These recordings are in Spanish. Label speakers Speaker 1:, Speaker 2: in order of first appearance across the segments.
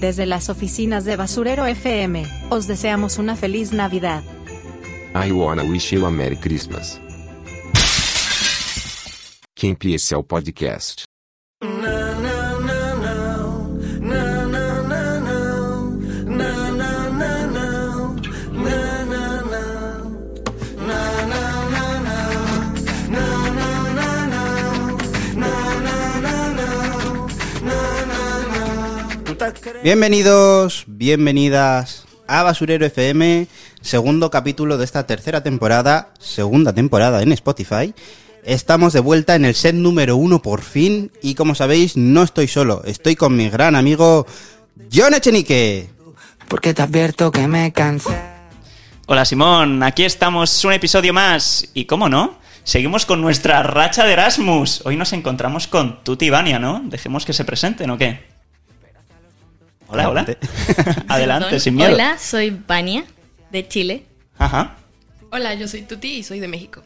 Speaker 1: Desde las oficinas de Basurero FM, os deseamos una feliz Navidad.
Speaker 2: I wanna wish you a Merry Christmas. Kemp, esse é o podcast.
Speaker 3: Bienvenidos, bienvenidas a Basurero FM, segundo capítulo de esta tercera temporada, segunda temporada en Spotify. Estamos de vuelta en el set número uno por fin y como sabéis no estoy solo, estoy con mi gran amigo John Echenique.
Speaker 4: Porque te advierto que me cansé.
Speaker 5: Hola Simón, aquí estamos, un episodio más. Y cómo no, seguimos con nuestra racha de Erasmus. Hoy nos encontramos con Tuti y Vania, ¿no? Dejemos que se presenten o qué. Hola, hola.
Speaker 3: Adelante.
Speaker 5: Adelante,
Speaker 6: Perdón.
Speaker 5: sin miedo.
Speaker 6: Hola, soy Vania, de Chile.
Speaker 5: Ajá.
Speaker 7: Hola, yo soy Tuti y soy de México.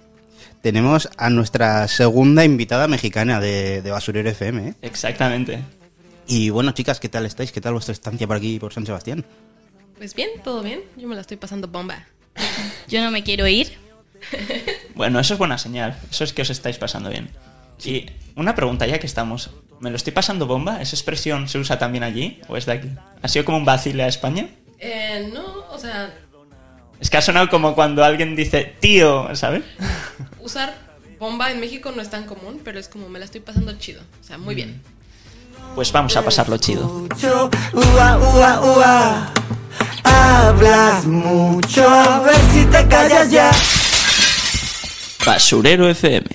Speaker 3: Tenemos a nuestra segunda invitada mexicana de, de Basurero FM. ¿eh?
Speaker 5: Exactamente.
Speaker 3: Y bueno chicas, ¿qué tal estáis? ¿Qué tal vuestra estancia por aquí, por San Sebastián?
Speaker 7: Pues bien, todo bien. Yo me la estoy pasando bomba.
Speaker 6: Yo no me quiero ir.
Speaker 5: Bueno, eso es buena señal. Eso es que os estáis pasando bien. Y una pregunta ya que estamos. ¿Me lo estoy pasando bomba? ¿Esa expresión se usa también allí o es de aquí? ¿Ha sido como un vacile a España?
Speaker 7: Eh, no, o sea,
Speaker 5: Es que ha sonado como cuando alguien dice tío, ¿sabes?
Speaker 7: usar bomba en México no es tan común, pero es como me la estoy pasando chido. O sea, muy bien.
Speaker 5: Pues vamos a pasarlo chido.
Speaker 4: Mucho, ua, ua, ua. Hablas mucho, a ver si te callas ya.
Speaker 5: Basurero FM.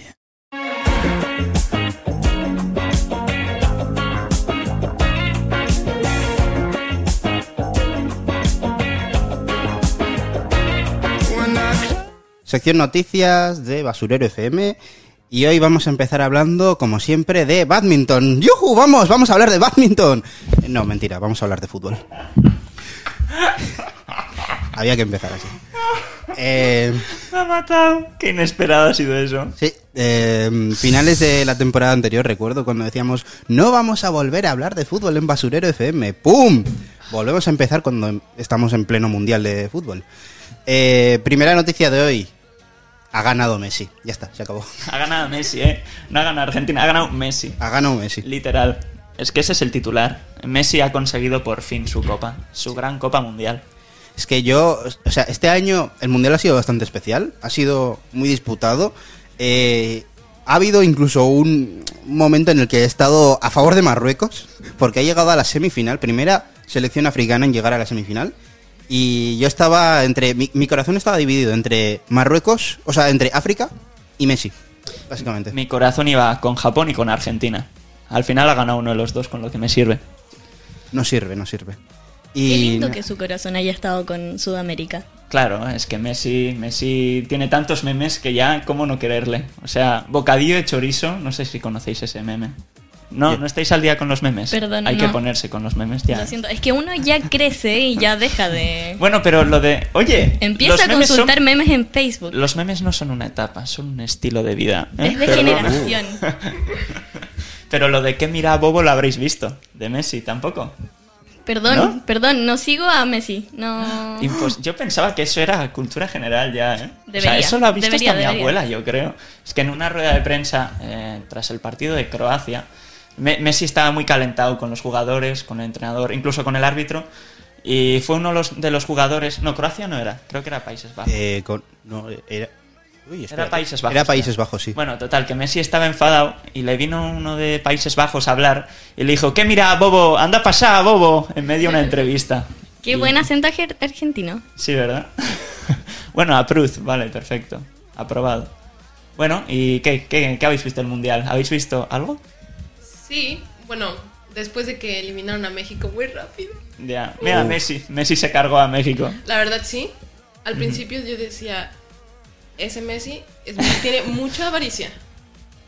Speaker 3: Sección noticias de Basurero FM. Y hoy vamos a empezar hablando, como siempre, de badminton. ¡Yujú! ¡Vamos! ¡Vamos a hablar de badminton! No, mentira, vamos a hablar de fútbol. Había que empezar así. Eh,
Speaker 5: Me ha matado. Qué inesperado ha sido eso.
Speaker 3: sí, eh, finales de la temporada anterior, recuerdo cuando decíamos, no vamos a volver a hablar de fútbol en Basurero FM. ¡Pum! Volvemos a empezar cuando em- estamos en pleno mundial de fútbol. Eh, primera noticia de hoy. Ha ganado Messi. Ya está, se acabó.
Speaker 5: Ha ganado Messi, ¿eh? No ha ganado Argentina, ha ganado Messi.
Speaker 3: Ha ganado Messi.
Speaker 5: Literal. Es que ese es el titular. Messi ha conseguido por fin su copa, su gran copa mundial.
Speaker 3: Es que yo, o sea, este año el Mundial ha sido bastante especial, ha sido muy disputado. eh, ha habido incluso un momento en el que he estado a favor de Marruecos, porque ha llegado a la semifinal, primera selección africana en llegar a la semifinal. Y yo estaba entre, mi, mi corazón estaba dividido entre Marruecos, o sea, entre África y Messi, básicamente.
Speaker 5: Mi corazón iba con Japón y con Argentina. Al final ha ganado uno de los dos, con lo que me sirve.
Speaker 3: No sirve, no sirve. Y
Speaker 6: Qué lindo
Speaker 3: na-
Speaker 6: que su corazón haya estado con Sudamérica.
Speaker 5: Claro, es que Messi, Messi tiene tantos memes que ya, ¿cómo no quererle? O sea, bocadillo de chorizo, no sé si conocéis ese meme. No,
Speaker 3: Yo-
Speaker 5: no estáis al día con los memes.
Speaker 6: Perdón,
Speaker 5: Hay
Speaker 6: no.
Speaker 5: que ponerse con los memes ya.
Speaker 6: Lo siento, es que uno ya crece y ya deja de...
Speaker 5: Bueno, pero lo de. Oye, los
Speaker 6: Empieza a
Speaker 5: memes son-
Speaker 6: consultar memes en Facebook.
Speaker 5: Los memes no son una etapa, son un estilo de vida. ¿eh?
Speaker 6: Es de
Speaker 5: Perdona.
Speaker 6: generación.
Speaker 5: Pero lo de que mira a Bobo lo habréis visto. De Messi tampoco.
Speaker 6: Perdón,
Speaker 5: ¿No?
Speaker 6: perdón, no sigo a Messi. No...
Speaker 5: Impos- pues, yo pensaba que eso era cultura general ya, ¿eh? o sea,
Speaker 6: Debería,
Speaker 5: eso lo ha visto
Speaker 6: debería,
Speaker 5: hasta mi
Speaker 6: debería.
Speaker 5: abuela, yo creo. Es que en una rueda de prensa eh, tras el partido de Croacia, Me- Messi estaba muy calentado con los jugadores, con el entrenador, incluso con el árbitro. Y fue uno de los- de los jugadores. No, Croacia no era, creo que era Países Bajos.
Speaker 3: eh, con- no, era, uy, espérate.
Speaker 5: Era Países Bajos.
Speaker 3: Era
Speaker 5: claro.
Speaker 3: Países Bajos, sí.
Speaker 5: Bueno, total, que Messi estaba enfadado y le vino uno de Países Bajos a hablar y le dijo, ¿qué mira, Bobo? Anda pasada, Bobo, en medio de una entrevista.
Speaker 6: Qué buen acento ar- argentino.
Speaker 5: Sí, ¿verdad? bueno, approved, vale, perfecto. Aprobado. Bueno, ¿y qué, qué, qué habéis visto el Mundial? ¿Habéis visto algo?
Speaker 7: Sí, bueno, después de que eliminaron a México muy rápido.
Speaker 5: Ya, mira, Messi, Messi se cargó a México.
Speaker 7: La verdad, sí. Al principio yo decía, ese Messi es- tiene mucha avaricia.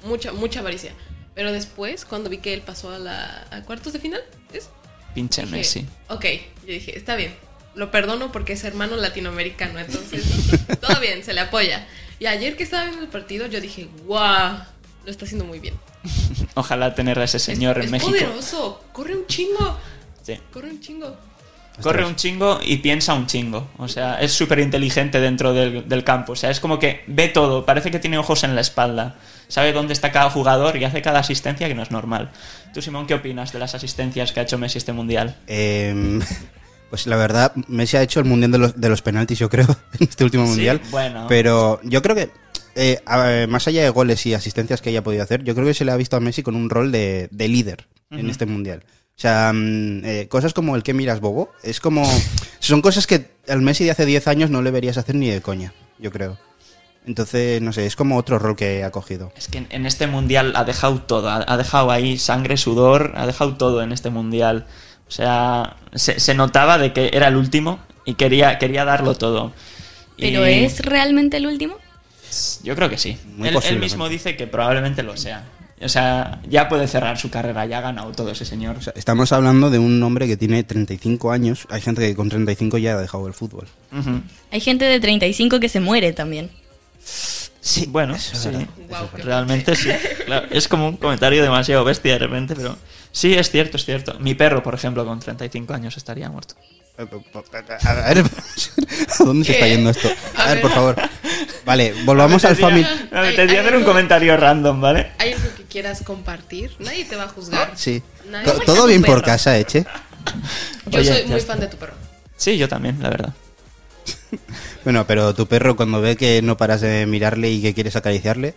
Speaker 7: Mucha, mucha avaricia. Pero después, cuando vi que él pasó a, la, a cuartos de final, ¿es?
Speaker 5: Pinche
Speaker 7: Dije,
Speaker 5: Messi.
Speaker 7: Ok, yo dije, está bien. Lo perdono porque es hermano latinoamericano, entonces todo bien, se le apoya. Y ayer que estaba viendo el partido, yo dije, wow, lo está haciendo muy bien.
Speaker 5: Ojalá tener a ese señor en
Speaker 7: es, es
Speaker 5: México.
Speaker 7: poderoso, corre un chingo.
Speaker 5: Sí.
Speaker 7: Corre un chingo.
Speaker 5: Corre un chingo y piensa un chingo. O sea, es súper inteligente dentro del, del campo. O sea, es como que ve todo. Parece que tiene ojos en la espalda. Sabe dónde está cada jugador y hace cada asistencia que no es normal. Tú, Simón, ¿qué opinas de las asistencias que ha hecho Messi este mundial?
Speaker 3: Em, pues la verdad, Messi ha hecho el mundial de los, de los penaltis, yo creo, en este último
Speaker 5: Sí,
Speaker 3: mundial.
Speaker 5: bueno.
Speaker 3: Pero yo creo que, eh, a- más allá de goles y asistencias que haya podido hacer, yo creo que se le ha visto a Messi con un rol de, de líder en este mundial. O sea, mm, eh, cosas como el que miras bobo, es como. Son cosas que al Messi de hace 10 años no le verías hacer ni de coña, yo creo. Entonces, no sé, es como otro rol que ha cogido.
Speaker 5: Es que en- en este mundial ha dejado todo, ha ha dejado ahí sangre, sudor, ha dejado todo en este mundial. O sea, se, se notaba de que era el último y quería, quería darlo todo.
Speaker 6: ¿Pero
Speaker 5: Y
Speaker 6: es realmente el último?
Speaker 5: Yo creo que sí.
Speaker 3: Muy
Speaker 5: Él, él
Speaker 3: posiblemente.
Speaker 5: mismo dice que probablemente lo sea. O sea, ya puede cerrar su carrera, ya ha ganado todo ese señor.
Speaker 3: O sea, estamos hablando de un hombre que tiene 35 años. Hay gente que con 35 ya ha dejado el fútbol.
Speaker 5: Ujú.
Speaker 6: Hay gente de 35 que se muere también.
Speaker 5: Sí, bueno, sí.
Speaker 7: Wow, qué
Speaker 5: Realmente sí. Claro, es como un comentario demasiado bestia de repente, pero sí, es cierto, es cierto. Mi perro, por ejemplo, con 35 años estaría muerto.
Speaker 3: A ver, ¿a dónde se está
Speaker 7: ¿Qué?
Speaker 3: yendo esto?
Speaker 7: A
Speaker 3: A ver,
Speaker 7: ver.
Speaker 3: por favor. Vale, volvamos al
Speaker 5: Tendría-
Speaker 3: family.
Speaker 5: No, me
Speaker 7: Ay,
Speaker 5: tendría
Speaker 7: ay,
Speaker 5: que hacer un
Speaker 7: no.
Speaker 5: comentario random, ¿vale?
Speaker 7: Hay algo que quieras compartir. Nadie te va a
Speaker 5: Ah,
Speaker 7: juzgar.
Speaker 3: Sí.
Speaker 7: Nadie.
Speaker 3: To-
Speaker 7: ¿Cómo
Speaker 3: Todo
Speaker 6: tu
Speaker 3: bien por
Speaker 6: perro?
Speaker 3: casa, ¿eh, Eche.
Speaker 7: Yo
Speaker 5: Oye,
Speaker 7: soy
Speaker 5: ya
Speaker 7: muy
Speaker 5: está.
Speaker 7: fan de tu perro.
Speaker 5: Sí, yo también, la verdad.
Speaker 3: Bueno, pero tu perro cuando ve que no paras de mirarle y que quieres acariciarle.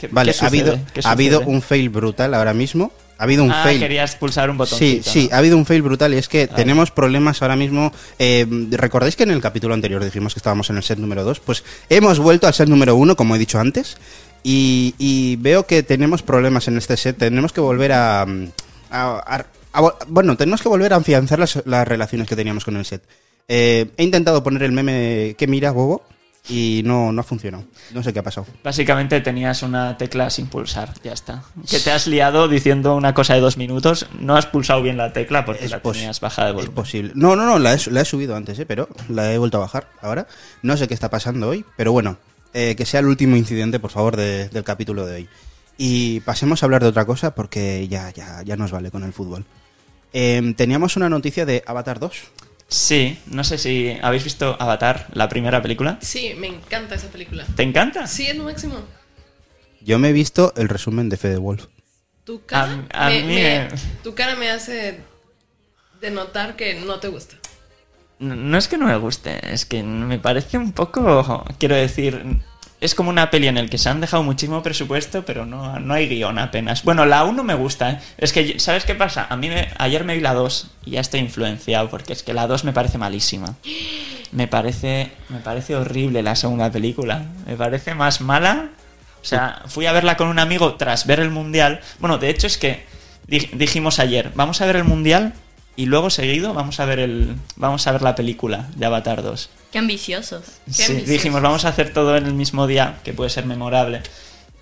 Speaker 5: ¿Qué-
Speaker 3: Vale,
Speaker 5: qué
Speaker 3: ha habido,
Speaker 5: sucede? ¿Qué
Speaker 3: ha habido
Speaker 5: sucede?
Speaker 3: un fail brutal ahora mismo. Ha habido un
Speaker 5: ah,
Speaker 3: fail.
Speaker 5: querías pulsar un
Speaker 3: Sí,
Speaker 5: botoncito.
Speaker 3: sí,
Speaker 5: ¿no?
Speaker 3: ha habido un fail brutal y es que
Speaker 5: Ah.
Speaker 3: tenemos problemas ahora mismo. Eh, ¿Recordáis que en el capítulo anterior dijimos que estábamos en el set número 2? Pues hemos vuelto al set número 1, como he dicho antes, y, y veo que tenemos problemas en este set. Tenemos que volver a... mm, a- a- a vo- bueno, tenemos que volver a afianzar las, las relaciones que teníamos con el set. Eh, he intentado poner el meme que mira, bobo, y no, no ha funcionado. No sé qué ha pasado.
Speaker 5: Básicamente tenías una tecla sin pulsar, ya está. Que te has liado diciendo una cosa de dos minutos, no has pulsado bien la tecla porque la
Speaker 3: posi-
Speaker 5: tenías bajada de
Speaker 3: es
Speaker 5: volumen.
Speaker 3: posible. No, no, no, la he, su- la he subido antes, eh, pero la he vuelto a bajar ahora. No sé qué está pasando hoy, pero bueno, eh, que sea el último incidente, por favor, de- del capítulo de hoy. Y pasemos a hablar de otra cosa porque ya, ya, ya nos vale con el fútbol. Em, teníamos una noticia de Avatar 2.
Speaker 5: Sí, no sé si habéis visto Avatar, la primera película.
Speaker 7: Sí, me encanta esa película.
Speaker 5: ¿Te encanta?
Speaker 7: Sí, es lo máximo.
Speaker 3: Yo me he visto el resumen de Fede Wolf.
Speaker 7: Tu cara,
Speaker 5: A- a
Speaker 7: me,
Speaker 5: mí
Speaker 7: me-
Speaker 5: me-
Speaker 7: tu cara me hace denotar que no te gusta.
Speaker 5: No- No es que no me guste, es que me parece un poco. Quiero decir, es como una peli en el que se han dejado muchísimo presupuesto, pero no, no hay guión apenas. Bueno, la 1 me gusta, ¿eh? Es que, ¿sabes qué pasa? A mí me- ayer me vi la 2 y ya estoy influenciado, porque es que la 2 me parece malísima. Me parece, me parece horrible la segunda película. Me parece más mala. O sea, fui a verla con un amigo tras ver el mundial. Bueno, de hecho es que di- dijimos ayer, vamos a ver el mundial y luego seguido vamos a ver el vamos a ver la película de Avatar 2.
Speaker 6: Qué ambiciosos.
Speaker 7: Qué
Speaker 5: Sí,
Speaker 7: ambicioso.
Speaker 5: dijimos, vamos a hacer todo en el mismo día, que puede ser memorable.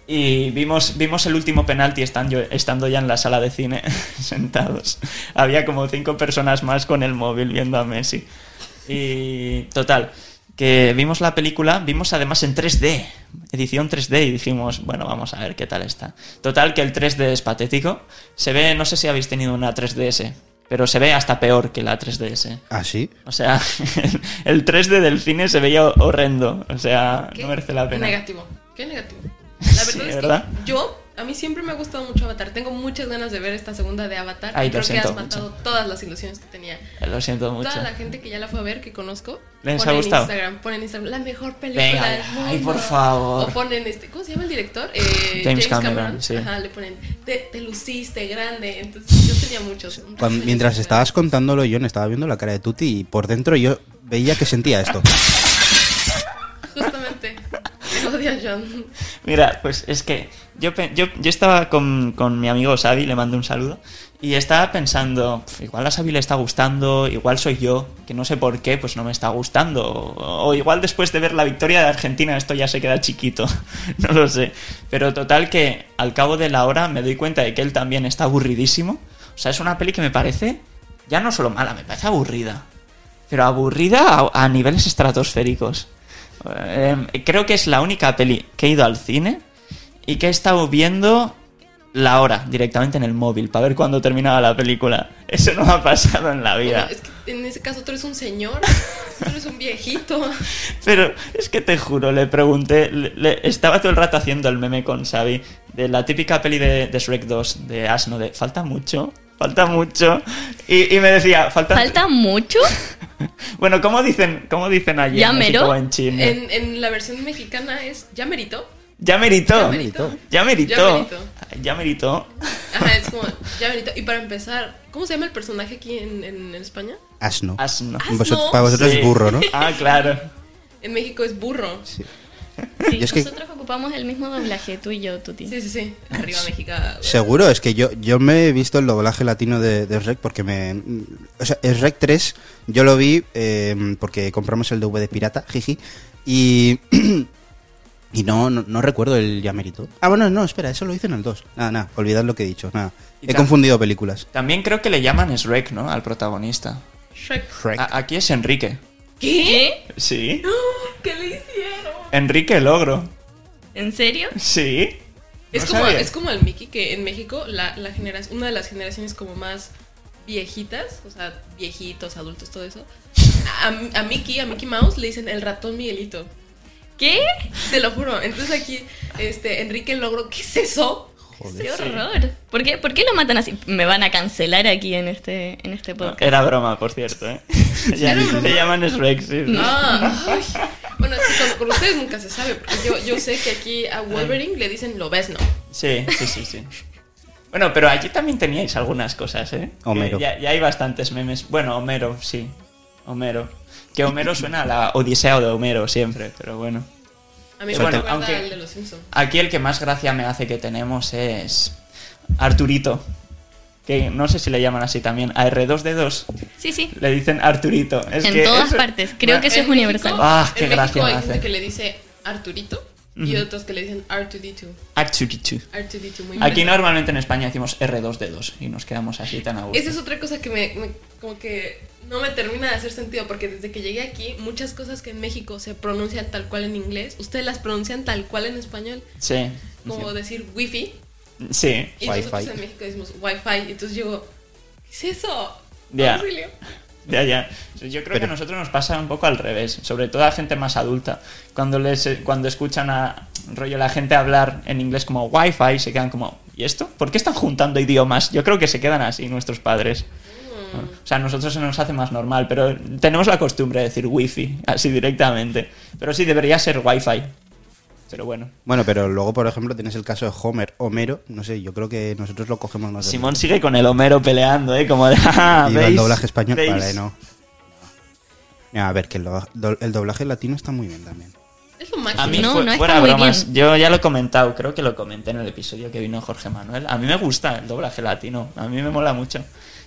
Speaker 5: Y vimos, vimos el último penalti estando, estando ya en la sala de cine, sentados. Había como cinco personas más con el móvil viendo a Messi. Y total, que vimos la película, vimos además en 3D, edición 3D, y dijimos, bueno, vamos a ver qué tal está. Total, que el 3D es patético. Se ve, no sé si habéis tenido una 3DS, pero se ve hasta peor que la 3DS.
Speaker 3: ¿Ah, sí?
Speaker 5: O sea, el 3D del cine se veía horrendo. O sea,
Speaker 7: ¿Qué?
Speaker 5: no merece la pena.
Speaker 7: Negativo. Qué negativo. La verdad
Speaker 5: Sí,
Speaker 7: es que
Speaker 5: ¿verdad?
Speaker 7: yo, a mí siempre me ha gustado mucho Avatar. Tengo muchas ganas de ver esta segunda de Avatar.
Speaker 5: Ay,
Speaker 7: y
Speaker 5: lo
Speaker 7: creo que has
Speaker 5: siento
Speaker 7: matado
Speaker 5: mucho.
Speaker 7: todas las ilusiones que tenía.
Speaker 5: Lo siento mucho.
Speaker 7: Toda la gente que ya la fue a ver, que conozco,
Speaker 5: ¿Les
Speaker 7: pone
Speaker 5: ha gustado?
Speaker 7: en Instagram, ponen en Instagram la mejor película
Speaker 5: Venga,
Speaker 7: del
Speaker 5: ay,
Speaker 7: mundo".
Speaker 5: por favor.
Speaker 7: O ponen este, ¿cómo se llama el director? Eh,
Speaker 5: James Cameron, sí.
Speaker 7: Ajá, le ponen, te, te luciste grande. Entonces yo tenía muchos.
Speaker 3: Cuando- mientras estabas contándolo, yo no estaba viendo la cara de Tuti y por dentro yo veía que sentía esto.
Speaker 7: Justamente. Te odio, John.
Speaker 5: Mira, pues es que yo, pe- yo, yo estaba con, con mi amigo Xavi, le mando un saludo, y estaba pensando, "Pf, igual a Xavi le está gustando, igual soy yo, que no sé por qué, pues no me está gustando, o, o igual después de ver la victoria de Argentina esto ya se queda chiquito, no lo sé. Pero total que al cabo de la hora me doy cuenta de que él también está aburridísimo, o sea, es una peli que me parece, ya no solo mala, me parece aburrida pero aburrida a, a niveles estratosféricos. Eh, creo que es la única peli que he ido al cine y que he estado viendo la hora directamente en el móvil para ver cuándo terminaba la película. Eso no ha pasado en la vida.
Speaker 7: Bueno, es que en ese caso tú eres un señor, tú eres un viejito.
Speaker 5: Pero es que te juro, le pregunté, le- le- estaba todo el rato haciendo el meme con Xavi de la típica peli de, de Shrek 2 de Asno, de falta mucho, falta mucho. Y, y me decía, falta...
Speaker 6: ¿Falta mucho?
Speaker 5: Bueno, ¿cómo dicen, cómo dicen allí
Speaker 6: ¿Ya
Speaker 5: en México
Speaker 6: mero?
Speaker 5: o en China?
Speaker 7: En, en la versión mexicana es ya merito.
Speaker 5: Ya meritó.
Speaker 7: Ya meritó.
Speaker 5: Ya
Speaker 7: Ya
Speaker 5: meritó.
Speaker 7: meritó.
Speaker 5: Ya meritó.
Speaker 7: Ajá, es como ya merito. Y para empezar, ¿cómo se llama el personaje aquí en, en España?
Speaker 3: Asno.
Speaker 5: Asno.
Speaker 7: Asno.
Speaker 3: Vosot- para vosotros
Speaker 5: Sí.
Speaker 3: es burro, ¿no?
Speaker 5: Ah, claro.
Speaker 7: En México es burro. Sí,
Speaker 6: Sí,
Speaker 3: Yo es que-
Speaker 6: nosotros ocupamos el mismo doblaje, tú y yo, Tuti.
Speaker 7: sí, sí. Arriba México.
Speaker 3: Seguro, es que yo, yo me he visto el doblaje latino de, de Rec porque me. O sea, el Rec 3 yo lo vi eh, porque compramos el DVD pirata, jiji. Y. Y no, no, no recuerdo el Yamerito. Ah, bueno, no, espera, eso lo hice en el 2. Nada, nada, olvidad lo que he dicho, nada.
Speaker 5: Y
Speaker 3: He
Speaker 5: tam-
Speaker 3: confundido películas.
Speaker 5: También creo que le llaman Shrek, ¿no? Al protagonista.
Speaker 7: Shrek.
Speaker 3: Rec.
Speaker 5: A- aquí es Enrique.
Speaker 7: ¿Qué?
Speaker 5: Sí.
Speaker 7: ¿Qué le hicieron?
Speaker 5: Enrique el ogro.
Speaker 6: ¿En serio?
Speaker 5: Sí.
Speaker 7: Es,
Speaker 5: No
Speaker 7: como,
Speaker 5: sabía.
Speaker 7: es como el Mickey que en México la, la generación- una de las generaciones como más viejitas, o sea, viejitos, adultos, todo eso. A, a Mickey, a Mickey Mouse le dicen el ratón Miguelito.
Speaker 6: ¿Qué?
Speaker 7: Te lo juro. Entonces aquí, este, Enrique el Logro, ¿qué es eso?
Speaker 6: ¡Qué horror! ¿Por qué, ¿Por qué lo matan así? Me van a cancelar aquí en este, en este podcast.
Speaker 5: Era broma, por cierto, ¿eh? Ya,
Speaker 7: era broma.
Speaker 5: le llaman Shrek, sí. sí.
Speaker 7: Ah, ay. Bueno, es que con, con ustedes nunca se sabe, porque yo, yo sé que aquí a Wolverine le dicen lo ves, ¿no?
Speaker 5: Sí, sí, sí, sí. Bueno, pero allí también teníais algunas cosas, ¿eh? Que
Speaker 3: Homero.
Speaker 5: Ya, ya hay bastantes memes. Bueno, Homero, sí. Homero. Que Homero suena a la Odisea de Homero siempre, pero bueno.
Speaker 7: A mí me
Speaker 5: Suelta.
Speaker 7: recuerda
Speaker 5: Aunque-
Speaker 7: al de los Simpsons.
Speaker 5: Aquí el que más gracia me hace que tenemos es Arturito. Que no sé si le llaman así también. A R2D2
Speaker 6: Sí, sí.
Speaker 5: le dicen Arturito. Es
Speaker 6: En
Speaker 5: que
Speaker 6: todas
Speaker 5: eso-
Speaker 6: partes. Creo que eso es
Speaker 7: En
Speaker 6: universal.
Speaker 7: México-
Speaker 5: Ah, qué
Speaker 7: en México
Speaker 5: gracia
Speaker 7: hay
Speaker 5: me hace.
Speaker 7: gente que le dice Arturito y otros que le dicen R2D2.
Speaker 5: Arturito.
Speaker 7: R2D2, muy
Speaker 5: eh, Aquí
Speaker 7: mal.
Speaker 5: normalmente en España decimos R2D2 y nos quedamos así tan a gusto.
Speaker 7: Esa es otra cosa que me, me- como que no me termina de hacer sentido porque desde que llegué aquí muchas cosas que en México se pronuncian tal cual en inglés, ustedes las pronuncian tal cual en español,
Speaker 5: Sí.
Speaker 7: como decir wifi
Speaker 5: Sí.
Speaker 7: y
Speaker 3: Wi-Fi.
Speaker 7: nosotros en México decimos wifi, y entonces yo ¿qué es eso? Ah,
Speaker 5: Ya.
Speaker 7: Auxilio.
Speaker 5: Ya, ya. Yo creo que a nosotros nos pasa un poco al revés, sobre todo a gente más adulta. Cuando les eh, cuando escuchan a rollo la gente hablar en inglés como wifi, se quedan como, ¿y esto? ¿Por qué están juntando idiomas? Yo creo que se quedan así nuestros padres. O sea, a nosotros se nos hace más normal, pero tenemos la costumbre de decir wifi, así directamente. Pero sí, debería ser wifi. Pero bueno.
Speaker 3: Bueno, pero luego, por ejemplo, tienes el caso de Homer, Homero, no sé, yo creo que nosotros lo cogemos más de-
Speaker 5: Simón sigue con el Homero peleando, ¿eh? Como de, "Ah,
Speaker 3: Y va el
Speaker 5: ¿veis?
Speaker 3: doblaje español,
Speaker 5: ¿Veis?".
Speaker 3: vale, no. No, A ver, que el, do- do- el doblaje latino está muy bien también.
Speaker 7: Es lo máximo.
Speaker 5: A mí
Speaker 6: No,
Speaker 5: fue-
Speaker 6: no está
Speaker 5: fuera
Speaker 6: muy
Speaker 5: bromas,
Speaker 6: bien.
Speaker 5: yo ya lo he comentado, creo que lo comenté en el episodio que vino Jorge Manuel. A mí me gusta el doblaje latino, a mí me mola mucho.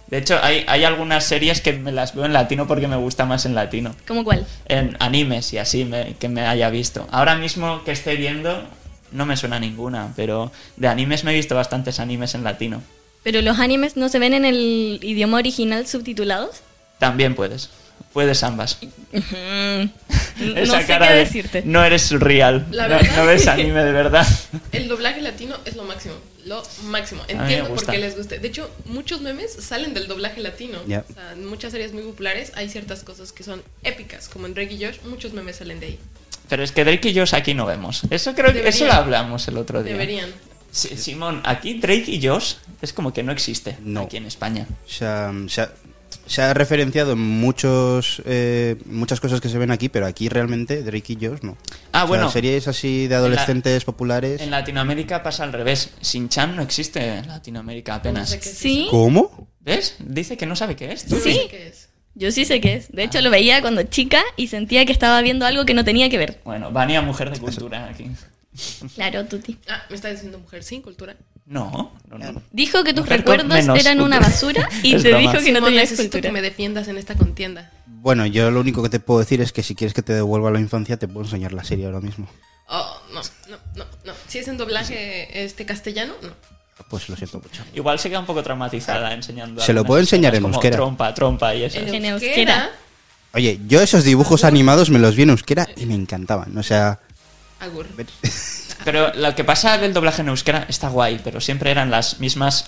Speaker 5: De hecho, hay, hay algunas series que me las veo en latino porque me gusta más en latino.
Speaker 6: ¿Cómo cuál?
Speaker 5: En animes y así me- que me haya visto. Ahora mismo que esté viendo, no me suena ninguna, pero de animes me he visto bastantes animes en latino.
Speaker 6: ¿Pero los animes no se ven en el idioma original subtitulados?
Speaker 5: También puedes. Puedes ambas.
Speaker 6: Mm, no
Speaker 5: Esa
Speaker 6: sé
Speaker 5: cara
Speaker 6: qué
Speaker 5: de,
Speaker 6: decirte.
Speaker 5: No eres surreal.
Speaker 7: La
Speaker 5: No,
Speaker 7: verdad
Speaker 5: no
Speaker 7: es
Speaker 5: ves
Speaker 7: que-
Speaker 5: anime de verdad.
Speaker 7: El doblaje latino es lo máximo, lo máximo.
Speaker 5: mí me
Speaker 7: Entiendo por
Speaker 5: gusta.
Speaker 7: qué les gusta. De hecho, muchos memes salen del doblaje latino.
Speaker 3: Ya.
Speaker 7: O sea, en muchas series muy populares hay ciertas cosas que son épicas, como en Drake y Josh, muchos memes salen de ahí.
Speaker 5: Pero es que Drake y Josh aquí no vemos. Eso creo que eso lo
Speaker 7: Deberían.
Speaker 5: hablamos el otro día.
Speaker 7: Deberían.
Speaker 5: Sí, Simón, aquí Drake y Josh es como que no existe
Speaker 3: No.
Speaker 5: aquí en España.
Speaker 3: Se ha, se ha- se ha referenciado en muchos, eh, muchas cosas que se ven aquí, pero aquí realmente Drake y Josh no.
Speaker 5: Ah,
Speaker 3: O sea,
Speaker 5: bueno.
Speaker 3: series así de adolescentes populares.
Speaker 5: En Latinoamérica pasa al revés. Sin Chan no existe en Latinoamérica
Speaker 7: No
Speaker 5: apenas.
Speaker 7: sé qué es
Speaker 6: ¿Sí?
Speaker 3: ¿Cómo?
Speaker 5: ¿Ves? Dice que no sabe qué es.
Speaker 7: eso. No sé
Speaker 6: Sí.
Speaker 7: qué es.
Speaker 6: Yo sí sé qué es. De hecho, lo veía cuando chica y sentía que estaba viendo algo que no tenía que ver.
Speaker 5: Bueno, Vania, mujer de cultura aquí.
Speaker 6: Claro, Tuti.
Speaker 7: Ah, me está diciendo mujer sin cultura.
Speaker 5: No, no, no.
Speaker 6: Dijo que tus
Speaker 5: Mujer con
Speaker 6: recuerdos
Speaker 5: menos
Speaker 6: eran una
Speaker 5: cultura.
Speaker 6: basura y
Speaker 5: Es
Speaker 6: te
Speaker 5: broma.
Speaker 6: dijo que no
Speaker 7: Simón,
Speaker 6: tenías
Speaker 7: necesito
Speaker 6: cultura.
Speaker 7: que me defiendas en esta contienda.
Speaker 3: Bueno, yo lo único que te puedo decir es que si quieres que te devuelva la infancia, te puedo enseñar la serie ahora mismo.
Speaker 7: Oh, no, no, no, no. Si es en doblaje este castellano, no.
Speaker 3: Pues lo siento mucho.
Speaker 5: Igual se queda un poco traumatizada enseñando.
Speaker 3: Ah, Se lo
Speaker 5: algunas
Speaker 3: puedo enseñar
Speaker 5: cosas
Speaker 3: en
Speaker 5: como
Speaker 3: euskera.
Speaker 5: Trompa, trompa y eso.
Speaker 6: En euskera.
Speaker 3: Oye, yo esos dibujos animados me los vi en euskera y me encantaban. O sea,
Speaker 7: Agur.
Speaker 5: Pero lo que pasa del doblaje en euskera está guay, pero siempre eran las mismas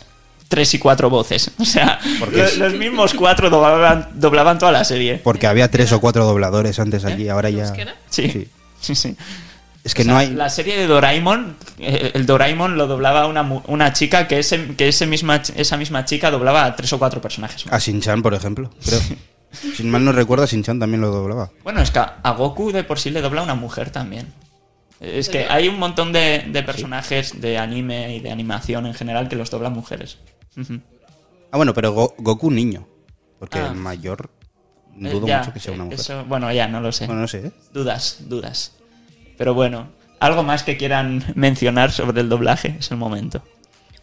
Speaker 5: tres y cuatro voces. O sea,
Speaker 3: ¿Por
Speaker 5: lo-
Speaker 3: qué?
Speaker 5: los mismos cuatro doblaban, doblaban toda la serie.
Speaker 3: Porque había tres o cuatro dobladores antes aquí, ahora ya.
Speaker 7: ¿Euskera?
Speaker 5: Sí.
Speaker 3: Sí.
Speaker 5: Sí, sí.
Speaker 3: Es que
Speaker 5: ¿Eh? O sea,
Speaker 3: no hay.
Speaker 5: La serie de Doraemon, eh, el Doraemon lo doblaba una, mu- una chica que, ese, que ese misma, ch- esa misma chica doblaba a tres o cuatro personajes. más.
Speaker 3: A Shin-Chan, por ejemplo. Creo. Sin mal no recuerdo, a Shin-Chan también lo doblaba.
Speaker 5: Bueno, es que a a Goku de por sí le dobla una mujer también. Es que hay un montón de, de personajes de anime y de animación en general que los doblan mujeres. Ujú.
Speaker 3: Ah, bueno, pero Go- Goku niño. Porque
Speaker 5: Ah.
Speaker 3: el mayor.
Speaker 5: Eh,
Speaker 3: Dudo
Speaker 5: ya,
Speaker 3: mucho que sea una
Speaker 5: eh,
Speaker 3: mujer.
Speaker 5: eso- bueno, ya, no lo sé.
Speaker 3: Bueno, no sé. ¿eh?
Speaker 5: Dudas, dudas. Pero bueno, algo más que quieran mencionar sobre el doblaje es el momento.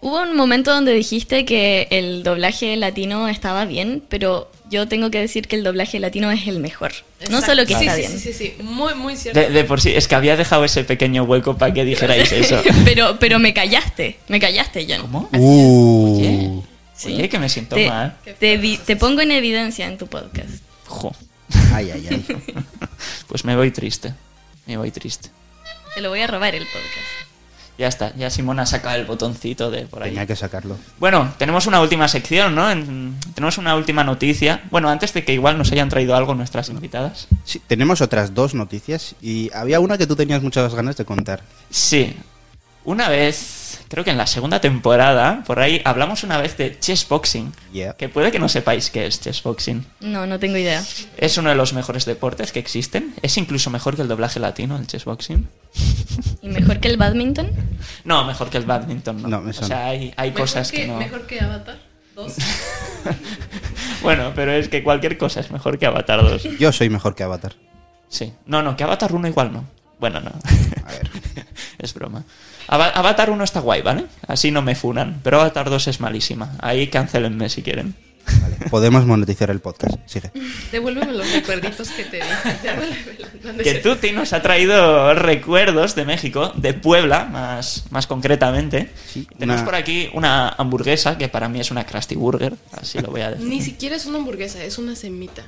Speaker 6: Hubo un momento donde dijiste que el doblaje latino estaba bien, pero yo tengo que decir que el doblaje latino es el mejor. No
Speaker 7: Exacto.
Speaker 6: solo que
Speaker 7: sí,
Speaker 6: está
Speaker 7: sí,
Speaker 6: bien.
Speaker 7: Sí, sí, sí. Muy, muy cierto.
Speaker 5: De, de por sí, es que había dejado ese pequeño hueco para que dijerais eso.
Speaker 6: pero, pero me callaste, me callaste, John.
Speaker 5: ¿Cómo?
Speaker 3: Uh.
Speaker 6: Sí.
Speaker 5: Oye, que me siento
Speaker 6: Te,
Speaker 5: mal.
Speaker 6: te vi- te pongo en evidencia en tu podcast.
Speaker 5: Jo,
Speaker 3: Ay, ay, ay.
Speaker 5: pues me voy triste. Me voy triste.
Speaker 6: Te lo voy a robar el podcast.
Speaker 5: Ya está, ya Simona saca el botoncito de por ahí.
Speaker 3: Tenía que sacarlo.
Speaker 5: Bueno, tenemos una última sección, ¿no? En- tenemos una última noticia. Bueno, antes de que igual nos hayan traído algo nuestras invitadas.
Speaker 3: Sí, tenemos otras dos noticias y había una que tú tenías muchas ganas de contar.
Speaker 5: Sí. Una vez, creo que en la segunda temporada, por ahí hablamos una vez de chessboxing.
Speaker 3: Yeah.
Speaker 5: Que puede que no sepáis qué es chessboxing.
Speaker 6: No, no tengo idea.
Speaker 5: Es uno de los mejores deportes que existen. Es incluso mejor que el doblaje latino, el chessboxing.
Speaker 6: ¿Y mejor que el badminton?
Speaker 5: No, mejor que el badminton, no.
Speaker 3: No, me
Speaker 5: o
Speaker 3: suena.
Speaker 5: sea, hay, hay
Speaker 7: Mejor
Speaker 5: cosas que, no.
Speaker 7: Mejor que Avatar 2.
Speaker 5: Bueno, pero es que cualquier cosa es mejor que Avatar 2.
Speaker 3: Yo soy mejor que Avatar.
Speaker 5: Sí. No, no, que Avatar 1 igual no. Bueno, no.
Speaker 3: A ver.
Speaker 5: Es broma. Ava- Avatar 1 está guay, ¿vale? Así no me funan. Pero Avatar 2 es malísima. Ahí cancelenme si quieren.
Speaker 3: Vale, podemos monetizar el podcast. Sigue.
Speaker 7: Devuélveme los recuerditos que te di. Devuélvemelo. ¿Dónde
Speaker 5: Que
Speaker 7: se-
Speaker 5: Tuti nos ha traído recuerdos de México, de Puebla, más, más concretamente.
Speaker 3: Sí,
Speaker 5: Tenemos
Speaker 3: una-
Speaker 5: por aquí una hamburguesa, que para mí es una Krusty Burger, así lo voy a decir.
Speaker 7: Ni siquiera es una hamburguesa, es una semita.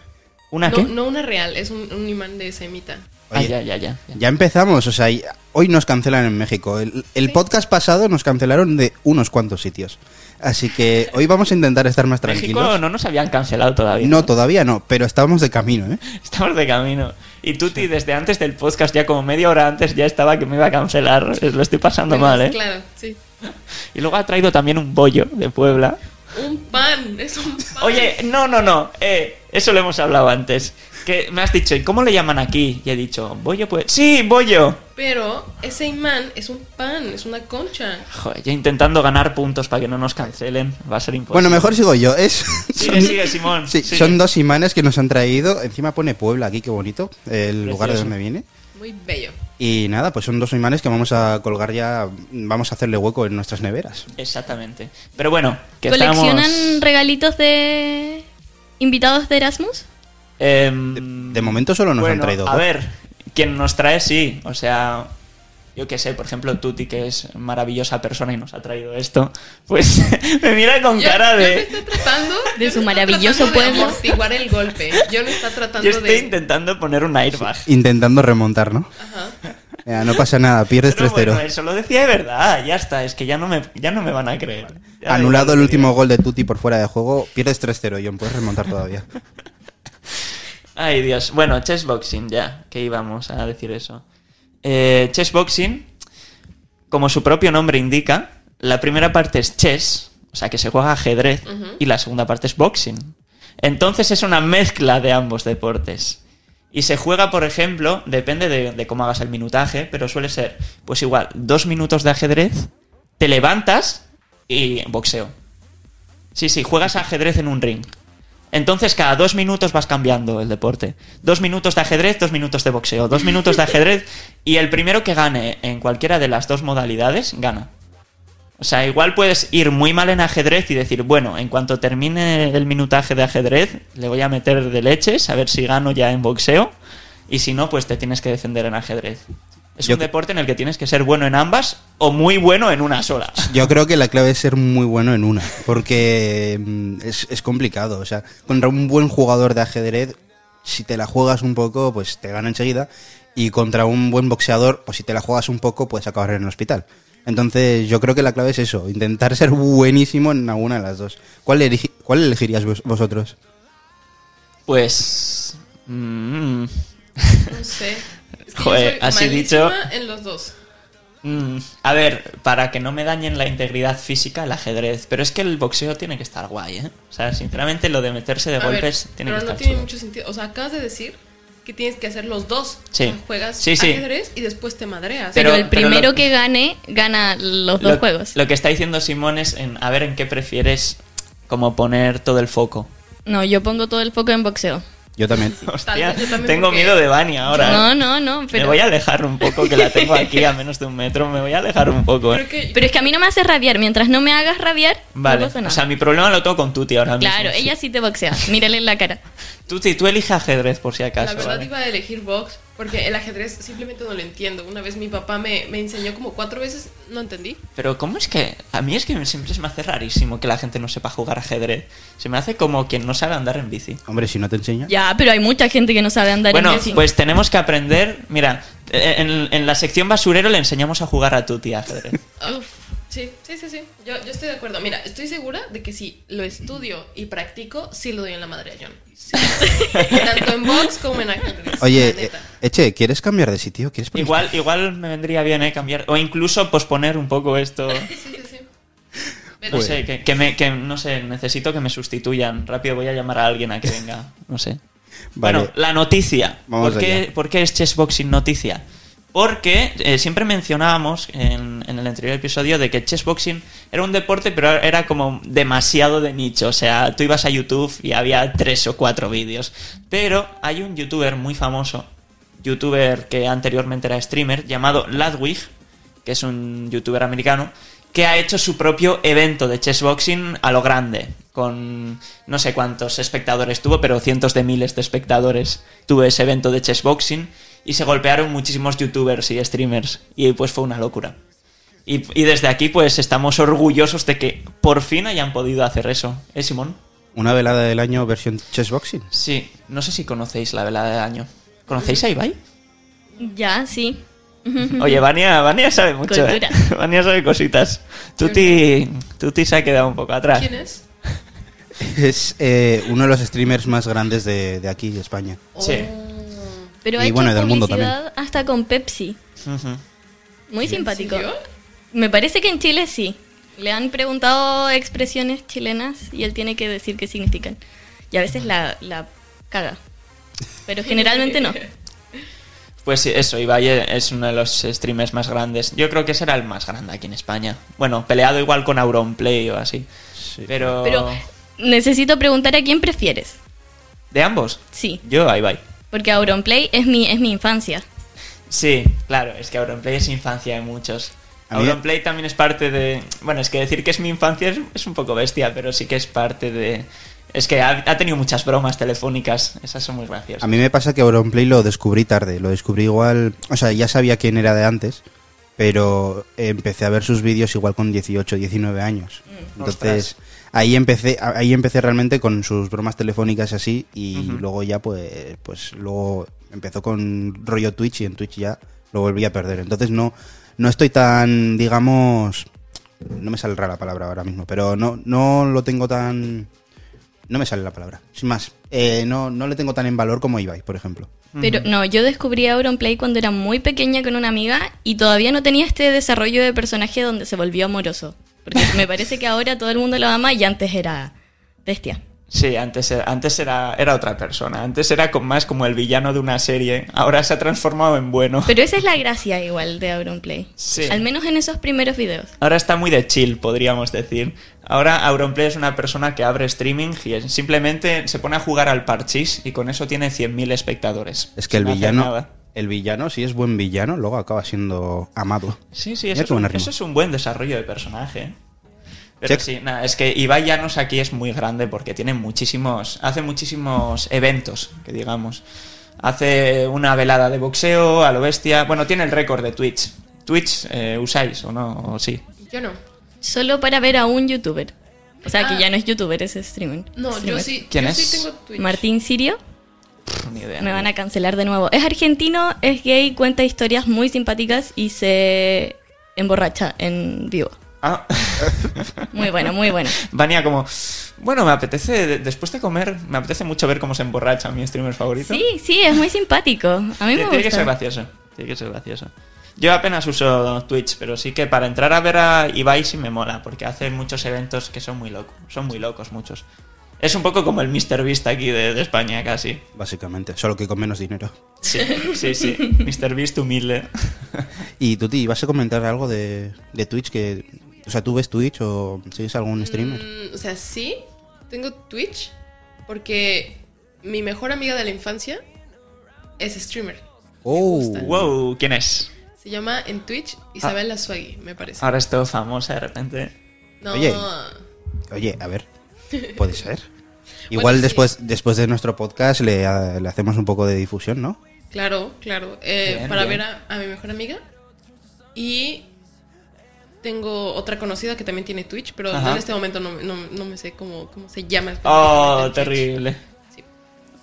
Speaker 5: ¿Una
Speaker 7: no,
Speaker 5: qué?
Speaker 7: no una real, es un, un imán de semita.
Speaker 5: Ah,
Speaker 3: Oye,
Speaker 5: ya, ya, ya.
Speaker 3: Ya empezamos, o sea, y- hoy nos cancelan en México. El, el podcast pasado nos cancelaron de unos cuantos sitios. Así que hoy vamos a intentar estar más tranquilos.
Speaker 5: México no nos habían cancelado todavía.
Speaker 3: No, todavía no, pero estábamos de camino, ¿eh?
Speaker 5: Estamos de camino. Y Tuti, desde antes del podcast, ya como media hora antes, ya estaba que me iba a cancelar. Lo estoy pasando
Speaker 7: Bueno,
Speaker 5: mal, ¿eh?
Speaker 7: Claro, sí.
Speaker 5: Y luego ha traído también un bollo de Puebla.
Speaker 7: Un pan, es un pan.
Speaker 5: Oye, no, no, no. eh, eso lo hemos hablado antes. Que me has dicho, ¿y cómo le llaman aquí? Y he dicho, bollo pues. ¡Sí, bollo!
Speaker 7: Pero ese imán es un pan, es una concha.
Speaker 5: Joder, yo intentando ganar puntos para que no nos cancelen. Va a ser imposible.
Speaker 3: Bueno, mejor sigo yo. Es,
Speaker 5: Sigue, sigue, Simón.
Speaker 3: Sí,
Speaker 5: sigue.
Speaker 3: son dos imanes que nos han traído. Encima pone Puebla aquí, qué bonito, el lugar de
Speaker 5: Precioso.
Speaker 3: donde viene.
Speaker 7: Muy bello.
Speaker 3: Y nada, pues son dos imanes que vamos a colgar ya, vamos a hacerle hueco en nuestras neveras.
Speaker 5: Exactamente. Pero bueno, que
Speaker 6: ¿Coleccionan
Speaker 5: estamos.
Speaker 6: regalitos de invitados de Erasmus?
Speaker 5: em,
Speaker 3: De momento solo nos han
Speaker 5: bueno,
Speaker 3: traído
Speaker 5: A
Speaker 3: dos.
Speaker 5: ver, quien nos trae, sí. O sea. Yo qué sé, por ejemplo, Tuti, que es maravillosa persona y nos ha traído esto, pues me mira con
Speaker 7: Yo-
Speaker 5: cara
Speaker 7: yo
Speaker 5: de...
Speaker 7: no estoy tratando
Speaker 6: De
Speaker 7: yo
Speaker 6: su
Speaker 7: no estoy
Speaker 6: maravilloso
Speaker 7: tratando de
Speaker 6: pueblo.
Speaker 7: amortiguar el golpe. Yo no está tratando
Speaker 5: Yo estoy
Speaker 7: de.
Speaker 5: intentando poner un airbag.
Speaker 3: Intentando remontar, ¿no?
Speaker 7: Ajá.
Speaker 3: Mira, no pasa nada, pierdes
Speaker 5: Pero
Speaker 3: 3-0.
Speaker 5: bueno, eso lo decía de verdad, ya está, es que ya no me, ya no me van a creer. Ya
Speaker 3: Anulado el
Speaker 5: da igual lo que
Speaker 3: último
Speaker 5: diga.
Speaker 3: gol de Tuti por fuera de juego, pierdes 3-0, John, puedes remontar todavía.
Speaker 5: Ay Dios, bueno, chessboxing ya, que íbamos a decir eso. Eh, chessboxing, como su propio nombre indica, la primera parte es chess, o sea que se juega ajedrez, y la segunda parte es boxing. Entonces es una mezcla de ambos deportes. Y se juega, por ejemplo, depende de, de cómo hagas el minutaje, pero suele ser, pues igual, dos minutos de ajedrez, te levantas y boxeo. Sí, sí, juegas ajedrez en un ring. Entonces cada dos minutos vas cambiando el deporte. Dos minutos de ajedrez, dos minutos de boxeo, dos minutos de ajedrez y el primero que gane en cualquiera de las dos modalidades gana. O sea, igual puedes ir muy mal en ajedrez y decir, bueno, en cuanto termine el minutaje de ajedrez, le voy a meter de leches, a ver si gano ya en boxeo. Y si no, pues te tienes que defender en ajedrez. Es
Speaker 3: Yo
Speaker 5: un
Speaker 3: cre-
Speaker 5: deporte en el que tienes que ser bueno en ambas o muy bueno en una sola.
Speaker 3: Yo creo que la clave es ser muy bueno en una, porque mm, es, es complicado. O sea, contra un buen jugador de ajedrez, si te la juegas un poco, pues te gana enseguida. y contra un buen boxeador, pues si te la juegas un poco, puedes acabar en el hospital. Entonces, yo creo que la clave es eso, intentar ser buenísimo en alguna de las dos. ¿Cuál, elegi- cuál elegirías vos- vosotros?
Speaker 5: Pues. mm,
Speaker 7: No sé. Es que yo
Speaker 5: Joder,
Speaker 7: soy
Speaker 5: así
Speaker 7: malísima
Speaker 5: dicho.
Speaker 7: En los dos.
Speaker 5: mm, a ver, para que no me dañen la integridad física, el ajedrez. Pero es que el boxeo tiene que estar guay, ¿eh? O sea, sinceramente, lo de meterse de
Speaker 7: A ver,
Speaker 5: golpes tiene que
Speaker 7: pero no
Speaker 5: estar
Speaker 7: tiene
Speaker 5: chulo.
Speaker 7: mucho sentido. O sea, acabas de decir que tienes que hacer los dos.
Speaker 5: Sí.
Speaker 7: O sea, juegas
Speaker 5: Sí, sí.
Speaker 7: ajedrez y después te madreas.
Speaker 6: Pero,
Speaker 5: Pero-
Speaker 6: el
Speaker 5: pero lo-
Speaker 6: primero que gane, gana los dos
Speaker 5: lo,
Speaker 6: juegos.
Speaker 5: Lo que está diciendo Simón es en, a ver en qué prefieres como poner todo el foco.
Speaker 6: No, yo pongo todo el foco en boxeo.
Speaker 3: Yo también.
Speaker 5: Hostia,
Speaker 7: vez yo también
Speaker 5: tengo
Speaker 7: porque-
Speaker 5: miedo de Bani ahora.
Speaker 6: No,
Speaker 5: ¿eh?
Speaker 6: no, no.
Speaker 5: Me
Speaker 6: Pero,
Speaker 5: voy a alejar un poco, que la tengo aquí a menos de un metro. Me voy a alejar un poco. ¿eh?
Speaker 7: Creo que
Speaker 6: pero es que a mí no me hace rabiar. Mientras no me hagas rabiar,
Speaker 5: Vale,
Speaker 6: no pasa
Speaker 5: o
Speaker 6: nada.
Speaker 5: sea, mi problema lo tengo con Tuti ahora
Speaker 6: claro,
Speaker 5: mismo.
Speaker 6: ella sí te boxea. Mírale la cara.
Speaker 5: Tuti, tú elige ajedrez por si acaso.
Speaker 7: la verdad
Speaker 5: ¿vale?
Speaker 7: iba a elegir box porque el ajedrez simplemente no lo entiendo. Una vez mi papá me, me enseñó como cuatro veces, no entendí.
Speaker 5: Pero ¿cómo es que? A mí es que siempre se me hace rarísimo que la gente no sepa jugar ajedrez. Se me hace como quien no sabe andar en bici.
Speaker 3: Hombre, si no te enseña.
Speaker 6: Ya, pero hay mucha gente que no sabe andar
Speaker 5: Bueno,
Speaker 6: en bici.
Speaker 5: pues tenemos que aprender. Mira, en, en la sección basurero le enseñamos a jugar a Tuti ajedrez.
Speaker 7: Uf, Ah, Sí, sí, sí, sí. Yo, yo estoy de acuerdo. Mira, estoy segura de que si lo estudio y practico, sí lo doy en la madre a John. Sí. Tanto en box como en ajedrez.
Speaker 3: Oye,
Speaker 7: la neta.
Speaker 3: eh, Eche, ¿quieres cambiar de sitio? ¿Quieres poner-
Speaker 5: Igual, igual me vendría bien, ¿eh? Cambiar. O incluso posponer un poco esto.
Speaker 7: Sí, sí, sí. Pero-
Speaker 5: No sé, que, que me, que, no sé, necesito que me sustituyan. Rápido voy a llamar a alguien a que venga. No sé.
Speaker 3: Vale.
Speaker 5: Bueno, la noticia.
Speaker 3: Vamos
Speaker 5: ¿Por, qué,
Speaker 3: allá.
Speaker 5: por qué es Chessboxing noticia? Porque eh, siempre mencionábamos en, en el anterior episodio de que chessboxing era un deporte, pero era como demasiado de nicho. O sea, tú ibas a YouTube y había tres o cuatro vídeos. Pero hay un youtuber muy famoso, youtuber que anteriormente era streamer, llamado Ludwig, que es un youtuber americano, que ha hecho su propio evento de chessboxing a lo grande, con no sé cuántos espectadores tuvo, pero cientos de miles de espectadores tuvo ese evento de chessboxing y se golpearon muchísimos youtubers y streamers y pues fue una locura. Y, y desde aquí pues estamos orgullosos de que por fin hayan podido hacer eso. ¿Eh, Simón?
Speaker 3: Una velada del año versión chessboxing.
Speaker 5: Sí, no sé si conocéis la velada del año. ¿Conocéis a Ibai?
Speaker 6: Ya, sí.
Speaker 5: Oye, Vania, Vania sabe mucho. ¿eh?
Speaker 6: Cultura.
Speaker 5: Vania sabe cositas. Tuti, Tuti se ha quedado un poco atrás.
Speaker 7: ¿Quién es?
Speaker 3: Es eh, uno de los streamers más grandes de, de aquí, de España.
Speaker 5: Sí.
Speaker 7: Oh.
Speaker 6: Pero
Speaker 3: Y
Speaker 6: ha hecho
Speaker 3: bueno, del mundo
Speaker 6: publicidad hasta con Pepsi.
Speaker 5: Ujú.
Speaker 6: Muy simpático.
Speaker 7: ¿Siguió?
Speaker 6: Me parece que en Chile sí. Le han preguntado expresiones chilenas y él tiene que decir qué significan. Y a veces la, la caga. Pero generalmente no.
Speaker 5: Pues sí, eso, Ibai es uno de los streamers más grandes. Yo creo que será el más grande aquí en España. Bueno, peleado igual con Auronplay o así. Pero,
Speaker 6: Pero necesito preguntar a quién prefieres.
Speaker 5: ¿De ambos?
Speaker 6: Sí,
Speaker 5: Yo a Ibai.
Speaker 6: porque Auronplay es mi, es mi infancia.
Speaker 5: Sí, claro, es que Auronplay es infancia de muchos.
Speaker 3: A mí-
Speaker 5: Auronplay también es parte de... Bueno, es que decir que es mi infancia es, es un poco bestia, pero sí que es parte de... Es que ha, ha tenido muchas bromas telefónicas, esas son muy graciosas.
Speaker 3: A mí me pasa que Auronplay lo descubrí tarde. Lo descubrí igual. O sea, ya sabía quién era de antes. Pero empecé a ver sus vídeos igual con 18, 19 años. Entonces,
Speaker 5: Mm. Ostras.
Speaker 3: ahí empecé, ahí empecé realmente con sus bromas telefónicas así. Y
Speaker 5: Ujú.
Speaker 3: luego ya, pues, pues luego empezó con rollo Twitch. Y en Twitch ya lo volví a perder. Entonces, no, no estoy tan, digamos. No me saldrá la palabra ahora mismo. Pero no, no lo tengo tan. No me sale la palabra. Sin más, eh, no, no le tengo tan en valor como Ibai, por ejemplo.
Speaker 6: Pero no, yo descubrí a Auronplay cuando era muy pequeña con una amiga y todavía no tenía este desarrollo de personaje donde se volvió amoroso. Porque me parece que ahora todo el mundo lo ama y antes era bestia.
Speaker 5: Sí, antes, era- antes era, era otra persona. Antes era con más como el villano de una serie. Ahora se ha transformado en bueno.
Speaker 6: Pero esa es la gracia igual de Auronplay.
Speaker 5: Sí.
Speaker 6: Al menos en esos primeros videos.
Speaker 5: Ahora está muy de chill, podríamos decir. Ahora Auronplay es una persona que abre streaming y es- simplemente se pone a jugar al parchís y con eso tiene 100.000 espectadores.
Speaker 3: Es que el
Speaker 5: Sin hacer
Speaker 3: villano,
Speaker 5: nada.
Speaker 3: el villano, si es buen villano, luego acaba siendo amado.
Speaker 5: Sí, sí,
Speaker 3: Mira
Speaker 5: eso,
Speaker 3: qué
Speaker 5: es
Speaker 3: buena
Speaker 5: un,
Speaker 3: rima.
Speaker 5: eso es un buen desarrollo de personaje. ¿eh? Pero
Speaker 3: Check.
Speaker 5: sí, nada, es que Ibai Llanos aquí es muy grande porque tiene muchísimos. Hace muchísimos eventos, que digamos. Hace una velada de boxeo, a lo bestia. Bueno, tiene el récord de Twitch. Twitch eh, usáis o no, o sí.
Speaker 7: Yo no.
Speaker 6: Solo para ver a un youtuber. O sea,
Speaker 7: Ah.
Speaker 6: que ya no es youtuber, es streamer.
Speaker 7: No, yo
Speaker 6: Streamer.
Speaker 7: sí.
Speaker 5: ¿Quién
Speaker 7: yo
Speaker 5: es?
Speaker 7: sí tengo Twitch.
Speaker 6: Martín Sirio.
Speaker 5: tengo ni idea.
Speaker 6: Me van a cancelar de nuevo. Es argentino, es gay, cuenta historias muy simpáticas y se emborracha en vivo.
Speaker 5: Ah,
Speaker 6: Muy bueno, muy bueno.
Speaker 5: Vania como, bueno, me apetece, de- después de comer, me apetece mucho ver cómo se emborracha mi streamer favorito.
Speaker 6: Sí, sí, es muy simpático. A mí me
Speaker 5: Tiene- Tiene que ser
Speaker 6: gusta.
Speaker 5: gracioso. Tiene que ser gracioso. Yo apenas uso Twitch, pero sí que para entrar a ver a Ibai sí me mola, porque hace muchos eventos que son muy locos. Son muy locos muchos. Es un poco como el Mr. Beast aquí de, de España, casi.
Speaker 3: Básicamente, solo que con menos dinero.
Speaker 5: Sí, sí, sí. Mr. Beast humilde.
Speaker 3: Y Tuti, ¿vas a comentar algo de, de Twitch? que O sea, ¿tú ves Twitch o sigues algún streamer?
Speaker 7: Mm, o sea, sí, tengo Twitch porque mi mejor amiga de la infancia es streamer.
Speaker 3: Oh,
Speaker 7: gusta.
Speaker 5: wow, ¿quién es?
Speaker 7: Se llama en Twitch
Speaker 5: Ah.
Speaker 7: Isabela Swaggy, me parece.
Speaker 5: Ahora es todo famosa de repente.
Speaker 7: No,
Speaker 3: Oye. oye, a ver, puede ser. Igual
Speaker 7: sí.
Speaker 3: después, después de nuestro podcast le, ah, le hacemos un poco de difusión, ¿no?
Speaker 7: claro, claro. eh,
Speaker 5: Bien,
Speaker 7: para
Speaker 5: bien.
Speaker 7: ver a, a mi mejor amiga. Y tengo otra conocida que también tiene Twitch, pero
Speaker 5: Ajá.
Speaker 7: en este momento no, no, no me sé cómo, cómo se llama. específicamente
Speaker 5: Oh,
Speaker 7: en Twitch.
Speaker 5: terrible.
Speaker 7: Sí,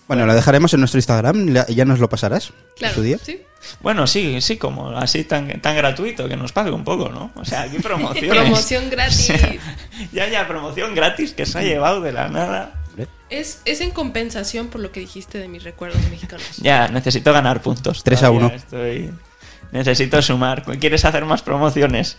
Speaker 3: Bueno, lo dejaremos en nuestro Instagram, la- ya nos lo pasarás. en
Speaker 7: claro.
Speaker 3: su día.
Speaker 7: sí.
Speaker 5: Bueno, sí, sí, como así tan, tan gratuito, que nos pague un poco, ¿no? O sea, aquí promociones.
Speaker 7: Promoción gratis.
Speaker 5: ya, ya, promoción gratis que se ha llevado de la nada.
Speaker 7: es, es en compensación por lo que dijiste de mis recuerdos mexicanos.
Speaker 5: Ya, necesito ganar puntos.
Speaker 3: Tres a
Speaker 5: Todavía
Speaker 3: uno.
Speaker 5: estoy- Necesito sumar. ¿Quieres hacer más promociones?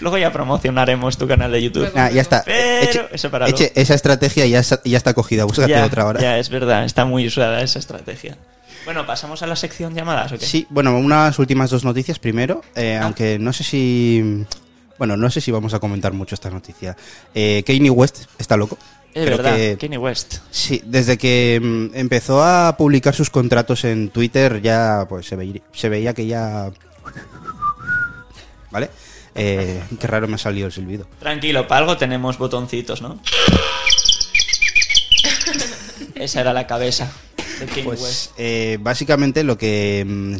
Speaker 5: Luego ya promocionaremos tu canal de YouTube.
Speaker 7: Luego.
Speaker 3: Ah, ya está.
Speaker 5: Pero
Speaker 3: Eche-
Speaker 5: eso para
Speaker 3: eche- esa estrategia ya, sa- ya está cogida, búscate
Speaker 5: ya,
Speaker 3: otra hora.
Speaker 5: ya, es verdad, está muy usada esa estrategia. Bueno, pasamos a la sección llamadas, ¿o qué?
Speaker 3: Sí, bueno, unas últimas dos noticias primero, eh,
Speaker 5: Ah.
Speaker 3: aunque no sé si... Bueno, no sé si vamos a comentar mucho esta noticia. Eh, Kanye West está loco.
Speaker 5: Es
Speaker 3: Creo
Speaker 5: verdad,
Speaker 3: que-
Speaker 5: Kanye West.
Speaker 3: Sí, desde que mm, empezó a publicar sus contratos en Twitter ya pues se, veí- se veía que ya... ¿Vale? Eh, qué raro me ha salido el silbido.
Speaker 5: Tranquilo, para algo tenemos botoncitos, ¿no? esa era la cabeza de Kanye West.
Speaker 3: Pues eh, básicamente lo que mm,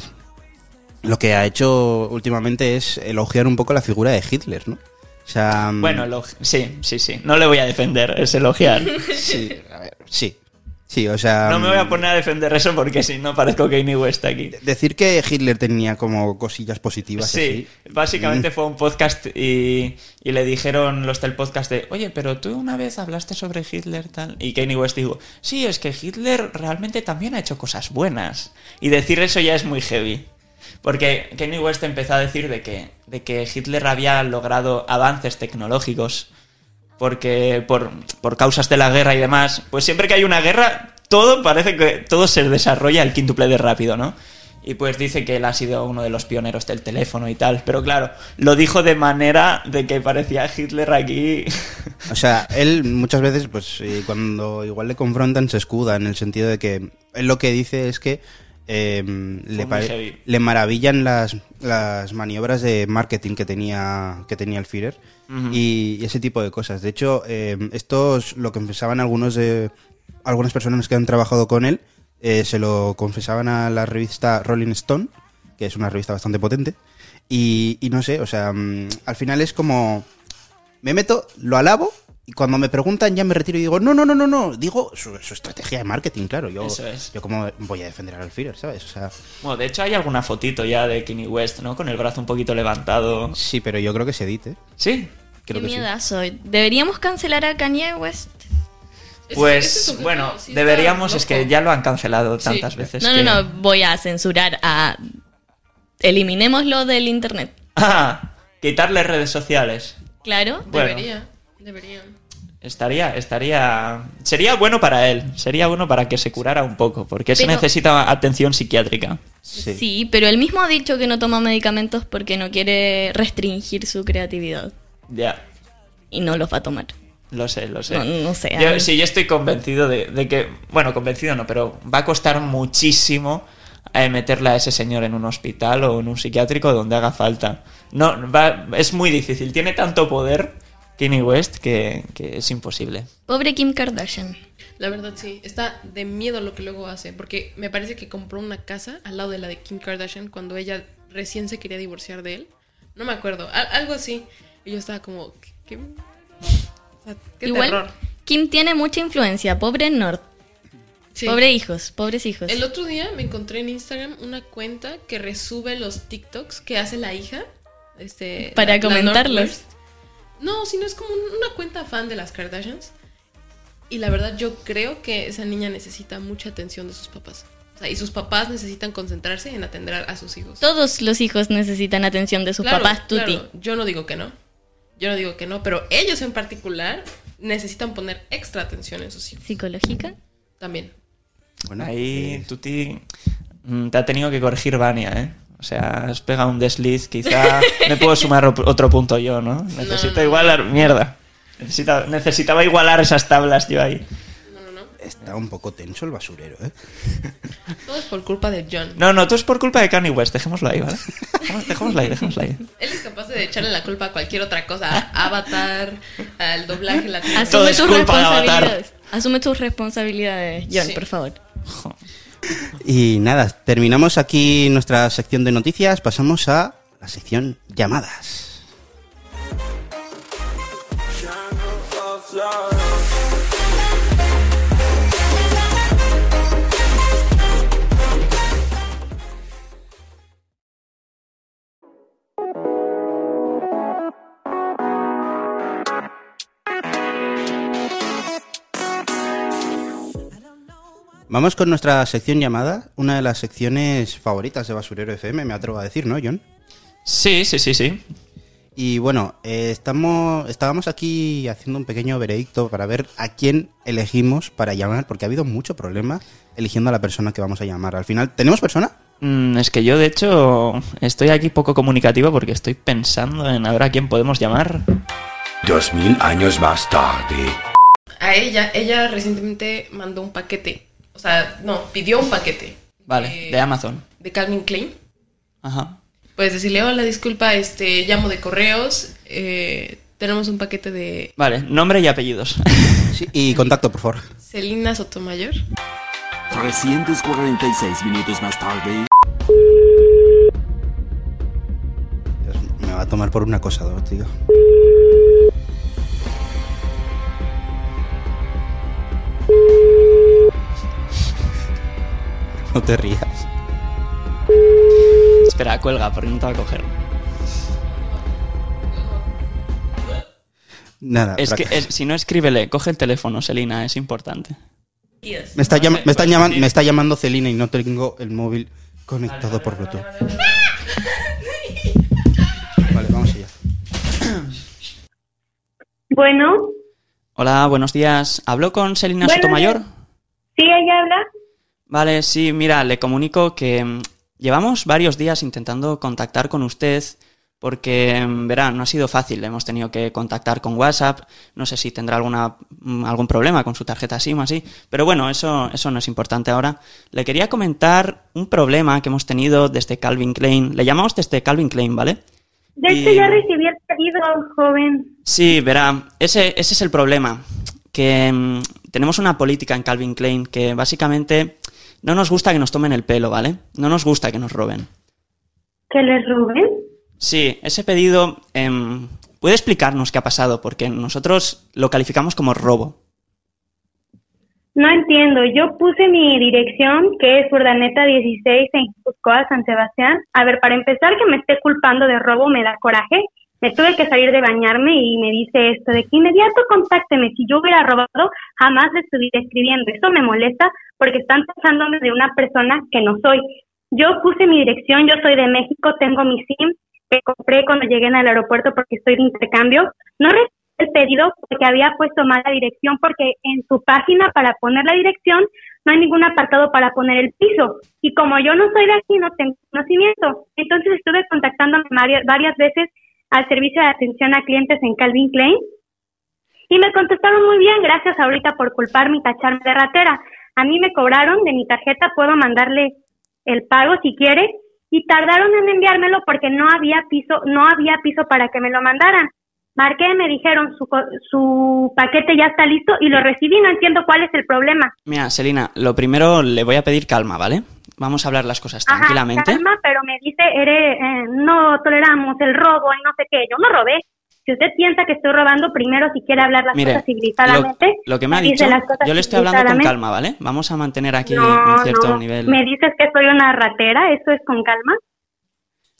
Speaker 3: lo que ha hecho últimamente es elogiar un poco la figura de Hitler, ¿no? O sea, mm,
Speaker 5: Bueno, elog- sí, sí, sí. No le voy a defender, es elogiar.
Speaker 3: sí, a ver, sí, sí, o sea,
Speaker 5: No me voy a
Speaker 3: mm,
Speaker 5: poner a defender eso porque si no parezco Kanye West aquí.
Speaker 3: decir que Hitler tenía como cosillas positivas.
Speaker 5: Sí,
Speaker 3: así.
Speaker 5: básicamente fue un podcast y, y le dijeron los del podcast de, oye, pero tú una vez hablaste sobre Hitler tal. Y Kanye West dijo, sí, es que Hitler realmente también ha hecho cosas buenas. Y decir eso ya es muy heavy. Porque Kanye West empezó a decir de que, de que Hitler había logrado avances tecnológicos porque por, por causas de la guerra y demás, pues siempre que hay una guerra, todo parece que todo se desarrolla el quíntuple de rápido, ¿no? Y pues dice que él ha sido uno de los pioneros del teléfono y tal, pero claro, lo dijo de manera de que parecía Hitler aquí.
Speaker 3: O sea, él muchas veces, pues eh, cuando igual le confrontan, se escuda en el sentido de que él lo que dice es que eh, le,
Speaker 5: muy
Speaker 3: pare-
Speaker 5: heavy.
Speaker 3: le maravillan las, las maniobras de marketing que tenía, que tenía el Führer y, y ese tipo de cosas. De hecho, eh, esto es lo que confesaban algunos de, algunas personas que han trabajado con él, eh, se lo confesaban a la revista Rolling Stone, que es una revista bastante potente. Y, y no sé, o sea, mm, al final es como me meto, lo alabo y cuando me preguntan ya me retiro y digo, no, no, no, no, no, digo su, su estrategia de marketing, claro, yo,
Speaker 5: Eso es.
Speaker 3: yo como voy a defender al Führer, ¿sabes? O sea,
Speaker 5: Bueno, de hecho hay alguna fotito ya de Kanye West, ¿no? Con el brazo un poquito levantado.
Speaker 3: sí, pero yo creo que se edite.
Speaker 5: Sí.
Speaker 3: Creo
Speaker 6: Qué
Speaker 3: que sí.
Speaker 6: miedazo. Deberíamos cancelar a Kanye West.
Speaker 7: Ese- ese
Speaker 5: Pues
Speaker 7: sujeto
Speaker 5: bueno,
Speaker 7: sí está
Speaker 5: deberíamos, es que
Speaker 7: loco.
Speaker 5: ya lo han cancelado
Speaker 7: Sí.
Speaker 5: tantas veces.
Speaker 6: No,
Speaker 5: que-
Speaker 6: no, no. Voy a censurar a. Eliminémoslo del internet.
Speaker 5: Ah, quitarle redes sociales.
Speaker 6: Claro.
Speaker 5: Bueno.
Speaker 7: Debería, debería.
Speaker 5: Estaría, estaría. Sería bueno para él. Sería bueno para que se curara un poco. Porque se
Speaker 6: Pero-
Speaker 5: necesita atención psiquiátrica.
Speaker 3: Sí.
Speaker 6: Sí, pero él mismo ha dicho que no toma medicamentos porque no quiere restringir su creatividad.
Speaker 5: Ya.
Speaker 6: Y no los va a tomar.
Speaker 5: Lo sé, lo sé.
Speaker 6: No, no sé.
Speaker 5: Yo-
Speaker 6: a-
Speaker 5: sí, yo estoy convencido de, de que. Bueno, convencido no, pero va a costar muchísimo eh, meterle a ese señor en un hospital o en un psiquiátrico donde haga falta. No, va- es muy difícil. Tiene tanto poder Kanye West que, que es imposible.
Speaker 6: Pobre Kim Kardashian.
Speaker 7: La verdad sí, está de miedo lo que luego hace, porque me parece que compró una casa al lado de la de Kim Kardashian cuando ella recién se quería divorciar de él. No me acuerdo, al- algo así. Y yo estaba como, ¿qué? qué- o sea, qué
Speaker 6: Igual,
Speaker 7: terror.
Speaker 6: Kim tiene mucha influencia. Pobre North.
Speaker 7: Sí.
Speaker 8: Pobre hijos, pobres hijos.
Speaker 7: El otro día me encontré en Instagram una cuenta que resube los TikToks que hace la hija. Este,
Speaker 8: Para
Speaker 7: la- la
Speaker 8: comentarlos.
Speaker 7: Northwest. no, sino es como un- una cuenta fan de las Kardashians. Y la verdad yo creo que esa niña necesita mucha atención de sus papás. O sea, y sus papás necesitan concentrarse en atender a- a sus hijos.
Speaker 8: Todos los hijos necesitan atención de sus
Speaker 7: Claro,
Speaker 8: papás, Tuti.
Speaker 7: claro, Yo no digo que no. Yo no digo que no, pero ellos en particular necesitan poner extra atención en sus hijos
Speaker 8: Psicológica.
Speaker 7: también.
Speaker 3: Bueno,
Speaker 5: Ahí
Speaker 3: eh,
Speaker 5: Tuti mm, te ha tenido que corregir Vania, ¿eh? O sea, has pegado un desliz, quizá me puedo sumar op- otro punto yo, ¿no? Necesito
Speaker 7: no.
Speaker 5: igualar, mierda. Necesita- necesitaba igualar esas tablas yo ahí.
Speaker 7: No, no, no.
Speaker 3: está un poco tenso el basurero, ¿eh?
Speaker 7: Todo es por culpa de John.
Speaker 5: No, no, tú es por culpa de Kanye West, dejémoslo ahí, ¿vale? Dejemos- Dejémoslo ahí, dejémoslo ahí.
Speaker 7: Él es capaz de echarle la culpa a cualquier otra cosa, a Avatar, al doblaje latino.
Speaker 5: Todo
Speaker 8: Asume
Speaker 5: es
Speaker 8: tus
Speaker 5: culpa de Avatar.
Speaker 8: responsabilidades. Asume tus responsabilidades, John,
Speaker 7: Sí.
Speaker 8: por favor.
Speaker 3: Y nada, terminamos aquí nuestra sección de noticias, pasamos a la sección llamadas. Vamos con nuestra sección llamada, una de las secciones favoritas de Basurero FM, me atrevo a decir, ¿no, John?
Speaker 5: Sí, sí, sí, sí.
Speaker 3: Y bueno, eh, estamos, estábamos aquí haciendo un pequeño veredicto para ver a quién elegimos para llamar, porque ha habido mucho problema eligiendo a la persona que vamos a llamar. Al final, ¿tenemos persona?
Speaker 5: Mm, es que yo, de hecho, estoy aquí poco comunicativo porque estoy pensando en ahora a quién podemos llamar.
Speaker 9: Dos mil años más tarde.
Speaker 7: A ella, ella recientemente mandó un paquete. O sea, no, pidió un paquete
Speaker 5: Vale,
Speaker 7: Eh,
Speaker 5: de Amazon.
Speaker 7: de Calvin Klein.
Speaker 5: Ajá.
Speaker 7: Puedes decirle, hola, disculpa, este, llamo de correos, eh, tenemos un paquete de
Speaker 5: Vale, nombre y apellidos.
Speaker 3: Sí. Y contacto, por favor.
Speaker 7: Celina Sotomayor.
Speaker 9: 346 minutos más tarde.
Speaker 3: Dios, me va a tomar por un acosador, tío. No te rías.
Speaker 5: Espera, cuelga porque no te va a coger.
Speaker 3: Nada,
Speaker 5: Es que
Speaker 3: fraca.
Speaker 5: es- si no escríbele, coge el teléfono, Selina, es importante.
Speaker 3: me, está
Speaker 5: no
Speaker 3: llama-
Speaker 5: sé,
Speaker 3: Ah, me, están
Speaker 5: pues,
Speaker 3: llaman-
Speaker 5: sí.
Speaker 3: me está llamando Celina y no tengo el móvil conectado por Bluetooth. Vale, vamos allá.
Speaker 6: Bueno,
Speaker 5: Hola, buenos días. ¿Habló con Selina
Speaker 6: Buenos
Speaker 5: Sotomayor?
Speaker 6: días. ¿sí ella habla?
Speaker 5: Vale, sí, mira, le comunico que mm, llevamos varios días intentando contactar con usted porque, mm, verá, no ha sido fácil. Hemos tenido que contactar con WhatsApp. No sé si tendrá alguna, mm, algún problema con su tarjeta SIM o así. Pero bueno, eso, eso no es importante ahora. Le quería comentar un problema que hemos tenido desde Calvin Klein. Le llamamos desde Calvin Klein, ¿vale?
Speaker 6: De hecho,
Speaker 5: Y-
Speaker 6: ya recibí el pedido, joven.
Speaker 5: Sí, verá, ese, ese es el problema, que mm, tenemos una política en Calvin Klein que básicamente no nos gusta que nos tomen el pelo, ¿vale? No nos gusta que nos roben.
Speaker 6: ¿Que les roben?
Speaker 5: Sí, ese pedido, em, ¿puede explicarnos qué ha pasado? Porque nosotros lo calificamos como robo.
Speaker 6: No entiendo. Yo puse mi dirección, que es Urdaneta 16 en Cuscoa, San Sebastián. A ver, para empezar, que me esté culpando de robo me da coraje. Me tuve que salir de bañarme y me dice esto de que inmediato contácteme. Si yo hubiera robado, jamás le estuviera escribiendo. Eso me molesta porque están pensándome de una persona que no soy. Yo puse mi dirección, yo soy de México, tengo mi SIM que compré cuando llegué en el aeropuerto porque estoy de intercambio. No recibí el pedido porque había puesto mala dirección porque en su página para poner la dirección no hay ningún apartado para poner el piso. Y como yo no soy de aquí, no tengo conocimiento. Entonces estuve contactándome varias, varias veces al servicio de atención a clientes en Calvin Klein y me contestaron muy bien, gracias ahorita por culparme y tacharme de ratera. A mí me cobraron de mi tarjeta, puedo mandarle el pago si quiere y tardaron en enviármelo porque no había piso, no había piso para que me lo mandaran. Marqué, me dijeron su, co- su paquete ya está listo y lo recibí, no entiendo cuál es el problema.
Speaker 5: Mira, Selina, lo primero le voy a pedir calma, ¿vale? Vamos a hablar las cosas
Speaker 6: Ajá,
Speaker 5: tranquilamente.
Speaker 6: calma, pero me dice, eres, eh, no toleramos el robo y no sé qué, yo no robé.
Speaker 10: Si usted piensa que estoy robando, primero si quiere hablar las
Speaker 5: Mire,
Speaker 10: cosas civilizadamente.
Speaker 5: lo, lo que me ha
Speaker 10: dice
Speaker 5: dicho,
Speaker 10: las cosas
Speaker 5: yo le estoy hablando con
Speaker 10: civilizadamente.
Speaker 5: calma, ¿vale? Vamos a mantener aquí
Speaker 10: No,
Speaker 5: un cierto
Speaker 10: no.
Speaker 5: nivel.
Speaker 10: Me dices que soy una ratera, eso es con calma.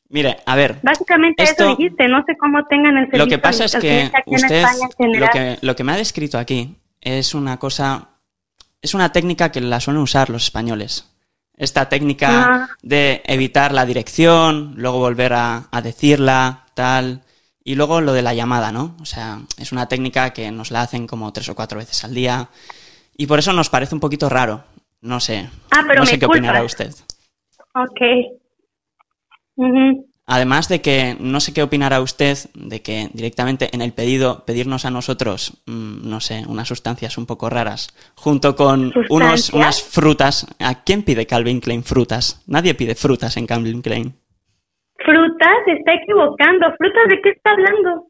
Speaker 5: Mire, a ver,
Speaker 10: Básicamente
Speaker 5: Esto-
Speaker 10: eso dijiste, no sé cómo tengan el servicio.
Speaker 5: lo que pasa es que
Speaker 10: aquí en
Speaker 5: usted
Speaker 10: España en
Speaker 5: lo
Speaker 10: general.
Speaker 5: que, lo que me ha descrito aquí es una cosa es una técnica que la suelen usar los españoles esta técnica
Speaker 10: Ah.
Speaker 5: de evitar la dirección luego volver a, a decirla tal y luego lo de la llamada no o sea es una técnica que nos la hacen como tres o cuatro veces al día y por eso nos parece un poquito raro no sé
Speaker 10: Ah, pero
Speaker 5: no
Speaker 10: me
Speaker 5: sé qué
Speaker 10: culpas.
Speaker 5: opinará usted
Speaker 10: Ok. Ujú.
Speaker 5: Además de que no sé qué opinará usted de que directamente en el pedido pedirnos a nosotros, mm, no sé, unas sustancias un poco raras, junto con unos,
Speaker 10: ¿Sustancias?
Speaker 5: unas frutas. ¿A quién pide Calvin Klein frutas? Nadie pide frutas en Calvin Klein.
Speaker 10: Frutas, se está equivocando. ¿Frutas de qué está hablando?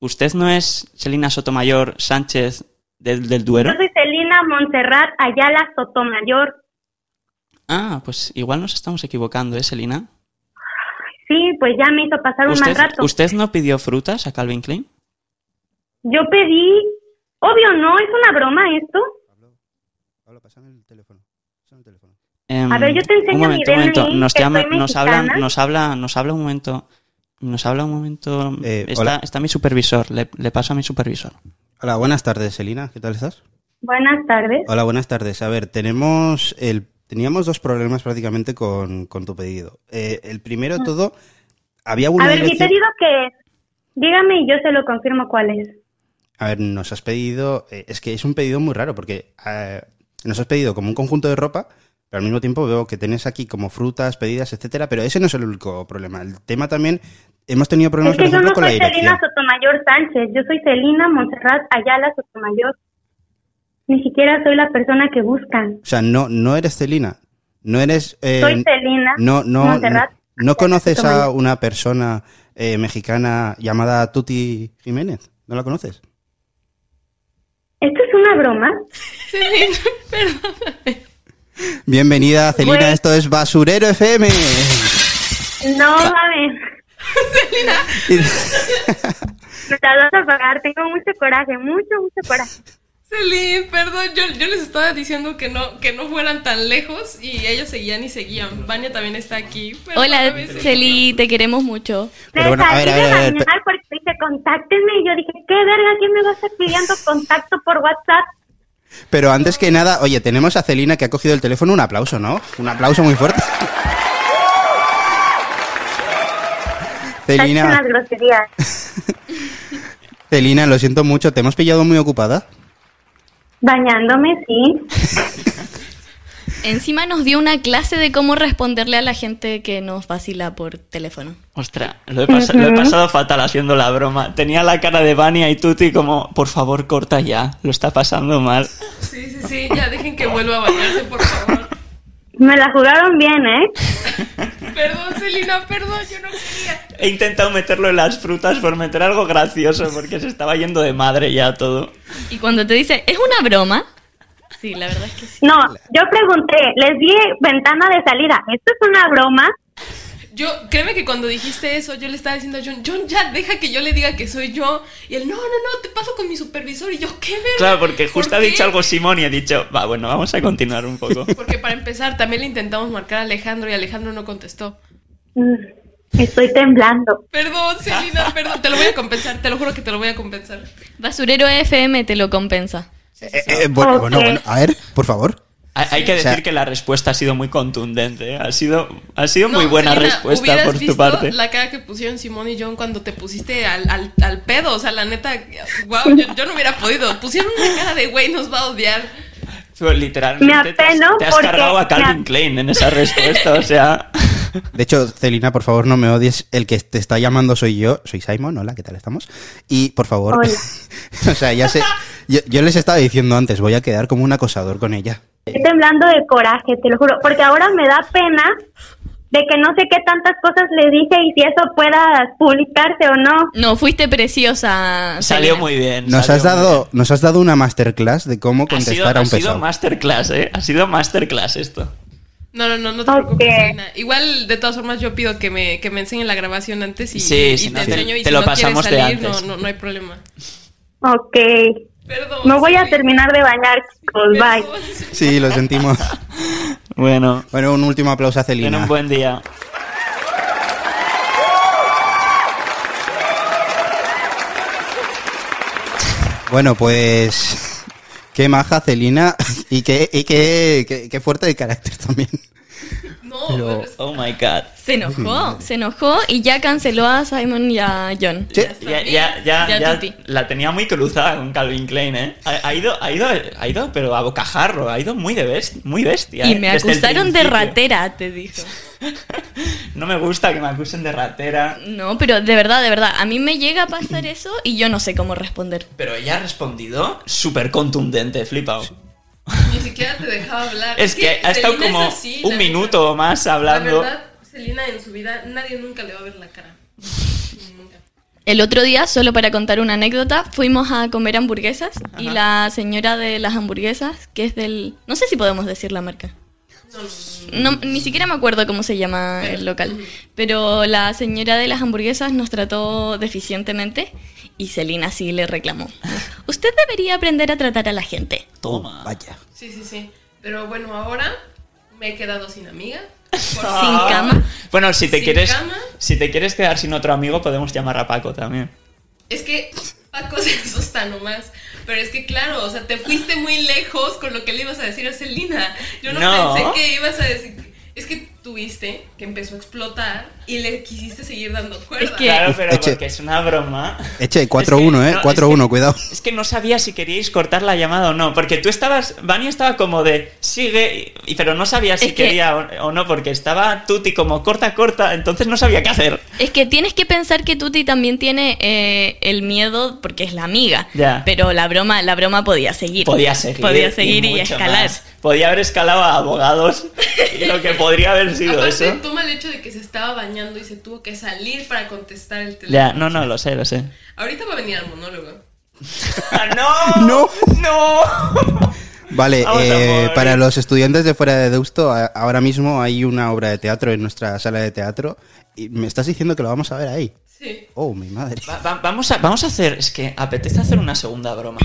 Speaker 5: ¿Usted no es Selina Sotomayor Sánchez del, del Duero?
Speaker 10: Yo soy Celina Montserrat Ayala Sotomayor.
Speaker 5: Ah, pues igual nos estamos equivocando, ¿eh, Selina?
Speaker 10: Sí, pues ya me hizo pasar un mal
Speaker 5: ¿Usted,
Speaker 10: rato.
Speaker 5: ¿Usted no pidió frutas a Calvin Klein?
Speaker 10: Yo pedí... Obvio, no, es una broma esto.
Speaker 3: Pablo, Pablo, pásame el teléfono. Pásame el teléfono.
Speaker 5: Em,
Speaker 10: A ver, yo te enseño
Speaker 5: un momento,
Speaker 10: mi
Speaker 5: un momento.
Speaker 10: DNI,
Speaker 5: Nos,
Speaker 10: que
Speaker 5: llama-
Speaker 10: soy
Speaker 5: nos habla,
Speaker 10: mexicana.
Speaker 5: nos habla, nos habla un momento. Nos habla un momento.
Speaker 3: Eh,
Speaker 5: está,
Speaker 3: hola.
Speaker 5: está mi supervisor. Le, le paso a mi supervisor.
Speaker 3: Hola, buenas tardes, Selina. ¿Qué tal estás?
Speaker 10: Buenas tardes.
Speaker 3: Hola, buenas tardes. A ver, tenemos el, teníamos dos problemas prácticamente con, con tu pedido. Eh, el primero de todo, había una
Speaker 10: A ver, mi
Speaker 3: dirección-
Speaker 10: pedido que es... Dígame y yo se lo confirmo cuál es.
Speaker 3: A ver, nos has pedido, eh, es que es un pedido muy raro porque eh, nos has pedido como un conjunto de ropa, pero al mismo tiempo veo que tenés aquí como frutas, pedidas, etcétera, pero ese no es el único problema. El tema también, hemos tenido problemas,
Speaker 10: Es
Speaker 3: por
Speaker 10: que yo
Speaker 3: ejemplo,
Speaker 10: no
Speaker 3: con la
Speaker 10: soy
Speaker 3: dirección.
Speaker 10: Celina Sotomayor Sánchez, yo soy Celina Montserrat Ayala Sotomayor. Ni siquiera soy la persona que buscan.
Speaker 3: O sea, no, no eres Celina, no eres... eh,
Speaker 10: Soy Celina
Speaker 3: No, no, no,
Speaker 10: Montserrat.
Speaker 3: ¿no conoces a
Speaker 10: Sotomayor.
Speaker 3: una persona eh, mexicana llamada Tuti Jiménez? ¿No la conoces?
Speaker 10: ¿Esto es una broma?
Speaker 7: Selena, perdón.
Speaker 3: Bienvenida, Celina,
Speaker 10: Güey.
Speaker 3: esto es Basurero FM.
Speaker 10: No,
Speaker 5: Ah.
Speaker 10: mames. Me la vas a pagar, tengo mucho coraje, mucho, mucho coraje.
Speaker 7: Celine, perdón, yo, yo les estaba diciendo que no, que no fueran tan lejos y ellos seguían y seguían. Vania también está aquí.
Speaker 6: Hola,
Speaker 7: Perdóname, Celine.
Speaker 6: Celi, te queremos mucho.
Speaker 3: Pero bueno, a ver, a
Speaker 10: salí
Speaker 3: ver,
Speaker 10: de
Speaker 3: a ver,
Speaker 10: bañar porque dije, contáctenme. Y yo dije, ¿qué verga? ¿Quién me va a estar pidiendo contacto por WhatsApp?
Speaker 3: Pero antes que nada, oye, tenemos a Celina que ha cogido el teléfono. Un aplauso, ¿no? Un aplauso muy fuerte.
Speaker 10: Estas son las
Speaker 3: Celina,
Speaker 10: groserías.
Speaker 3: Celina, lo siento mucho, te hemos pillado muy ocupada.
Speaker 10: Bañándome, sí.
Speaker 6: Encima nos dio una clase de cómo responderle a la gente que nos vacila por teléfono.
Speaker 5: Ostras, lo he, pas- lo he pasado fatal haciendo la broma. Tenía la cara de Vania y Tuti como, por favor, corta ya. Lo está pasando mal.
Speaker 7: Sí, sí, sí, ya dejen que vuelva a bañarse, por favor.
Speaker 10: Me la jugaron bien, ¿eh?
Speaker 7: Perdón, Celina, perdón, yo no quería.
Speaker 5: He intentado meterlo en las frutas por meter algo gracioso porque se estaba yendo de madre ya todo.
Speaker 6: Y cuando te dice, ¿es una broma? Sí, la verdad es que sí.
Speaker 10: No, yo pregunté, les di ventana de salida. ¿Esto es una broma?
Speaker 7: Yo, créeme que cuando dijiste eso, yo le estaba diciendo a John, John, ya deja que yo le diga que soy yo. Y él, no, no, no, te paso con mi supervisor. Y yo, ¿qué verga?
Speaker 5: Claro, porque justo
Speaker 7: ¿Por
Speaker 5: ha
Speaker 7: qué?
Speaker 5: dicho algo Simón y he dicho, va, bueno, vamos a continuar un poco.
Speaker 7: Porque para empezar, también le intentamos marcar a Alejandro y Alejandro no contestó.
Speaker 10: Mm, Estoy temblando.
Speaker 7: Perdón, Celina, perdón. Te lo voy a compensar, te lo juro que te lo voy a compensar.
Speaker 6: Basurero FM te lo compensa.
Speaker 3: Eh, eh, bueno,
Speaker 10: Ok.
Speaker 3: bueno, bueno, a ver, por favor.
Speaker 5: Hay, hay que
Speaker 3: O
Speaker 5: decir
Speaker 3: sea-
Speaker 5: que la respuesta ha sido muy contundente. ¿eh? Ha sido, ha sido muy
Speaker 7: No,
Speaker 5: buena
Speaker 7: Selena,
Speaker 5: respuesta
Speaker 7: ¿hubieras
Speaker 5: por tu
Speaker 7: visto
Speaker 5: parte.
Speaker 7: La cara que pusieron Simón y John cuando te pusiste al, al, al pedo, o sea, la neta, wow, yo, yo no hubiera podido. Pusieron una cara de güey, nos va a odiar.
Speaker 5: Fue Literalmente
Speaker 10: Me
Speaker 5: te has,
Speaker 10: apeno
Speaker 5: te has
Speaker 10: porque
Speaker 5: cargado a Calvin
Speaker 10: me-
Speaker 5: Klein en esa respuesta. O sea,
Speaker 3: De hecho, Celina, por favor, no me odies. El que te está llamando soy yo, soy Simon. Hola, ¿qué tal estamos? Y por favor,
Speaker 10: Hola.
Speaker 3: o sea, ya sé, yo, yo les estaba diciendo antes, voy a quedar como un acosador con ella.
Speaker 10: Estoy temblando de coraje, te lo juro. Porque ahora me da pena de que no sé qué tantas cosas le dije y si eso pueda publicarse o no.
Speaker 6: No, fuiste preciosa.
Speaker 5: salió
Speaker 6: Selena.
Speaker 5: muy bien.
Speaker 3: Nos
Speaker 5: salió
Speaker 3: has
Speaker 5: muy
Speaker 3: dado, nos has dado una masterclass de cómo
Speaker 5: bien. Ha
Speaker 3: contestar
Speaker 5: sido,
Speaker 3: a
Speaker 5: ha
Speaker 3: un
Speaker 5: sido
Speaker 3: pesado.
Speaker 5: masterclass, ¿eh? Ha sido masterclass esto.
Speaker 7: No, no, no, no te
Speaker 10: Ok.
Speaker 7: preocupes, Elena. Igual, de todas formas, yo pido que me, que me enseñen la grabación antes y,
Speaker 5: Sí,
Speaker 7: y
Speaker 5: si no,
Speaker 7: te
Speaker 5: te-
Speaker 7: enseño y
Speaker 5: te
Speaker 7: si
Speaker 5: lo
Speaker 7: no quieres
Speaker 5: pasamos de
Speaker 7: salir, no,
Speaker 5: antes.
Speaker 7: no, no hay problema.
Speaker 10: Ok.
Speaker 7: Perdón.
Speaker 10: Me voy a
Speaker 7: sí,
Speaker 10: terminar de bañar, chicos. Bye.
Speaker 7: perdón, sí.
Speaker 3: Sí, lo sentimos.
Speaker 5: Bueno,
Speaker 3: Bueno, un último aplauso a
Speaker 5: ten
Speaker 3: Celina.
Speaker 5: un buen día.
Speaker 3: Bueno, pues. Qué maja Celina y qué, y qué, qué- qué fuerte de carácter también.
Speaker 7: No,
Speaker 3: Pero-
Speaker 7: pero es-
Speaker 5: Oh my god.
Speaker 6: Se enojó, se enojó y ya canceló a Simon y a John.
Speaker 3: Sí,
Speaker 5: Ya, ya, ya,
Speaker 6: Ya
Speaker 5: ya
Speaker 6: tuti.
Speaker 5: la tenía muy cruzada con Calvin Klein, ¿eh? Ha, ha ido, ha ido, ha ido, pero a bocajarro, ha ido muy de bestia, muy bestia.
Speaker 6: Y
Speaker 5: ¿eh?
Speaker 6: me
Speaker 5: Desde el
Speaker 6: acusaron de
Speaker 5: principio.
Speaker 6: ratera, te dijo.
Speaker 5: No me gusta que me acusen de ratera,
Speaker 6: No, pero de verdad, de verdad, a mí me llega a pasar eso y yo no sé cómo responder.
Speaker 5: pero ella ha respondido súper contundente, flipao.
Speaker 7: ni siquiera te dejaba hablar.
Speaker 5: Es que ha estado
Speaker 7: Selena es
Speaker 5: como
Speaker 7: así, la
Speaker 5: un
Speaker 7: neta.
Speaker 5: minuto o más hablando.
Speaker 7: La verdad, Selena en su vida, nadie nunca le va a ver la cara. Nunca.
Speaker 6: El otro día, solo para contar una anécdota, fuimos a comer hamburguesas y la señora de las hamburguesas, que es del... No sé si podemos decir la marca. No, ni siquiera me acuerdo cómo se llama el local. Pero la señora de las hamburguesas nos trató deficientemente y Celina sí le reclamó. Usted debería aprender a tratar a la gente.
Speaker 5: Toma.
Speaker 3: Vaya.
Speaker 7: Sí, sí, sí. Pero bueno, ahora me he quedado sin amiga. Por
Speaker 6: Sin
Speaker 5: Ah.
Speaker 6: cama.
Speaker 5: Bueno, si te
Speaker 7: Sin
Speaker 5: quieres,
Speaker 7: cama.
Speaker 5: si te quieres quedar sin otro amigo, podemos llamar a Paco también.
Speaker 7: Es que Paco se asusta nomás. Pero es que claro, o sea, te fuiste muy lejos con lo que le ibas a decir a Celina. Yo no,
Speaker 5: No.
Speaker 7: pensé que ibas a decir. Es que tuviste que empezó a explotar y le quisiste seguir dando cuerda.
Speaker 6: Es que-
Speaker 5: Claro, pero
Speaker 3: Eche.
Speaker 5: porque es una broma.
Speaker 3: Eche,
Speaker 5: Es
Speaker 3: 4-1,
Speaker 5: que-
Speaker 3: ¿eh?
Speaker 5: no, es
Speaker 3: 4-1,
Speaker 5: que-
Speaker 3: cuidado.
Speaker 5: Es que no sabía si queríais cortar la llamada o no, porque tú estabas, Vania estaba como de sigue, y- pero no sabía si
Speaker 6: Es que-
Speaker 5: quería o, o no, porque estaba Tuti como corta, corta, entonces no sabía qué hacer.
Speaker 6: Es que tienes que pensar que Tuti también tiene eh, el miedo porque es la amiga.
Speaker 5: Ya.
Speaker 6: Pero la broma, la broma podía seguir.
Speaker 5: Podía seguir.
Speaker 6: Podía seguir y,
Speaker 5: mucho
Speaker 6: escalar.
Speaker 5: más. Podía haber escalado a abogados y lo que podría haber sido
Speaker 7: Aparte,
Speaker 5: eso.
Speaker 7: toma el hecho de que se estaba bañando y se tuvo que salir para contestar el teléfono.
Speaker 5: Ya, no, no, lo sé, lo sé.
Speaker 7: Ahorita va a venir al monólogo.
Speaker 5: ¡Ah,
Speaker 3: No.
Speaker 5: ¡No!
Speaker 3: Vale,
Speaker 5: Vamos a
Speaker 3: eh,
Speaker 5: morir.
Speaker 3: para los estudiantes de fuera de Deusto, a- ahora mismo hay una obra de teatro en nuestra sala de teatro y me estás diciendo que lo vamos a ver ahí.
Speaker 7: Sí.
Speaker 3: Oh, mi madre.
Speaker 5: Va- va- vamos, a, vamos a hacer. Es que apetece hacer una segunda broma.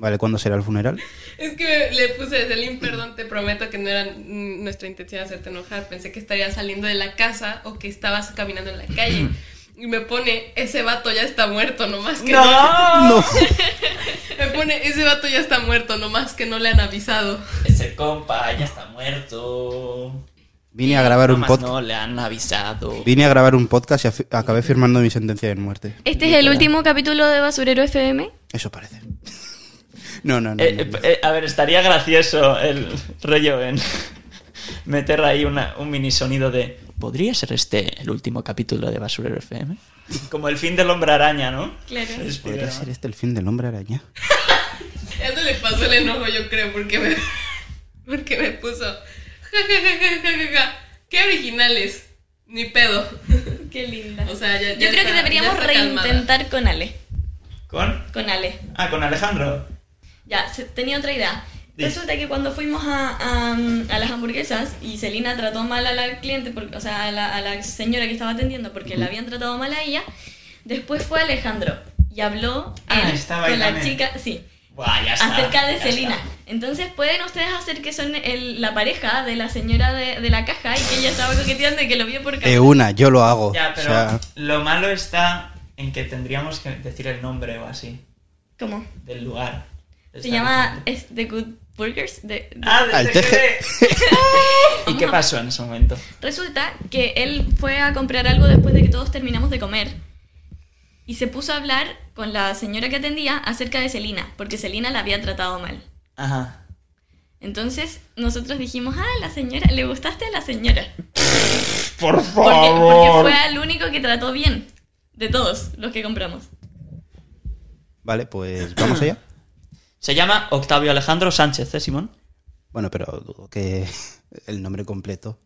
Speaker 3: Vale, ¿cuándo será el funeral?
Speaker 7: Es que le puse Celine, perdón, te prometo que no era mm, nuestra intención hacerte enojar. Pensé que estarías saliendo de la casa o que estabas caminando en la calle. Y me pone, ese vato ya está muerto, nomás que no.
Speaker 5: ¡No!
Speaker 7: Me pone, ese vato ya está muerto, nomás que no le han avisado.
Speaker 5: Ese compa ya está muerto.
Speaker 3: Vine a grabar un
Speaker 5: Nomás
Speaker 3: podcast.
Speaker 5: Eh, No le han avisado.
Speaker 3: Vine a grabar un podcast y afi- acabé firmando mi sentencia de muerte.
Speaker 6: Este es el último capítulo de Basurero FM.
Speaker 3: Eso parece. No, no, no.
Speaker 5: Eh,
Speaker 3: no,
Speaker 5: eh,
Speaker 3: no.
Speaker 5: eh, a ver, estaría gracioso el rollo en meter ahí una- un mini sonido de. ¿Podría ser este el último capítulo de Basurero FM? Como el fin del hombre araña, ¿no?
Speaker 6: Claro.
Speaker 5: Es
Speaker 3: ¿Podría ser
Speaker 5: Spiderman.
Speaker 3: este el fin del hombre araña?
Speaker 7: Eso le pasó el enojo, yo creo, porque me, porque me puso, ja, ja, ja, ja, ja, ja, ja, qué originales, ni pedo.
Speaker 6: Qué linda.
Speaker 7: O sea, ya,
Speaker 6: Yo
Speaker 7: ya
Speaker 6: creo
Speaker 7: está-
Speaker 6: que
Speaker 7: ya
Speaker 6: deberíamos
Speaker 7: está calmada.
Speaker 6: reintentar con Ale.
Speaker 5: ¿Con?
Speaker 6: Con Ale.
Speaker 5: Ah, con Alejandro.
Speaker 6: Ya, se- tenía otra idea.
Speaker 5: Sí.
Speaker 6: Resulta que cuando fuimos a, a- a las hamburguesas y Celina trató mal a la cliente, porque, o sea, a la, a la señora que estaba atendiendo porque la habían tratado mal a ella, después fue Alejandro y habló
Speaker 5: Ah,
Speaker 6: él
Speaker 5: estaba
Speaker 6: con
Speaker 5: él
Speaker 6: la
Speaker 5: también.
Speaker 6: chica, sí,
Speaker 5: Buah, ya está,
Speaker 6: acerca de
Speaker 5: ya
Speaker 6: Celina.
Speaker 5: está.
Speaker 6: Entonces pueden ustedes hacer que son el- la pareja de la señora de, de la caja y que ella estaba coqueteando y que lo vio por cámara.
Speaker 3: De una, yo lo hago.
Speaker 5: Ya, pero
Speaker 3: O sea,
Speaker 5: lo malo está en que tendríamos que decir el nombre o así
Speaker 6: ¿Cómo?
Speaker 5: del lugar.
Speaker 6: Se llama es The Good Burgers. de- de-
Speaker 5: Ah, del
Speaker 3: Al teje.
Speaker 5: ¿Y qué pasó en ese momento?
Speaker 6: Resulta que él fue a comprar algo después de que todos terminamos de comer y se puso a hablar con la señora que atendía acerca de Celina, porque Celina la había tratado mal.
Speaker 5: Ajá.
Speaker 6: Entonces nosotros dijimos, ah, la señora, le gustaste a la señora.
Speaker 5: Por
Speaker 6: Porque,
Speaker 5: favor.
Speaker 6: porque fue al único que trató bien de todos los que compramos.
Speaker 3: Vale, pues vamos allá.
Speaker 5: Se llama Octavio Alejandro Sánchez, ¿eh, Simón?
Speaker 3: Bueno, pero dudo que el nombre completo.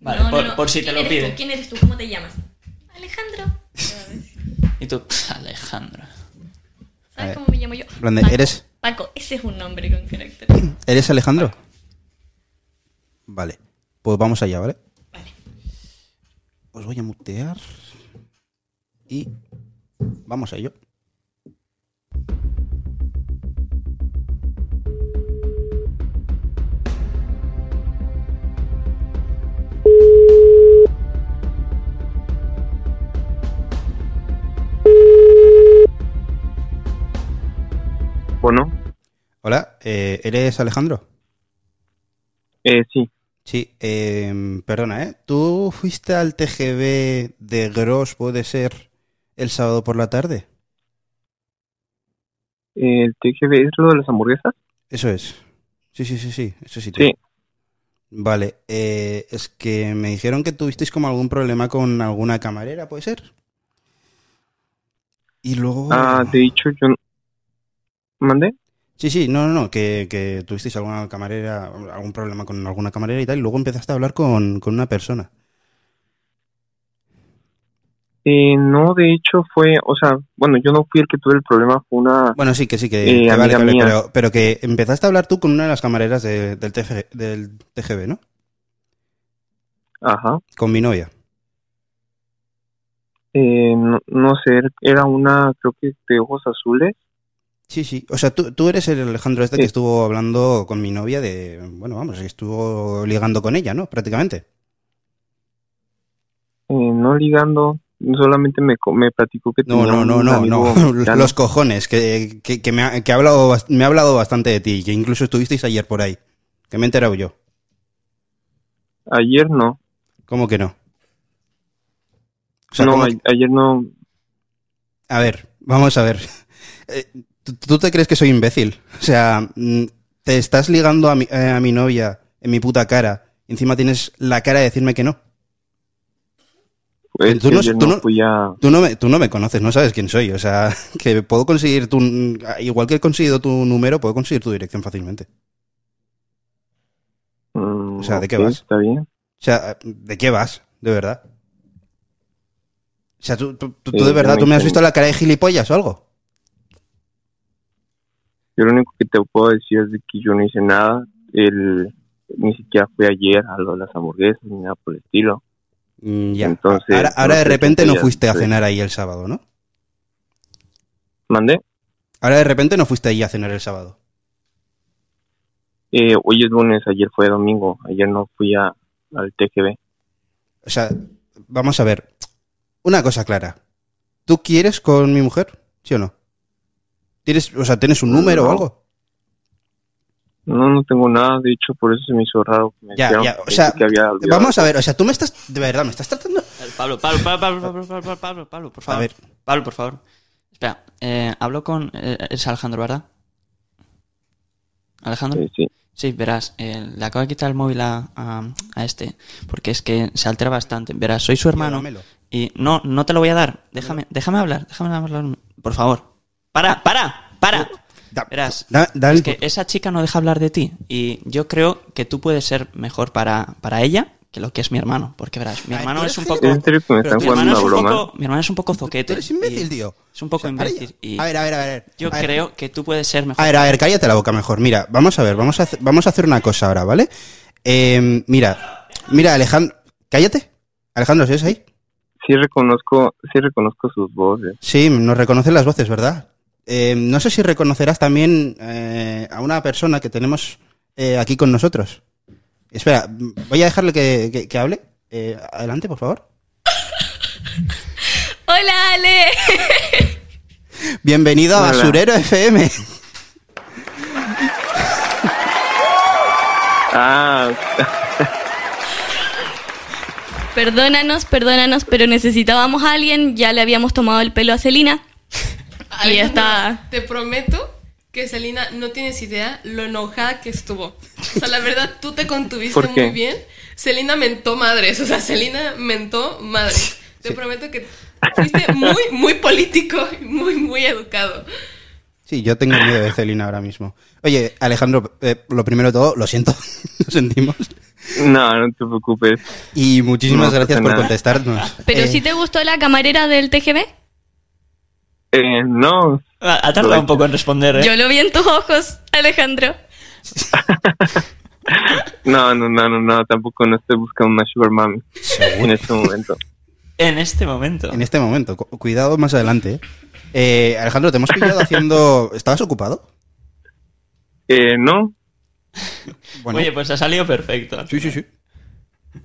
Speaker 5: Vale,
Speaker 6: No, no,
Speaker 5: por,
Speaker 6: no.
Speaker 5: por si te
Speaker 6: ¿Quién
Speaker 5: lo
Speaker 6: eres
Speaker 5: pide.
Speaker 6: tú? ¿Quién eres tú? ¿Cómo te llamas? Alejandro.
Speaker 5: Y tú, "Pff, Alejandro.
Speaker 3: A ver.
Speaker 6: ¿Sabes cómo me llamo yo?
Speaker 3: En plan de,
Speaker 6: Paco.
Speaker 3: ¿Eres,
Speaker 6: Paco, ese es un nombre con carácter.
Speaker 3: ¿Eres Alejandro? Vale. Pues vamos allá, ¿vale? Os voy a mutear. Y vamos a ello.
Speaker 9: Bueno,
Speaker 3: Hola, eh, ¿eres Alejandro?
Speaker 9: eh, sí,
Speaker 3: Sí, em, perdona, ¿eh? ¿Tú fuiste al TGB de Gross, puede ser, el sábado por la tarde?
Speaker 9: eh, el TGV es lo de las hamburguesas.
Speaker 3: Eso es. Sí, sí, sí, sí, eso sí.
Speaker 9: Sí.
Speaker 3: Vale, eh, es que me dijeron que tuvisteis como algún problema con alguna camarera, ¿puede ser? Y luego...
Speaker 9: Ah, de hecho, yo. no- ¿Mandé?
Speaker 3: Sí, sí, no, no, no, que, que tuvisteis alguna camarera, algún problema con alguna camarera y tal, y luego empezaste a hablar con, con una persona.
Speaker 9: Eh, no, de hecho fue, o sea, bueno, yo no fui el que tuve el problema, fue una.
Speaker 3: Bueno, sí, que sí, que,
Speaker 9: Eh,
Speaker 3: que vale,
Speaker 9: amiga
Speaker 3: que vale,
Speaker 9: mía.
Speaker 3: pero, pero que empezaste a hablar tú con una de las camareras de- del, TG del TGB, ¿no?
Speaker 9: Ajá.
Speaker 3: Con mi novia.
Speaker 9: Eh, no, no sé, era una, creo que de ojos azules.
Speaker 3: Sí, sí. O sea, tú, tú eres el Alejandro este que
Speaker 9: Sí.
Speaker 3: estuvo hablando con mi novia de... Bueno, vamos, que estuvo ligando con ella, ¿no? Prácticamente.
Speaker 9: Eh, no ligando, solamente me, co- me platicó que
Speaker 3: No,
Speaker 9: tenía
Speaker 3: no, no,
Speaker 9: un
Speaker 3: no,
Speaker 9: amigo
Speaker 3: no.
Speaker 9: mexicano.
Speaker 3: Los cojones, que, que, que me, ha, que ha hablado, bast- me ha hablado bastante de ti, que incluso estuvisteis ayer por ahí. Que me he enterado yo.
Speaker 9: Ayer no.
Speaker 3: ¿Cómo que no? O sea,
Speaker 9: no,
Speaker 3: ¿cómo
Speaker 9: a-
Speaker 3: que-
Speaker 9: ayer no.
Speaker 3: A ver, vamos a ver. Eh, ¿tú, tú te crees que soy imbécil? O sea, mm, te estás ligando a mi, eh, a mi novia en mi puta cara. y Encima tienes la cara de decirme que no.
Speaker 9: es
Speaker 3: Tú
Speaker 9: que
Speaker 3: no-
Speaker 9: este ayer
Speaker 3: tú
Speaker 9: no
Speaker 3: no-
Speaker 9: fui a.
Speaker 3: Tú no me, tú no me conoces, no sabes quién soy. O sea, que puedo conseguir tu... mm, Igual que he conseguido tu número, puedo conseguir tu dirección fácilmente.
Speaker 9: Mm,
Speaker 3: O sea, ¿de qué
Speaker 9: ok,
Speaker 3: vas?
Speaker 9: Está bien.
Speaker 3: O sea, ¿de qué vas? De verdad. O sea, ¿tú, tú- tú- tú
Speaker 9: Sí,
Speaker 3: de
Speaker 9: yo
Speaker 3: verdad,
Speaker 9: me
Speaker 3: tú me has visto
Speaker 9: entiendo.
Speaker 3: la cara de gilipollas o algo?
Speaker 9: Yo lo único que te puedo decir es de que yo no hice nada. El, ni siquiera fui ayer a lo de las hamburguesas ni nada por el estilo.
Speaker 3: Mm, Ya.
Speaker 9: Entonces,
Speaker 3: ahora ahora
Speaker 9: no
Speaker 3: de
Speaker 9: sé,
Speaker 3: repente no
Speaker 9: ya,
Speaker 3: fuiste a
Speaker 9: sí.
Speaker 3: cenar ahí el sábado, ¿no?
Speaker 9: ¿Mandé?
Speaker 3: Ahora de repente no fuiste ahí a cenar el sábado.
Speaker 9: Eh, hoy es lunes, ayer fue domingo. Ayer no fui a, al TGV.
Speaker 3: O sea, vamos a ver. Una cosa clara. ¿Tú quieres con mi mujer? ¿Sí o no? ¿Tienes, o sea, ¿tienes un número o
Speaker 9: No.
Speaker 3: algo?
Speaker 9: No, no tengo nada. De hecho, por eso se me hizo raro. que Me
Speaker 3: Ya,
Speaker 9: dijeron
Speaker 3: ya, o
Speaker 9: que
Speaker 3: sea,
Speaker 9: que había olvidado.
Speaker 3: Vamos a ver, o sea, tú me estás, de verdad, me estás tratando...
Speaker 5: Pablo, Pablo, Pablo, Pablo, Pablo, Pablo, Pablo, Pablo, Pablo, por
Speaker 3: A
Speaker 5: favor.
Speaker 3: ver,
Speaker 5: Pablo, por favor. Espera, eh, hablo con. eh, es Alejandro, ¿verdad? Alejandro.
Speaker 9: Eh, sí.
Speaker 5: Sí, verás, eh, le acabo de quitar el móvil a, a- a este, porque es que se altera bastante. Verás, soy su hermano
Speaker 3: dámelo.
Speaker 5: y no, no te lo voy a dar. Déjame, déjame hablar, déjame hablar, por favor. Para, para, para.
Speaker 3: Da-
Speaker 5: Verás,
Speaker 3: da- da el-
Speaker 5: es que esa chica no deja hablar de ti y yo creo que tú puedes ser mejor para, para ella que lo que es mi hermano, porque verás, mi
Speaker 3: Ay,
Speaker 5: hermano
Speaker 3: tú
Speaker 5: es un
Speaker 3: eres
Speaker 5: poco,
Speaker 9: ¿Es en serio que me están
Speaker 3: Pero
Speaker 5: mi
Speaker 3: tu
Speaker 9: jugando una
Speaker 5: hermano es un
Speaker 9: broma?
Speaker 5: poco, mi hermano es un poco zoquete.
Speaker 3: Tú eres imbécil,
Speaker 5: y
Speaker 3: tío.
Speaker 5: Es un poco
Speaker 3: O sea, ahora
Speaker 5: imbécil
Speaker 3: ya-
Speaker 5: y
Speaker 3: A ver, a ver, a ver.
Speaker 5: yo
Speaker 3: a ver.
Speaker 5: creo que tú puedes ser
Speaker 3: A
Speaker 5: mejor.
Speaker 3: ver, a ver, cállate la boca mejor. Mira, vamos a ver, vamos a, hacer- vamos a hacer una cosa ahora, ¿vale? Eh, mira, mira, Alejandro... Cállate. Alejandro, ¿sí ahí?
Speaker 9: Sí reconozco, sí reconozco sus voces.
Speaker 3: Sí, nos reconocen las voces, ¿verdad? Eh, no sé si reconocerás también eh, a una persona que tenemos eh, aquí con nosotros. Espera, m- voy a dejarle que, que- que hable. Eh, adelante, por favor.
Speaker 6: ¡Hola, Ale!
Speaker 3: Bienvenido a
Speaker 9: Hola.
Speaker 3: Basurero FM.
Speaker 9: Ah,
Speaker 6: Perdónanos, perdónanos, pero necesitábamos a alguien. Ya le habíamos tomado el pelo a Celina. Y ya está.
Speaker 7: Te prometo que Selina no tienes idea lo enojada que estuvo. O sea, la verdad, tú te contuviste
Speaker 9: ¿Por qué?
Speaker 7: muy bien. Selina mentó madres. O sea, Selina mentó madres. Te prometo que fuiste muy, muy político y muy, muy educado.
Speaker 3: Sí, yo tengo miedo de Celina ahora mismo. Oye, Alejandro, eh, lo primero de todo, lo siento, lo sentimos.
Speaker 9: no, no te preocupes.
Speaker 3: Y muchísimas
Speaker 9: No pasa
Speaker 3: gracias por
Speaker 9: nada.
Speaker 3: contestarnos.
Speaker 6: ¿Pero
Speaker 3: Eh,
Speaker 6: si te gustó la camarera del TGB?
Speaker 9: Eh, no,
Speaker 5: Ah, Ha ha tardado un poco en responder, ¿eh?
Speaker 6: Yo lo vi en tus ojos, Alejandro.
Speaker 9: No, no, no, no, no, tampoco no estoy buscando una sugar mami en este momento.
Speaker 5: En este momento.
Speaker 3: En este momento. Cu- Cuidado más adelante. ¿eh? Eh, Alejandro, te hemos pillado haciendo. ¿Estabas ocupado?
Speaker 9: Eh, no,
Speaker 3: Bueno.
Speaker 5: Oye, pues ha salido perfecto.
Speaker 3: Sí, sí, sí.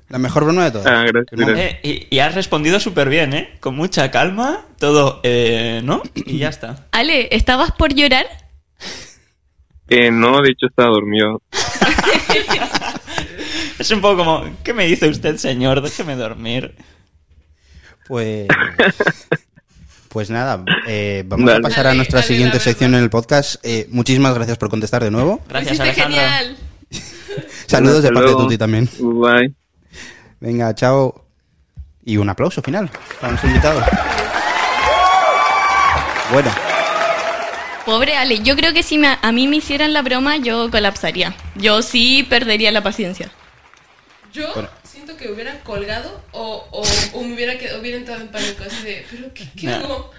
Speaker 3: La mejor broma de todas.
Speaker 9: ah, gracias,
Speaker 3: Que no-
Speaker 9: gracias.
Speaker 5: Eh, y, y has respondido súper bien, ¿eh? Con mucha calma, todo, eh, ¿no? Y ya está.
Speaker 6: Ale, ¿estabas por llorar?
Speaker 9: Eh, no, de hecho estaba dormido.
Speaker 5: Es un poco como, ¿qué me dice usted, señor? Déjeme dormir.
Speaker 3: Pues. Pues nada, eh, vamos
Speaker 9: Dale.
Speaker 3: a pasar a
Speaker 7: Dale,
Speaker 3: nuestra
Speaker 7: dale,
Speaker 3: siguiente
Speaker 7: la verdad.
Speaker 3: sección en el podcast. Eh, muchísimas gracias por contestar de nuevo.
Speaker 5: Gracias,
Speaker 7: Lo hiciste
Speaker 5: Alejandro.
Speaker 7: genial.
Speaker 3: Saludos de
Speaker 9: Hasta
Speaker 3: parte de
Speaker 9: luego.
Speaker 3: Tuti también.
Speaker 9: Bye.
Speaker 3: Venga, chao. Y un aplauso final para nuestro invitado. Bueno,
Speaker 6: Pobre Ale, yo creo que si me- a mí me hicieran la broma, yo colapsaría. Yo sí perdería la paciencia.
Speaker 7: Yo
Speaker 3: Bueno.
Speaker 7: siento que hubieran colgado o, o, o me hubiera, quedado, hubiera entrado en pánico. Así de, ¿pero qué, qué
Speaker 5: Nah.
Speaker 7: hago?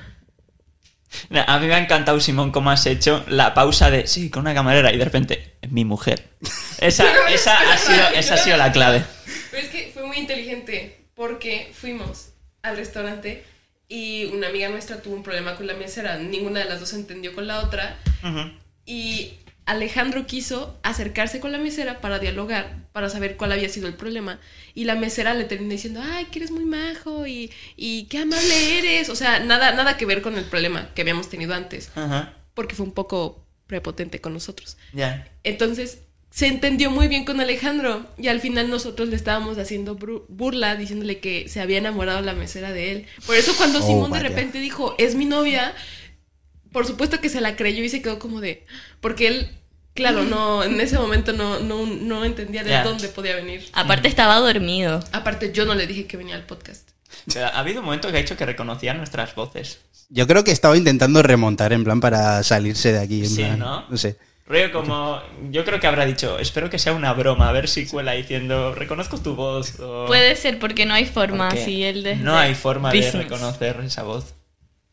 Speaker 5: Nah, A mí me ha encantado, Simón, cómo has hecho la pausa de, sí, con una camarera, y de repente, mi mujer. Esa, esa, ha, sido, esa ha sido la clave.
Speaker 7: Pero es que fue muy inteligente porque fuimos al restaurante y una amiga nuestra tuvo un problema con la mesera. Ninguna de las dos entendió con la otra.
Speaker 5: Ujú.
Speaker 7: Y Alejandro quiso acercarse con la mesera para dialogar, para saber cuál había sido el problema. Y la mesera le terminó diciendo, ay, que eres muy majo y, y qué amable eres. O sea, nada, nada que ver con el problema que habíamos tenido antes,
Speaker 5: Ajá.
Speaker 7: porque fue un poco prepotente con nosotros.
Speaker 5: Ya.
Speaker 7: Entonces se entendió muy bien con Alejandro y al final nosotros le estábamos haciendo bru- burla diciéndole que se había enamorado la mesera de él. Por eso cuando
Speaker 3: Oh,
Speaker 7: Simón de
Speaker 3: vaya.
Speaker 7: repente dijo, es mi novia, por supuesto que se la creyó y se quedó como de... Porque él, claro, no, en ese momento no, no, no entendía de
Speaker 5: Ya.
Speaker 7: dónde podía venir.
Speaker 5: Mm.
Speaker 6: Aparte estaba dormido.
Speaker 7: Aparte yo no le dije que venía al podcast.
Speaker 5: Pero ha habido un momento que ha hecho que reconocía nuestras voces.
Speaker 3: yo creo que estaba intentando remontar en plan para salirse de aquí. en
Speaker 5: Sí,
Speaker 3: plan,
Speaker 5: ¿no?
Speaker 3: No sé.
Speaker 5: Rollo como, yo creo que habrá dicho, espero que sea una broma, a ver si cuela diciendo, reconozco tu voz. o-
Speaker 6: Puede ser porque no hay forma,
Speaker 5: Porque
Speaker 6: si él desde
Speaker 5: Oh. No hay forma
Speaker 6: business.
Speaker 5: de reconocer esa voz.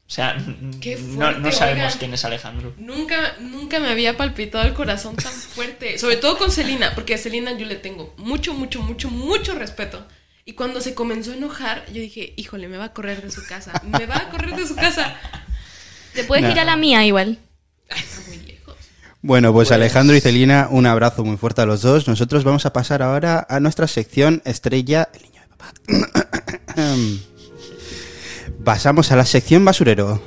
Speaker 5: O sea, n-
Speaker 7: Qué
Speaker 5: no, no
Speaker 7: fuerte,
Speaker 5: sabemos
Speaker 7: oigan.
Speaker 5: quién es Alejandro.
Speaker 7: Nunca, nunca me había palpitado el corazón tan fuerte. Sobre todo con Celina, porque a Celina yo le tengo mucho, mucho, mucho, mucho respeto. Y cuando se comenzó a enojar, yo dije, híjole, me va a correr de su casa. Me va a correr de su casa.
Speaker 6: Te puedes
Speaker 3: No.
Speaker 6: ir a la mía igual.
Speaker 7: Ay, está muy lejos.
Speaker 3: Bueno, pues, Alejandro y Celina, un abrazo muy fuerte a los dos. Nosotros vamos a pasar ahora a nuestra sección estrella, el niño de papá. Pasamos a la sección basurero.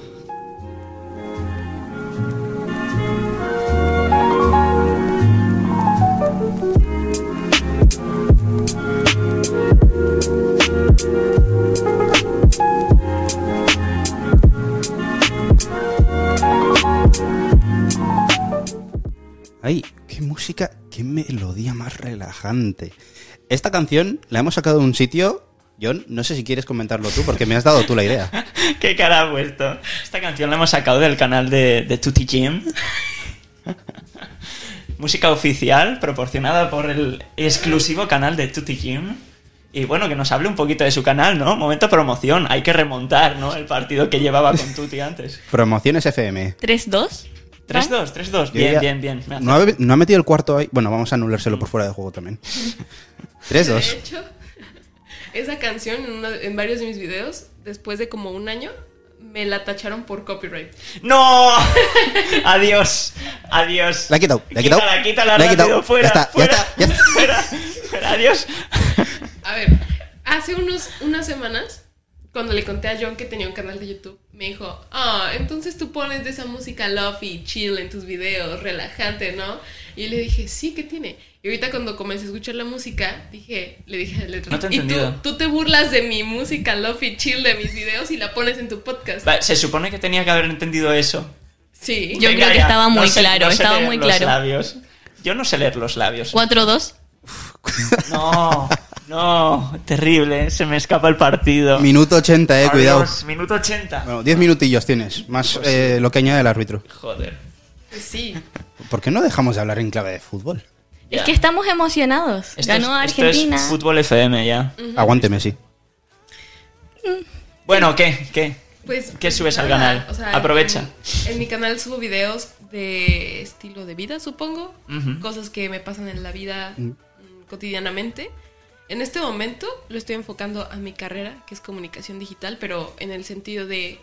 Speaker 3: Ay, qué música, qué melodía más relajante. Esta canción la hemos sacado de un sitio. John, no sé si quieres comentarlo tú, porque me has dado tú la idea.
Speaker 5: ¿Qué cara ha puesto? Esta canción la hemos sacado del canal de, de Tutti Jam. Música oficial proporcionada por el exclusivo canal de Tutti Jam. Y bueno, que nos hable un poquito de su canal, ¿no? Momento promoción. Hay que remontar, ¿no? El partido que llevaba con Tutti antes.
Speaker 3: Promociones FM.
Speaker 6: 3-2.
Speaker 5: 3-2, 3-2.
Speaker 3: Yo
Speaker 5: Bien,
Speaker 3: ya-
Speaker 5: bien, bien. Me hace-
Speaker 3: ¿No ha, no ha metido el cuarto ahí. Bueno, vamos a anulárselo por fuera de juego también.
Speaker 7: De
Speaker 3: 3-2.
Speaker 7: hecho, esa canción en, uno- en varios de mis videos, después de como un año, me la tacharon por copyright.
Speaker 5: ¡No! Adiós. Adiós.
Speaker 3: La he quitado, la he quitado.
Speaker 5: Quítala, quítala
Speaker 3: La he
Speaker 5: rápido.
Speaker 3: quitado.
Speaker 5: Fuera,
Speaker 3: Ya está, ya
Speaker 5: fuera,
Speaker 3: está, ya está.
Speaker 5: fuera, fuera. Adiós.
Speaker 7: A ver, hace unos, unas semanas, cuando le conté a John que tenía un canal de YouTube, me dijo, ah, entonces tú pones de esa música lofi, chill en tus videos, relajante, ¿no? Y yo le dije, sí, ¿qué tiene? Y ahorita cuando comencé a escuchar la música, dije, le dije a Letra,
Speaker 5: No te he
Speaker 7: y tú,
Speaker 5: entendido".
Speaker 7: tú te burlas de mi música lofi, chill de mis videos y la pones en tu podcast.
Speaker 5: Va, Se supone que tenía que haber entendido eso.
Speaker 7: Sí.
Speaker 6: Yo creo que estaba muy claro, estaba
Speaker 5: leer
Speaker 6: muy
Speaker 5: los
Speaker 6: claro.
Speaker 5: labios. Yo no sé leer los labios.
Speaker 6: 4-2.
Speaker 5: No, no, terrible, se me escapa el partido.
Speaker 3: Minuto 80, eh,
Speaker 5: Adiós,
Speaker 3: cuidado.
Speaker 5: Minuto 80.
Speaker 3: Bueno, 10 minutillos tienes, más
Speaker 5: Pues
Speaker 3: eh, lo que añade el árbitro.
Speaker 5: Joder.
Speaker 7: Pues sí.
Speaker 3: ¿Por qué no dejamos de hablar en clave de fútbol?
Speaker 5: ya.
Speaker 6: Es que estamos emocionados.
Speaker 5: Esto es-
Speaker 6: Ganó
Speaker 5: esto es
Speaker 6: Argentina.
Speaker 5: fútbol FM ya.
Speaker 3: Aguánteme, sí.
Speaker 5: Bueno, ¿qué? ¿Qué?
Speaker 7: Pues,
Speaker 5: ¿Qué subes al
Speaker 7: nada,
Speaker 5: canal?
Speaker 7: o sea,
Speaker 5: Aprovecha.
Speaker 7: En, en mi canal subo videos de estilo de vida, supongo.
Speaker 5: Ujú.
Speaker 7: Cosas que me pasan en la vida
Speaker 5: Mm.
Speaker 7: mm, cotidianamente. En este momento lo estoy enfocando a mi carrera, que es comunicación digital, pero en el sentido de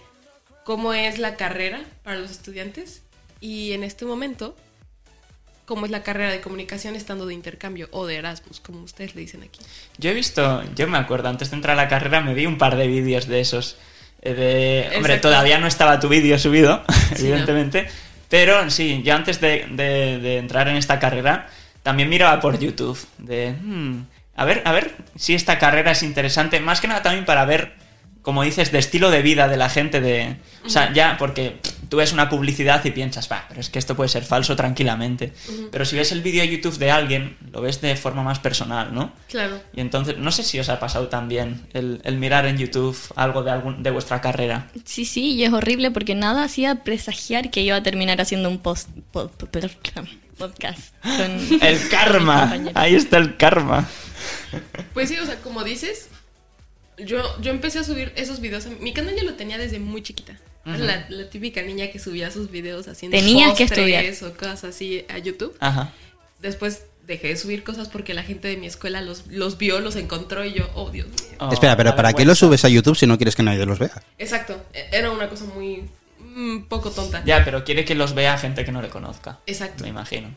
Speaker 7: cómo es la carrera para los estudiantes. Y en este momento, cómo es la carrera de comunicación estando de intercambio o de Erasmus, como ustedes le dicen aquí.
Speaker 5: Yo he visto, yo me acuerdo, antes de entrar a la carrera me vi un par de vídeos de esos. eh, de- hombre,
Speaker 7: Exacto.
Speaker 5: todavía no estaba tu vídeo subido,
Speaker 7: Sí, ¿no?
Speaker 5: evidentemente. Pero sí, yo antes de, de- de entrar en esta carrera también miraba por YouTube. De, "Hmm, a ver, a ver si esta carrera es interesante. Más que nada también para ver, como dices, de estilo de vida de la gente. De, o sea, ya, porque tú ves una publicidad y piensas, va, pero es que esto puede ser falso tranquilamente.
Speaker 7: Ujú.
Speaker 5: Pero si ves el vídeo de YouTube de alguien, lo ves de forma más personal, ¿no?
Speaker 7: Claro.
Speaker 5: Y entonces, no sé si os ha pasado también el, el mirar en YouTube algo de, algún, de vuestra carrera.
Speaker 6: Sí, sí, y es horrible porque nada hacía presagiar que iba a terminar haciendo un post, pod- pod- podcast. con-
Speaker 5: El karma.
Speaker 6: compañeros.
Speaker 5: Ahí está el karma.
Speaker 7: Pues sí, o sea, como dices, yo, yo empecé a subir esos videos. a Mi mi canal ya lo tenía desde muy chiquita. Era
Speaker 5: Ujú.
Speaker 7: la, la típica niña que subía sus videos haciendo
Speaker 6: Tenías que
Speaker 7: postres o cosas así a YouTube.
Speaker 5: Ajá.
Speaker 7: Después dejé de subir cosas porque la gente de mi escuela los, los vio, los encontró y yo, oh Dios mío.
Speaker 5: Oh,
Speaker 3: Espera, pero
Speaker 5: la
Speaker 3: ¿para qué lo subes a YouTube si no quieres que nadie los vea?
Speaker 7: Exacto, e- era una cosa muy mm, poco tonta.
Speaker 5: Ya, pero quiere que los vea gente que no le conozca.
Speaker 7: Exacto.
Speaker 5: Me imagino.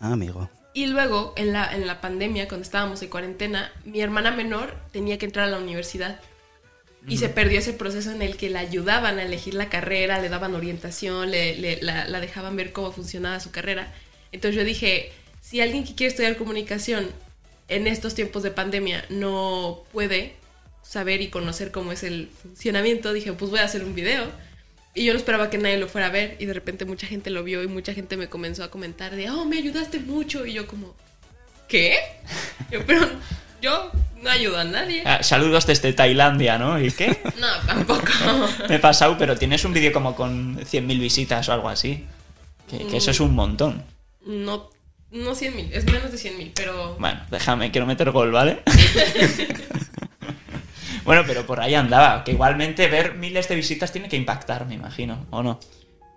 Speaker 3: Ah, amigo.
Speaker 7: Y luego, en la, en la pandemia, cuando estábamos de cuarentena, mi hermana menor tenía que entrar a la universidad. Y se perdió ese proceso en el que la ayudaban a elegir la carrera, le daban orientación, le, le- la, la dejaban ver cómo funcionaba su carrera. Entonces yo dije, si alguien que quiere estudiar comunicación en estos tiempos de pandemia no puede saber y conocer cómo es el funcionamiento, dije, pues voy a hacer un video. Y yo no esperaba que nadie lo fuera a ver y de repente mucha gente lo vio y mucha gente me comenzó a comentar de, oh, me ayudaste mucho. Y yo como, ¿qué? Yo, pero yo no ayudo a nadie.
Speaker 5: Ah, saludos desde Tailandia, ¿no? ¿Y qué?
Speaker 7: No, tampoco.
Speaker 5: Me he pasado, pero tienes un vídeo como con 100.000 visitas o algo así. Que, que eso es un montón.
Speaker 7: No, no 100 mil, es menos de 100 mil, pero...
Speaker 5: Bueno, déjame, quiero meter gol, ¿vale? bueno, pero por ahí andaba. Que igualmente ver miles de visitas tiene que impactar, me imagino, ¿o no?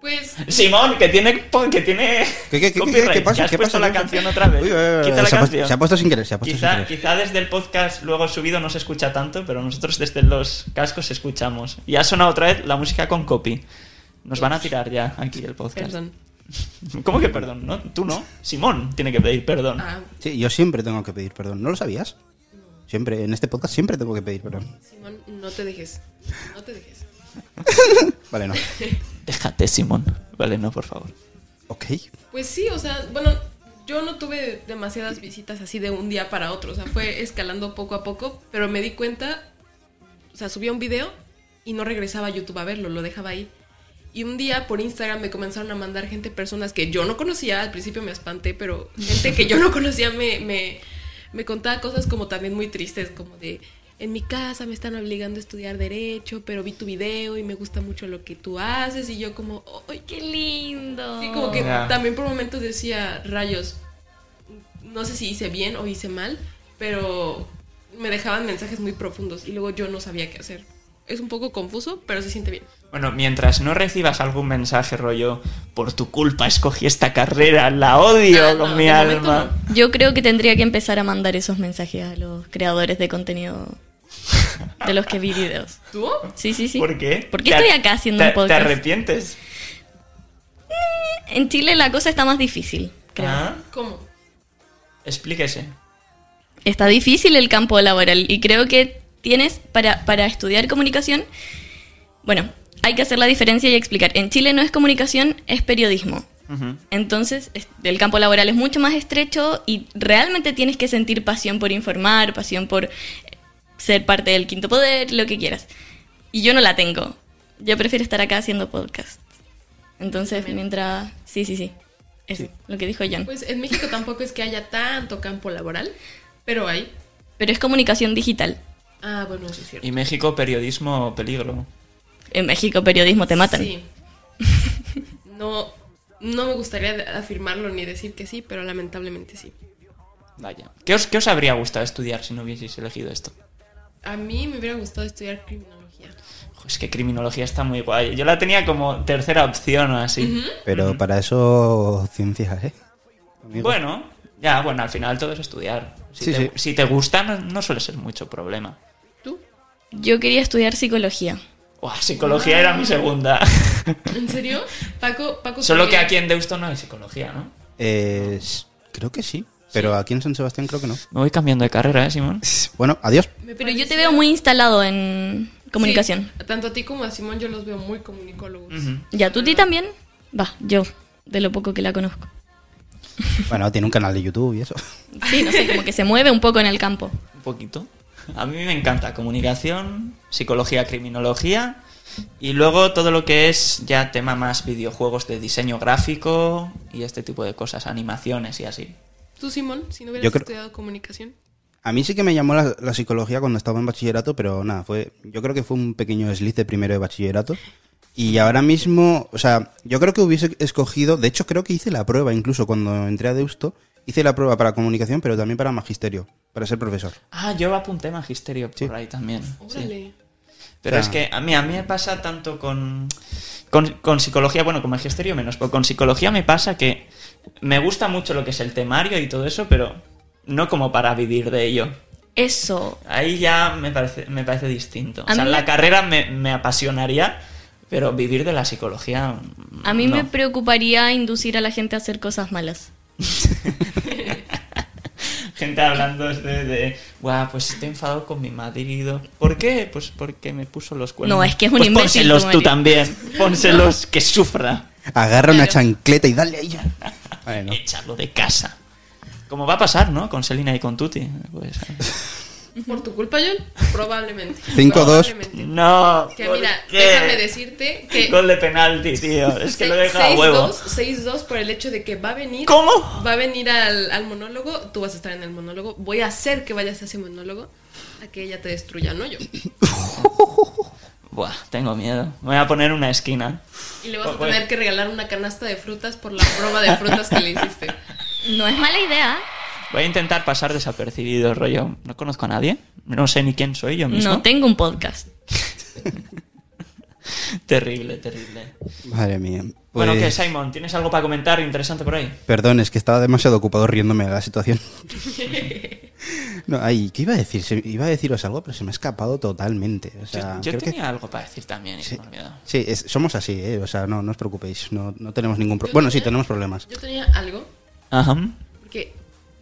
Speaker 7: Pues
Speaker 5: Simón, que tiene. pon- Que tiene
Speaker 3: ¿Qué, qué, qué,
Speaker 5: copyright.
Speaker 3: qué, qué
Speaker 5: Ya
Speaker 3: pasa?
Speaker 5: has
Speaker 3: ¿Qué
Speaker 5: puesto
Speaker 3: pasa?
Speaker 5: la canción otra vez.
Speaker 3: Uy, uy, uy,
Speaker 5: Quita
Speaker 3: se,
Speaker 5: la
Speaker 3: ha puesto,
Speaker 5: canción.
Speaker 3: se ha puesto sin querer, se ha puesto
Speaker 5: Quizá,
Speaker 3: sin querer.
Speaker 5: quizá desde el podcast luego subido no se escucha tanto, pero nosotros desde los cascos escuchamos. Y ha sonado otra vez la música con copy. Nos van a tirar ya aquí el podcast.
Speaker 7: Perdón.
Speaker 5: ¿Cómo que perdón? ¿No? Tú no. Simón tiene que pedir perdón.
Speaker 7: Ah,
Speaker 3: Sí, yo siempre tengo que pedir perdón. ¿No lo sabías? Siempre, en este podcast siempre tengo que pedir perdón.
Speaker 7: Simón, no te dejes. No te dejes.
Speaker 3: Vale, no.
Speaker 5: Déjate, Simón. Vale, no, por favor.
Speaker 3: Ok.
Speaker 7: Pues sí, o sea, bueno, yo no tuve demasiadas visitas así de un día para otro. O sea, fue escalando poco a poco, pero me di cuenta. O sea, subía un video y no regresaba a YouTube a verlo, lo dejaba ahí. Y un día por Instagram me comenzaron a mandar gente, personas que yo no conocía. Al principio me espanté, pero gente que yo no conocía me, me, me contaba cosas como también muy tristes, como de. En mi casa me están obligando a estudiar derecho, pero vi tu video y me gusta mucho lo que tú haces y yo como, ¡ay,
Speaker 6: ¡Qué lindo!
Speaker 7: Sí, como que
Speaker 5: Ya.
Speaker 7: también por momentos decía rayos. No sé si hice bien o hice mal, pero me dejaban mensajes muy profundos y luego yo no sabía qué hacer. Es un poco confuso, pero se siente bien.
Speaker 5: Bueno, mientras no recibas algún mensaje rollo, por tu culpa escogí esta carrera, la odio
Speaker 7: Ah, no,
Speaker 5: con
Speaker 7: de
Speaker 5: mi
Speaker 7: momento
Speaker 5: alma.
Speaker 6: Yo creo que tendría que empezar a mandar esos mensajes a los creadores de contenido de los que vi videos.
Speaker 7: ¿Tú?
Speaker 6: Sí, sí, sí.
Speaker 5: ¿Por qué?
Speaker 6: ¿Por qué
Speaker 5: ¿Te-
Speaker 6: estoy acá haciendo
Speaker 5: te-
Speaker 6: un podcast?
Speaker 5: ¿Te arrepientes?
Speaker 6: En Chile la cosa está más difícil, creo.
Speaker 5: Ah,
Speaker 7: ¿Cómo?
Speaker 5: Explíquese.
Speaker 6: Está difícil el campo laboral y creo que tienes para, para estudiar comunicación, bueno, hay que hacer la diferencia y explicar. En Chile no es comunicación, es periodismo.
Speaker 5: Ujú.
Speaker 6: Entonces, es- el campo laboral es mucho más estrecho y realmente tienes que sentir pasión por informar, pasión por eh, ser parte del quinto poder, lo que quieras. Y yo no la tengo. Yo prefiero estar acá haciendo podcast. Entonces, mientras... Sí, sí, sí. Eso, lo que dijo John.
Speaker 7: Pues en México tampoco es que haya tanto campo laboral, pero hay.
Speaker 6: Pero es comunicación digital.
Speaker 7: Ah, bueno, eso es cierto.
Speaker 5: Y México, periodismo, peligro.
Speaker 6: En México periodismo te matan.
Speaker 7: Sí. No, no me gustaría afirmarlo ni decir que sí, pero lamentablemente sí.
Speaker 5: Vaya. ¿Qué os, qué os habría gustado estudiar si no hubieseis elegido esto?
Speaker 7: A mí me hubiera gustado estudiar criminología. criminología.
Speaker 5: Ojo, Es que criminología está muy guay. Yo la tenía como tercera opción o así.
Speaker 3: Pero para eso, ciencias, ¿eh?
Speaker 5: Bueno, ya, bueno, al final todo es estudiar. Si,
Speaker 3: Sí,
Speaker 5: te,
Speaker 3: sí.
Speaker 5: si te gusta, no, no suele ser mucho problema.
Speaker 6: Yo quería estudiar psicología.
Speaker 5: Buah, psicología era mi segunda.
Speaker 7: ¿En serio? Paco, Paco
Speaker 5: Solo que
Speaker 7: quería-
Speaker 5: aquí en Deusto no hay psicología, ¿no?
Speaker 3: Eh, s- creo que sí. Pero aquí en San Sebastián creo que no.
Speaker 5: Me voy cambiando de carrera, ¿eh, Simón?
Speaker 3: Bueno, adiós.
Speaker 6: Pero yo te veo muy instalado en comunicación.
Speaker 7: Sí, tanto a ti como a Simón yo los veo muy comunicólogos.
Speaker 6: Ya, tú ti también. Va, yo, de lo poco que la conozco.
Speaker 3: Bueno, tiene un canal de YouTube y eso.
Speaker 6: Sí, no sé, como que se mueve un poco en el campo.
Speaker 5: Un poquito. A mí me encanta comunicación, psicología, criminología y luego todo lo que es ya tema más videojuegos de diseño gráfico y este tipo de cosas, animaciones y así.
Speaker 7: Tú, Simón, si no hubieras
Speaker 3: Yo creo-
Speaker 7: estudiado comunicación.
Speaker 3: A mí sí que me llamó la, la psicología cuando estaba en bachillerato, pero nada, fue, yo creo que fue un pequeño desliz de primero de bachillerato. Y ahora mismo, o sea, yo creo que hubiese escogido, de hecho creo que hice la prueba, incluso cuando entré a Deusto, hice la prueba para comunicación, pero también para magisterio, para ser profesor.
Speaker 5: Ah, yo apunté magisterio por ahí también. sí. Ah.
Speaker 7: Órale.
Speaker 5: Pero
Speaker 3: O
Speaker 5: es
Speaker 3: sea-
Speaker 5: que a mí, a mí me pasa tanto con, con, con psicología, bueno, con magisterio menos, pero con psicología me pasa que me gusta mucho lo que es el temario y todo eso, pero no como para vivir de ello.
Speaker 6: Eso.
Speaker 5: Ahí ya me parece, me parece distinto.
Speaker 6: A
Speaker 5: o sea,
Speaker 6: mí
Speaker 5: la
Speaker 6: me-
Speaker 5: carrera me, me apasionaría, pero vivir de la psicología. mm,
Speaker 6: A mí
Speaker 5: no.
Speaker 6: me preocuparía inducir a la gente a hacer cosas malas.
Speaker 5: Gente hablando de, de. Guau, pues estoy enfadado con mi marido. ¿Por qué? Pues porque me puso los cuernos.
Speaker 6: No, es que es un
Speaker 5: Pues
Speaker 6: imbécil tu
Speaker 5: Pónselos tú
Speaker 6: marido.
Speaker 5: también. Pónselos que sufra.
Speaker 3: Agarra una chancleta y dale a ella. Vale, no.
Speaker 5: Echarlo de casa. Como va a pasar, ¿no? Con Selina y con Tuti. Pues,
Speaker 7: ¿Por tu culpa, John? Probablemente.
Speaker 3: Cinco, dos.
Speaker 7: Probablemente.
Speaker 5: no.
Speaker 7: Que
Speaker 5: ¿por
Speaker 7: mira,
Speaker 5: qué?
Speaker 7: déjame decirte que...
Speaker 5: Gol de penalti, tío. Es que lo he dejado a huevo.
Speaker 7: 6-2 6-2 por el hecho de que va a venir.
Speaker 5: ¿Cómo?
Speaker 7: Va a venir al, al monólogo. Tú vas a estar en el monólogo. Voy a hacer que vayas a ese monólogo. A que ella te destruya, no yo.
Speaker 5: Buah, tengo miedo. Me voy a poner una esquina.
Speaker 7: Y le vas a
Speaker 5: Bueno.
Speaker 7: tener que regalar una canasta de frutas por la prueba de frutas que le hiciste.
Speaker 6: No es mala idea.
Speaker 5: Voy a intentar pasar desapercibido, rollo. No conozco a nadie. No sé ni quién soy yo mismo.
Speaker 6: No tengo un podcast.
Speaker 5: Terrible, terrible.
Speaker 3: Madre mía.
Speaker 5: Bueno,
Speaker 3: Pues,
Speaker 5: ¿qué, Simon? ¿Tienes algo para comentar interesante por ahí?
Speaker 3: Perdón, es que estaba demasiado ocupado riéndome de la situación. No, ay, ¿qué iba a decir? Se- iba a deciros algo, pero se me ha escapado totalmente. O
Speaker 5: Yo-
Speaker 3: sea,
Speaker 5: yo
Speaker 3: creo que-
Speaker 5: tenía algo para decir también. y se me ha olvidado.
Speaker 3: Sí, es- somos así, ¿eh? O sea, no, no os preocupéis, no, no tenemos ningún problema. Bueno, sí, tenemos problemas.
Speaker 7: Yo tenía algo.
Speaker 5: Ajá.
Speaker 7: Porque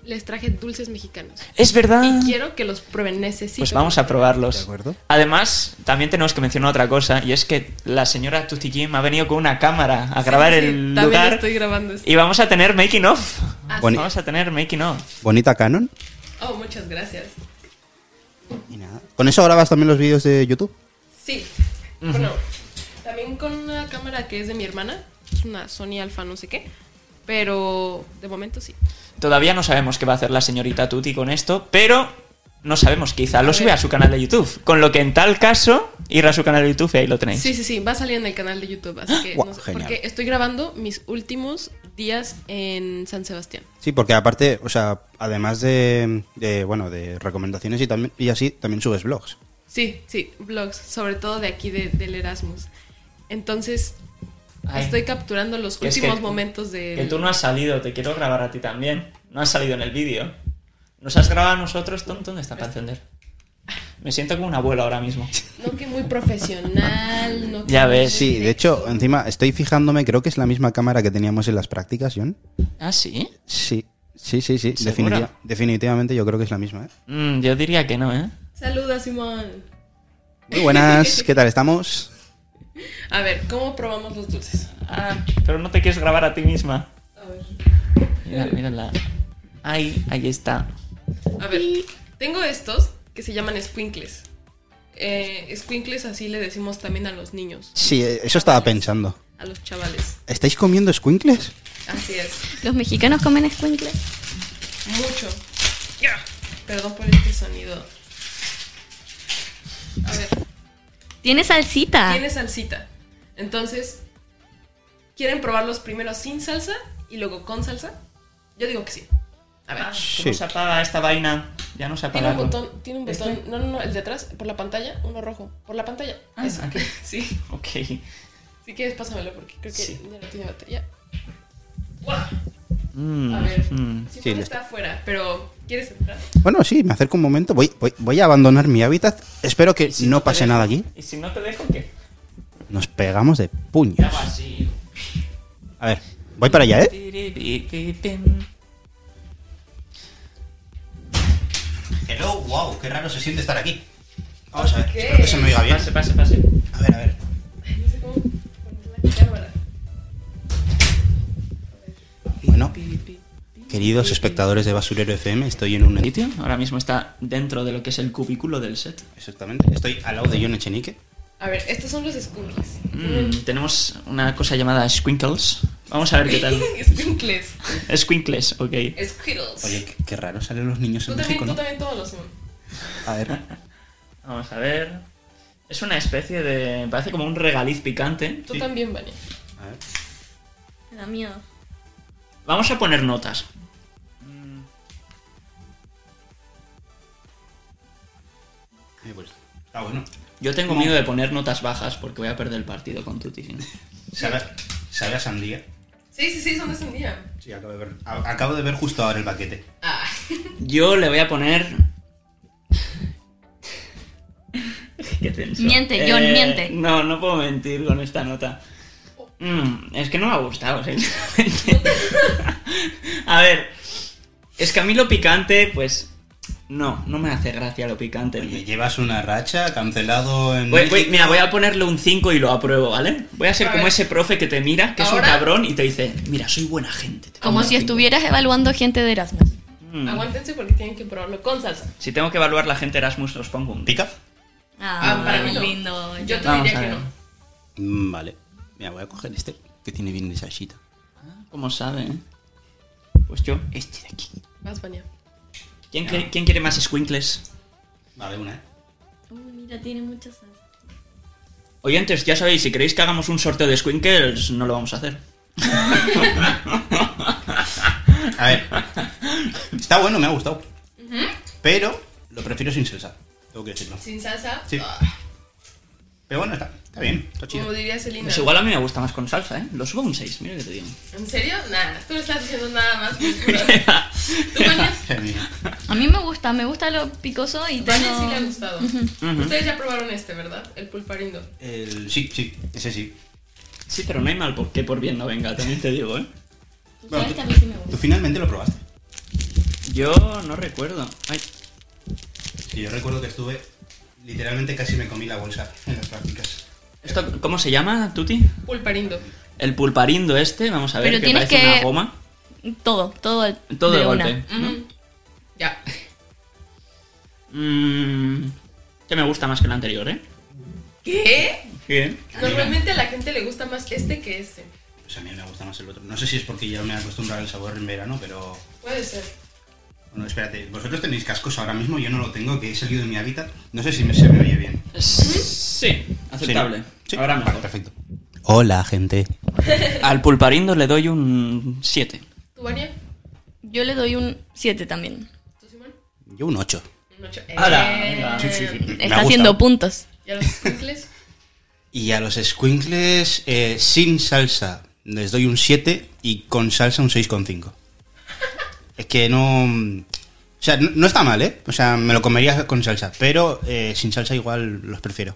Speaker 7: les traje dulces mexicanos.
Speaker 5: Es verdad.
Speaker 7: Y quiero que los prueben. Necesito.
Speaker 5: Ah. Pues vamos a probarlos.
Speaker 3: ¿De acuerdo?
Speaker 5: Además, también tenemos que mencionar otra cosa, y es que la señora Tuti Kim ha venido con una cámara a grabar
Speaker 7: Sí, sí,
Speaker 5: el
Speaker 7: también
Speaker 5: lugar
Speaker 7: estoy grabando esto.
Speaker 5: y vamos a tener making off.
Speaker 7: Ah,
Speaker 3: Boni-
Speaker 5: Vamos a tener making off.
Speaker 3: Bonita Canon.
Speaker 7: Oh, muchas gracias.
Speaker 3: Y nada. ¿Con eso grabas también los vídeos de YouTube?
Speaker 7: Sí. Bueno, también con una cámara que es de mi hermana. Es una Sony Alpha no sé qué. Pero de momento sí.
Speaker 5: Todavía no sabemos qué va a hacer la señorita Tuti con esto, pero no sabemos, quizá lo sube a su canal de YouTube. Con lo que en tal caso, ir a su canal de YouTube y ahí lo tenéis.
Speaker 7: Sí, sí, sí. Va a salir en el canal de YouTube. Así que
Speaker 3: Guau,
Speaker 7: no sé,
Speaker 3: genial.
Speaker 7: porque estoy grabando mis últimos días en San Sebastián.
Speaker 3: Sí, porque aparte, o sea, además de, de, bueno, de recomendaciones y, también, y así, también subes vlogs.
Speaker 7: Sí, sí, vlogs, sobre todo de aquí de- del Erasmus. Entonces,
Speaker 5: Ay,
Speaker 7: estoy capturando los
Speaker 5: que es
Speaker 7: últimos
Speaker 5: que-
Speaker 7: momentos de...
Speaker 5: Que tú no has salido, te quiero grabar a ti también. No has salido en el vídeo. Nos has grabado a nosotros, Tom, ¿dónde está para encender? Me siento como un abuelo ahora mismo.
Speaker 7: No que muy profesional, no que
Speaker 5: Ya
Speaker 7: muy
Speaker 5: ves.
Speaker 3: Sí, de hecho, encima estoy fijándome, creo que es la misma cámara que teníamos en las prácticas, John.
Speaker 5: ¿Ah, sí?
Speaker 3: Sí, sí, sí, sí.
Speaker 5: ¿Segura?
Speaker 3: definitiva- definitivamente yo creo que es la misma, ¿eh?
Speaker 5: Mm, yo diría que no, ¿eh?
Speaker 7: Saluda, Simón.
Speaker 3: Muy buenas, ¿qué tal estamos?
Speaker 7: A ver, ¿cómo probamos los dulces?
Speaker 5: Ah, pero no te quieres grabar a ti misma.
Speaker 7: A ver.
Speaker 5: Mira, mírala. Ahí, ahí está.
Speaker 7: A ver, tengo estos que se llaman squinkles. Eh, squinkles así le decimos también a los niños,
Speaker 3: Sí, eh, eso estaba pensando.
Speaker 7: a los chavales.
Speaker 3: ¿Estáis comiendo squinkles?
Speaker 7: Así es,
Speaker 6: Los mexicanos comen escuincle.
Speaker 7: mucho. Ya. Perdón por este sonido. A ver,
Speaker 6: Tiene salsita.
Speaker 7: tiene salsita. Entonces, ¿quieren probarlos primero sin salsa y luego con salsa? Yo digo que sí. A ver.
Speaker 5: Ah, ¿Cómo se apaga esta vaina? Ya no se apaga.
Speaker 7: Tiene un
Speaker 5: algo.
Speaker 7: botón, tiene un
Speaker 5: ¿Este?
Speaker 7: botón. No, no, no, el de atrás, por la pantalla, uno rojo. Por la pantalla.
Speaker 5: Ah,
Speaker 7: Ese.
Speaker 5: aquí.
Speaker 7: Sí.
Speaker 5: Ok.
Speaker 7: Si quieres, pásamelo porque creo que
Speaker 5: Sí.
Speaker 7: ya no tiene batería.
Speaker 5: Mm,
Speaker 7: A ver.
Speaker 5: mm.
Speaker 7: Sí,
Speaker 3: Sí,
Speaker 7: porque
Speaker 3: ya
Speaker 7: está afuera, pero ¿quieres entrar?
Speaker 3: Bueno, sí, me acerco un momento. Voy, voy, voy a abandonar mi hábitat. Espero que
Speaker 5: ¿Y si
Speaker 3: no
Speaker 5: te
Speaker 3: pase
Speaker 5: dejo?
Speaker 3: nada aquí.
Speaker 5: ¿Y si no te dejo qué?
Speaker 3: Nos pegamos de
Speaker 5: Ya
Speaker 3: puños.
Speaker 5: va así.
Speaker 3: A ver, voy para allá, ¿eh? Hello, wow, qué raro se siente estar aquí. Vamos a ver, espero que se me oiga bien.
Speaker 5: Pase, pase, pase.
Speaker 3: A ver, a ver.
Speaker 7: No sé cómo poner la cámara.
Speaker 3: Bueno, queridos espectadores de Basurero FM, estoy en un
Speaker 5: Sitio, Ahora mismo está dentro de lo que es el cubículo del set.
Speaker 3: Exactamente, estoy al lado de John Echenique.
Speaker 7: A ver, estos son los squinkles.
Speaker 5: Mm, tenemos una cosa llamada squinkles. Vamos a ver qué tal.
Speaker 7: squinkles.
Speaker 5: Squinkles, ok.
Speaker 7: Squiddles.
Speaker 3: Oye, qué, qué raro salen los niños
Speaker 7: tú
Speaker 3: en
Speaker 7: también,
Speaker 3: México,
Speaker 7: tú
Speaker 3: ¿no?
Speaker 7: también tómalo, Simón.
Speaker 3: A ver,
Speaker 5: Vamos a ver. Es una especie de. Parece como un regaliz picante.
Speaker 7: Tú también, Vania.
Speaker 3: a ver.
Speaker 6: Me da miedo.
Speaker 5: Vamos a poner notas. Mm,
Speaker 3: Eh, pues, está bueno.
Speaker 5: Yo tengo
Speaker 3: ¿Cómo?
Speaker 5: miedo de poner notas bajas porque voy a perder el partido con Tutti. si no.
Speaker 3: Sabe, sabe a sandía.
Speaker 7: Sí, sí, sí, son de sandía.
Speaker 3: Sí, acabo de ver. a- acabo de ver justo ahora el paquete.
Speaker 7: Ah,
Speaker 5: Yo le voy a poner. Qué tenso.
Speaker 6: Miente, John, miente.
Speaker 5: Eh, No, no puedo mentir con esta nota. Mm, es que no me ha gustado, sinceramente. a ver, es que a mí lo picante, pues. No, no me hace gracia lo picante.
Speaker 3: Oye, llevas una racha cancelado en.
Speaker 5: Voy- voy-
Speaker 3: México.
Speaker 5: mira, voy a ponerle un 5 y lo apruebo, ¿vale? Voy a ser
Speaker 7: A
Speaker 5: como
Speaker 7: ver.
Speaker 5: ese profe que te mira, que es
Speaker 7: Ahora-
Speaker 5: un cabrón, y te dice, mira, soy buena gente. te pongo
Speaker 6: Como
Speaker 5: un
Speaker 6: si
Speaker 5: cinco".
Speaker 6: estuvieras evaluando gente de Erasmus.
Speaker 5: Mm,
Speaker 7: aguántense porque tienen que probarlo con salsa.
Speaker 5: Si tengo que evaluar la gente Erasmus, los pongo un
Speaker 3: ¿Pica?
Speaker 6: Ah,
Speaker 7: Ah, para mí no.
Speaker 6: lindo.
Speaker 7: Yo te
Speaker 5: Vamos
Speaker 7: diría
Speaker 5: a
Speaker 7: que
Speaker 5: ver.
Speaker 7: no.
Speaker 3: Mm, Vale. Mira, voy a coger este, que tiene bien de salsita.
Speaker 5: ¿Cómo sabe? eh? Pues yo, este de aquí.
Speaker 7: Vas, Vania.
Speaker 5: ¿Quién, quiere- quién quiere más squinkles?
Speaker 3: Vale, una, ¿eh?
Speaker 6: Uh, mira, tiene mucha salsa.
Speaker 5: Oyentes, ya sabéis, si queréis que hagamos un sorteo de squinkles, no lo vamos a hacer.
Speaker 3: A ver. Está bueno, me ha gustado. Pero lo prefiero sin salsa. Tengo que decirlo.
Speaker 7: Sin salsa.
Speaker 3: Sí.
Speaker 7: ah,
Speaker 3: Pero bueno, está, está bien. Está chido.
Speaker 7: como diría Selena.
Speaker 5: Pues igual a mí me gusta más con salsa, ¿eh? Lo subo a un 6, mira que te digo.
Speaker 7: ¿En serio? Nada, tú no estás diciendo nada más. cultura. ¿Tú, Vania?
Speaker 3: Sí, mira.
Speaker 6: A mí me gusta, me gusta lo picoso y
Speaker 7: Vania sí le ha
Speaker 6: tengo...
Speaker 7: gustado.
Speaker 5: Ujú.
Speaker 7: Ustedes ya probaron este, ¿verdad? El pulparindo.
Speaker 3: El- sí, sí, ese sí.
Speaker 5: Sí, pero no hay mal por qué por bien no venga, también te digo, ¿eh?
Speaker 6: Tú
Speaker 3: Bueno,
Speaker 6: sabes que este a mí sí me
Speaker 3: Tú
Speaker 6: gusta.
Speaker 3: finalmente lo probaste.
Speaker 5: Yo no recuerdo. Ay,
Speaker 3: Sí, yo recuerdo que estuve. Literalmente casi me comí la bolsa en las prácticas.
Speaker 5: ¿esto cómo se llama, Tuti?
Speaker 7: Pulparindo.
Speaker 5: El pulparindo este, vamos a ver,
Speaker 6: Pero
Speaker 5: que
Speaker 6: tienes
Speaker 5: parece
Speaker 6: que-
Speaker 5: una goma.
Speaker 6: Todo, todo al-
Speaker 5: Todo de,
Speaker 6: una.
Speaker 5: golpe. ¿no?
Speaker 7: Ujú. Ya.
Speaker 5: Mm, que me gusta más que el anterior, ¿eh?
Speaker 7: ¿Qué?
Speaker 5: Bien.
Speaker 7: Normalmente a la gente le gusta más este que este.
Speaker 3: Pues a mí me gusta más el otro. No sé si es porque ya me he acostumbrado al sabor en verano, pero.
Speaker 7: Puede ser.
Speaker 3: Bueno, espérate. Vosotros tenéis cascos ahora mismo, yo no lo tengo, que he salido de mi hábitat. No sé si me, se me oye bien.
Speaker 5: Sí, aceptable.
Speaker 3: Sí.
Speaker 5: Ahora
Speaker 3: Vale,
Speaker 5: mejor.
Speaker 3: perfecto. Hola, gente.
Speaker 5: Al pulparindo le doy un 7.
Speaker 7: ¿Tú, Vania?
Speaker 6: Yo le doy un 7 también.
Speaker 7: ¿Tú, Simón?
Speaker 3: Yo un 8.
Speaker 7: Un ocho.
Speaker 5: ¡Hala!
Speaker 7: Eh,
Speaker 5: Venga. Sí, sí, sí.
Speaker 3: Me ha
Speaker 6: Está haciendo
Speaker 3: gustado.
Speaker 6: puntos.
Speaker 7: ¿Y a los squinkles?
Speaker 3: Y a los squinkles eh, sin salsa les doy un 7 y con salsa un 6,5. es que no... O sea, no, no está mal, ¿eh? O sea, me lo comería con salsa, pero eh, sin salsa igual los prefiero.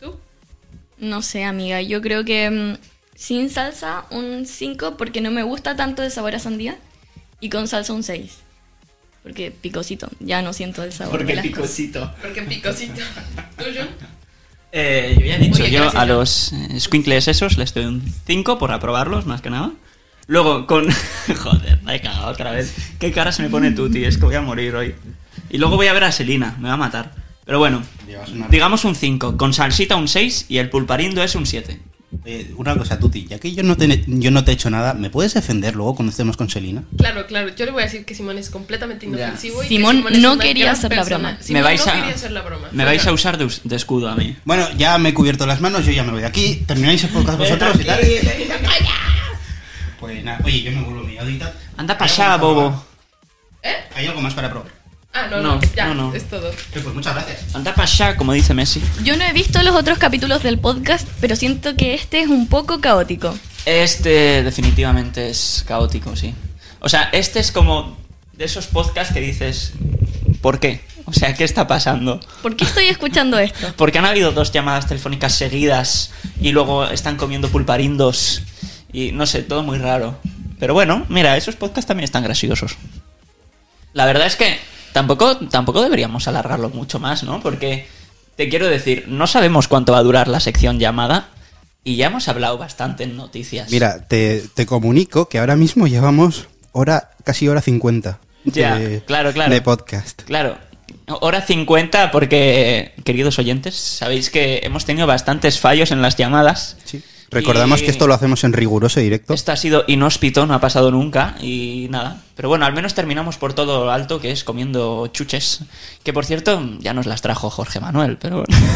Speaker 7: ¿Tú?
Speaker 6: No sé, amiga, yo creo que mm, sin salsa un 5 porque no me gusta tanto de sabor a sandía y con salsa un 6. Porque picosito, ya no siento el sabor de
Speaker 5: Porque
Speaker 6: las cosas.
Speaker 5: picosito.
Speaker 7: Porque picosito. ¿Tuyo?
Speaker 5: Eh, yo ya he dicho,
Speaker 7: Oye,
Speaker 5: yo
Speaker 7: gracias.
Speaker 5: a los eh, squinkles esos les doy un 5 por aprobarlos, más que nada. Luego con... Joder, la he cagado otra vez. Qué cara se me pone Tuti, es que voy a morir hoy. Y luego voy a ver a Selina, me va a matar. Pero bueno,
Speaker 3: Llevas una-
Speaker 5: digamos un 5, con salsita un 6 y el pulparindo es un 7.
Speaker 3: Oye, Eh, una cosa, Tuti, ya que yo no, te, yo no te he hecho nada, ¿me puedes defender luego cuando estemos con Selina?
Speaker 7: Claro, claro. Yo le voy a decir que Simón es completamente inofensivo. Y que
Speaker 6: Simón
Speaker 7: es
Speaker 6: no
Speaker 7: una
Speaker 6: quería
Speaker 7: gran
Speaker 6: hacer la
Speaker 7: persona.
Speaker 6: broma.
Speaker 7: Simón
Speaker 5: Me vais
Speaker 7: no
Speaker 5: a-
Speaker 7: quería hacer la broma.
Speaker 5: Me vais a usar de, us- de escudo a mí.
Speaker 3: Bueno, ya me he cubierto las manos, yo ya me voy de aquí, termináis el podcast
Speaker 5: Ven
Speaker 3: vosotros y tal.
Speaker 5: aquí.
Speaker 3: Pues nada, oye, yo me vuelvo a mi hábitat.
Speaker 5: Anda pa' allá, bobo.
Speaker 3: ¿Hay algo más para probar?
Speaker 7: Ah, no,
Speaker 5: No,
Speaker 7: no, ya,
Speaker 5: no, no.
Speaker 7: es todo.
Speaker 3: pues muchas gracias.
Speaker 5: Anda para allá, como dice Messi.
Speaker 6: Yo no he visto los otros capítulos del podcast, pero siento que este es un poco caótico.
Speaker 5: Este definitivamente es caótico, sí. O sea, este es como de esos podcasts que dices, ¿por qué? O sea, ¿qué está pasando?
Speaker 6: ¿Por qué estoy escuchando esto?
Speaker 5: Porque han habido dos llamadas telefónicas seguidas y luego están comiendo pulparindos y no sé, todo muy raro. Pero bueno, mira, esos podcasts también están graciosos. La verdad es que tampoco, tampoco deberíamos alargarlo mucho más, ¿no? Porque te quiero decir, no sabemos cuánto va a durar la sección llamada y ya hemos hablado bastante en noticias.
Speaker 3: Mira, te, te comunico que ahora mismo llevamos hora, casi hora 50
Speaker 5: Ya,
Speaker 3: de,
Speaker 5: claro, claro.
Speaker 3: de podcast.
Speaker 5: Claro. Hora 50 porque, queridos oyentes, sabéis que hemos tenido bastantes fallos en las llamadas.
Speaker 3: Recordamos
Speaker 5: Y
Speaker 3: que esto lo hacemos en riguroso directo.
Speaker 5: Esto ha sido inhóspito, no ha pasado nunca y nada. Pero bueno, al menos terminamos por todo lo alto, que es comiendo chuches. Que por cierto, ya nos las trajo Jorge Manuel, pero bueno.